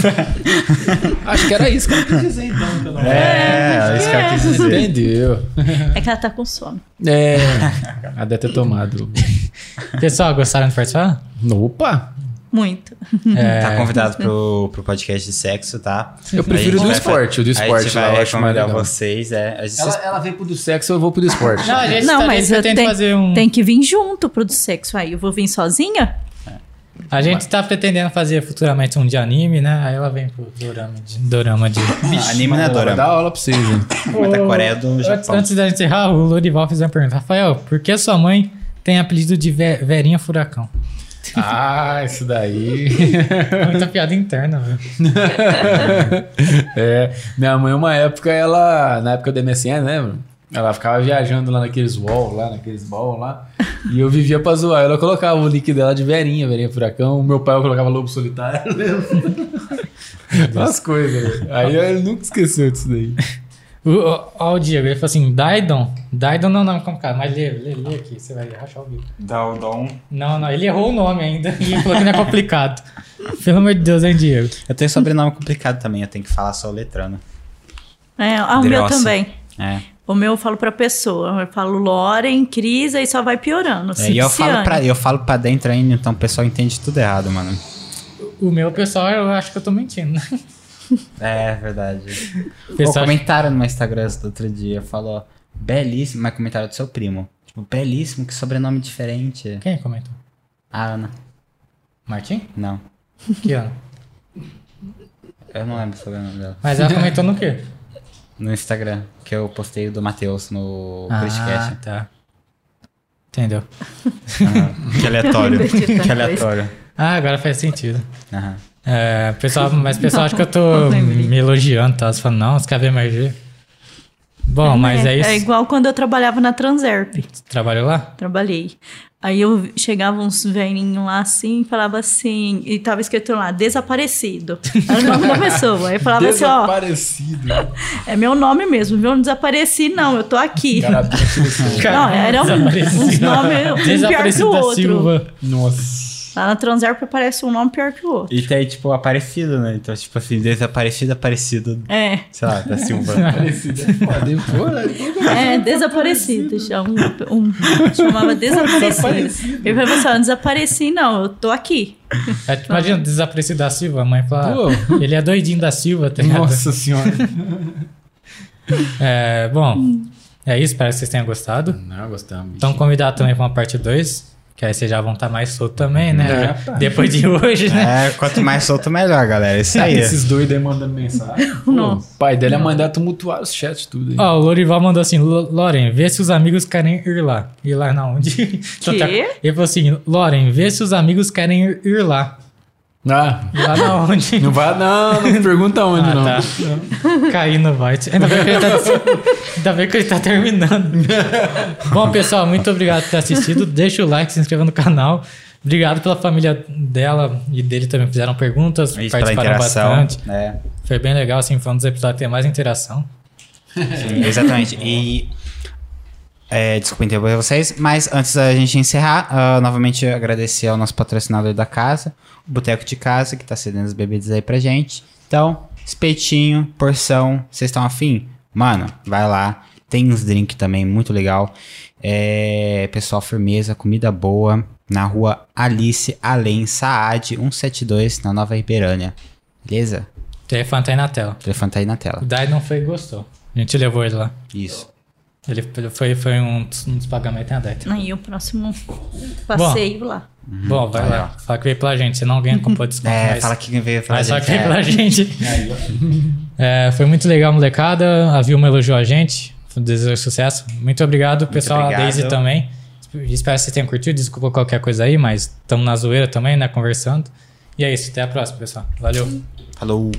[SPEAKER 3] Acho que era isso que eu quis dizer, então. que eu não-
[SPEAKER 2] é, isso que eu quis dizer.
[SPEAKER 3] Entendeu?
[SPEAKER 4] É que ela tá com sono.
[SPEAKER 3] É. A deve ter tomado.
[SPEAKER 1] pessoal, gostaram de participar?
[SPEAKER 3] Opa!
[SPEAKER 4] Muito.
[SPEAKER 1] É.
[SPEAKER 2] Tá convidado pro, pro podcast de sexo, tá?
[SPEAKER 3] Eu
[SPEAKER 2] A gente
[SPEAKER 3] prefiro o do
[SPEAKER 2] vai-
[SPEAKER 3] esporte, o do
[SPEAKER 2] A
[SPEAKER 3] esporte
[SPEAKER 2] gente
[SPEAKER 3] lá,
[SPEAKER 2] vai
[SPEAKER 3] eu acho mais
[SPEAKER 2] recomendar
[SPEAKER 3] legal.
[SPEAKER 2] vocês, é. A gente
[SPEAKER 3] Ela, ela veio pro do sexo, eu vou pro do esporte.
[SPEAKER 1] Não, a gente,
[SPEAKER 4] Não,
[SPEAKER 1] tá- a
[SPEAKER 4] mas
[SPEAKER 1] gente
[SPEAKER 4] eu
[SPEAKER 1] pretende
[SPEAKER 4] tenho,
[SPEAKER 1] fazer um.
[SPEAKER 4] tem que vir junto pro do sexo aí. Eu vou vir sozinha?
[SPEAKER 1] A gente tá pretendendo fazer futuramente um de anime, né? Aí ela vem pro dorama de. Dorama de...
[SPEAKER 2] Ah, anime na
[SPEAKER 3] Vai dar
[SPEAKER 2] Dorama.
[SPEAKER 3] aula pra vocês, hein?
[SPEAKER 2] Mas da Coreia do
[SPEAKER 1] antes,
[SPEAKER 2] Japão.
[SPEAKER 1] antes da gente encerrar, o Lorival fez uma pergunta. Rafael, por que sua mãe tem apelido de Ve- Verinha Furacão?
[SPEAKER 3] Ah, isso daí.
[SPEAKER 1] Muita piada interna, velho.
[SPEAKER 3] É, minha mãe, uma época, ela, na época do MSN, né? mano? Ela ficava viajando lá naqueles wall, lá naqueles ball lá. E eu vivia pra zoar. Ela colocava o link dela de verinha, verinha furacão. O meu pai eu colocava lobo solitário. eu lembro. As coisas. velho. Aí ele nunca esqueceu disso daí.
[SPEAKER 1] O- o- Ó, o Diego, ele falou assim: Daidon. Daidon não é nome complicado, mas lê, lê, lê aqui, você vai rachar o bico.
[SPEAKER 2] Daudon.
[SPEAKER 1] Não, não, ele errou o nome ainda e falou que não é complicado. Pelo amor de Deus, hein, Diego?
[SPEAKER 2] Eu tenho sobrenome complicado também, eu tenho que falar só letrando.
[SPEAKER 4] É, ah, o meu
[SPEAKER 2] Drossa.
[SPEAKER 4] também.
[SPEAKER 2] É.
[SPEAKER 4] O meu eu falo pra pessoa. Eu falo Loren, Cris, aí só vai piorando.
[SPEAKER 2] É, e eu falo,
[SPEAKER 4] Ciane.
[SPEAKER 2] pra, eu falo pra dentro ainda, então o pessoal entende tudo errado, mano.
[SPEAKER 1] O meu pessoal, eu acho que eu tô mentindo, né?
[SPEAKER 2] É, verdade.
[SPEAKER 1] O
[SPEAKER 2] Pô,
[SPEAKER 1] pessoal
[SPEAKER 2] comentaram no meu Instagram esse outro dia, falou, belíssimo, mas comentaram do seu primo. Tipo, belíssimo, que sobrenome diferente.
[SPEAKER 1] Quem é comentou?
[SPEAKER 2] A Ana.
[SPEAKER 1] Martim?
[SPEAKER 2] Não,
[SPEAKER 1] Que ano?
[SPEAKER 2] eu não lembro o sobrenome dela.
[SPEAKER 1] Mas ela comentou no quê?
[SPEAKER 2] No Instagram, que eu postei o do Matheus no
[SPEAKER 1] Ah,
[SPEAKER 2] podcast.
[SPEAKER 1] tá. Entendeu?
[SPEAKER 2] Que aleatório.
[SPEAKER 4] Eu não entendi
[SPEAKER 2] que
[SPEAKER 4] tanta
[SPEAKER 2] aleatório.
[SPEAKER 1] Ah, agora faz sentido.
[SPEAKER 2] Aham.
[SPEAKER 1] É, pessoal, mas o pessoal acha que eu
[SPEAKER 4] não
[SPEAKER 1] tô
[SPEAKER 4] lembrei.
[SPEAKER 1] me elogiando, tá? Você fala, não, os caras mais Bom, mas é, isso.
[SPEAKER 4] É igual quando eu trabalhava na Transerp.
[SPEAKER 1] Você trabalhou lá?
[SPEAKER 4] Trabalhei. Aí eu chegava uns velhinhos lá assim, falava assim, e tava escrito lá, desaparecido. Era o nome da pessoa. Aí eu falava assim, ó,
[SPEAKER 3] Desaparecido.
[SPEAKER 4] é meu nome mesmo, viu? Eu não desapareci, não, eu tô aqui.
[SPEAKER 3] Carabinha.
[SPEAKER 4] Não, era um,
[SPEAKER 1] Desaparecido.
[SPEAKER 4] uns nomes um pior que
[SPEAKER 1] Desaparecido
[SPEAKER 4] o
[SPEAKER 1] da
[SPEAKER 4] outro.
[SPEAKER 1] Silva.
[SPEAKER 3] Nossa.
[SPEAKER 4] Lá na Transerp parece um nome pior que o outro.
[SPEAKER 2] E tem, tipo, aparecido, né? Então, tipo assim, desaparecido, aparecido,
[SPEAKER 4] É,
[SPEAKER 2] sei lá, da Silva.
[SPEAKER 3] Parecida. Depois,
[SPEAKER 4] é desaparecido. Chama, um, chamava desaparecido. Eu falei assim, "Ó, não desapareci não, eu tô aqui.
[SPEAKER 1] É, tipo, imagina,
[SPEAKER 4] Tá.
[SPEAKER 1] desaparecido da Silva, a mãe fala.
[SPEAKER 3] Pô.
[SPEAKER 1] Ele é doidinho da Silva, tá ligado?
[SPEAKER 3] Nossa senhora.
[SPEAKER 1] É, bom, é isso, espero que vocês tenham gostado.
[SPEAKER 3] Não, gostamos.
[SPEAKER 1] Então, convidar também pra uma parte 2, que aí vocês já vão estar mais solto também, né?
[SPEAKER 3] É,
[SPEAKER 1] Já-
[SPEAKER 3] pá.
[SPEAKER 1] Depois de hoje, né?
[SPEAKER 2] É, quanto mais solto, melhor, galera. Isso
[SPEAKER 1] é?
[SPEAKER 2] aí.
[SPEAKER 3] Esses dois aí mandando mensagem. Pô,
[SPEAKER 4] Nossa.
[SPEAKER 3] O pai dela ia mandar tumultuar os chats tudo aí.
[SPEAKER 1] Ó, o Lorival mandou assim, "Lo- Loren, vê se os amigos querem ir lá. Ir lá na onde? Então tá-
[SPEAKER 4] Quê?
[SPEAKER 1] Ele falou assim, Loren, vê se os amigos querem ir, ir lá.
[SPEAKER 3] Ah,
[SPEAKER 1] Ir lá na onde?
[SPEAKER 3] não vai, não, não pergunta onde,
[SPEAKER 1] Ah,
[SPEAKER 3] não.
[SPEAKER 1] tá. Cair no Void. Ainda bem que ele tá, ainda bem que ele tá terminando. Bom, pessoal, muito obrigado por ter assistido. Deixa o like, se inscreva no canal. Obrigado pela família dela e dele também fizeram perguntas,
[SPEAKER 2] Isso, pela
[SPEAKER 1] participaram
[SPEAKER 2] interação.
[SPEAKER 1] bastante.
[SPEAKER 2] né?
[SPEAKER 1] Foi bem legal, assim, foi um dos episódios que tem mais interação.
[SPEAKER 2] Sim, exatamente. E. É, desculpa interromper vocês, mas antes da gente encerrar, ah, novamente agradecer ao nosso patrocinador da casa, o Boteco de Casa, que tá cedendo as bebidas aí pra gente. Então, espetinho, porção, vocês estão afim? Mano, vai lá. Tem uns drink também, muito legal. É, pessoal, firmeza, comida boa, na rua Alice Além Saad 172, na Nova Ribeirânia. Beleza?
[SPEAKER 1] O telefone tá aí na tela.
[SPEAKER 2] O telefone tá aí na
[SPEAKER 1] O
[SPEAKER 2] tela.
[SPEAKER 1] Dai não foi e gostou. A gente levou ele lá.
[SPEAKER 2] Isso.
[SPEAKER 1] Ele ele foi, foi um, dos- um dos pagamentos na Dai.
[SPEAKER 4] Aí o próximo passeio lá.
[SPEAKER 1] Bom, vai
[SPEAKER 2] Tá
[SPEAKER 1] lá. Fala que veio pela gente, senão alguém comprou desconto.
[SPEAKER 2] É,
[SPEAKER 1] mas-
[SPEAKER 2] fala que veio falar
[SPEAKER 1] Mas só
[SPEAKER 2] gente,
[SPEAKER 1] que
[SPEAKER 2] é.
[SPEAKER 1] pra gente. É, foi muito legal, molecada. A Vilma elogiou a gente. um Desejo sucesso. Muito obrigado, pessoal.
[SPEAKER 2] obrigado.
[SPEAKER 1] A Daisy também. Espero que vocês tenham curtido. Desculpa qualquer coisa aí, mas estamos na zoeira também, né? Conversando. E é isso. Até a próxima, pessoal. Valeu.
[SPEAKER 2] Falou.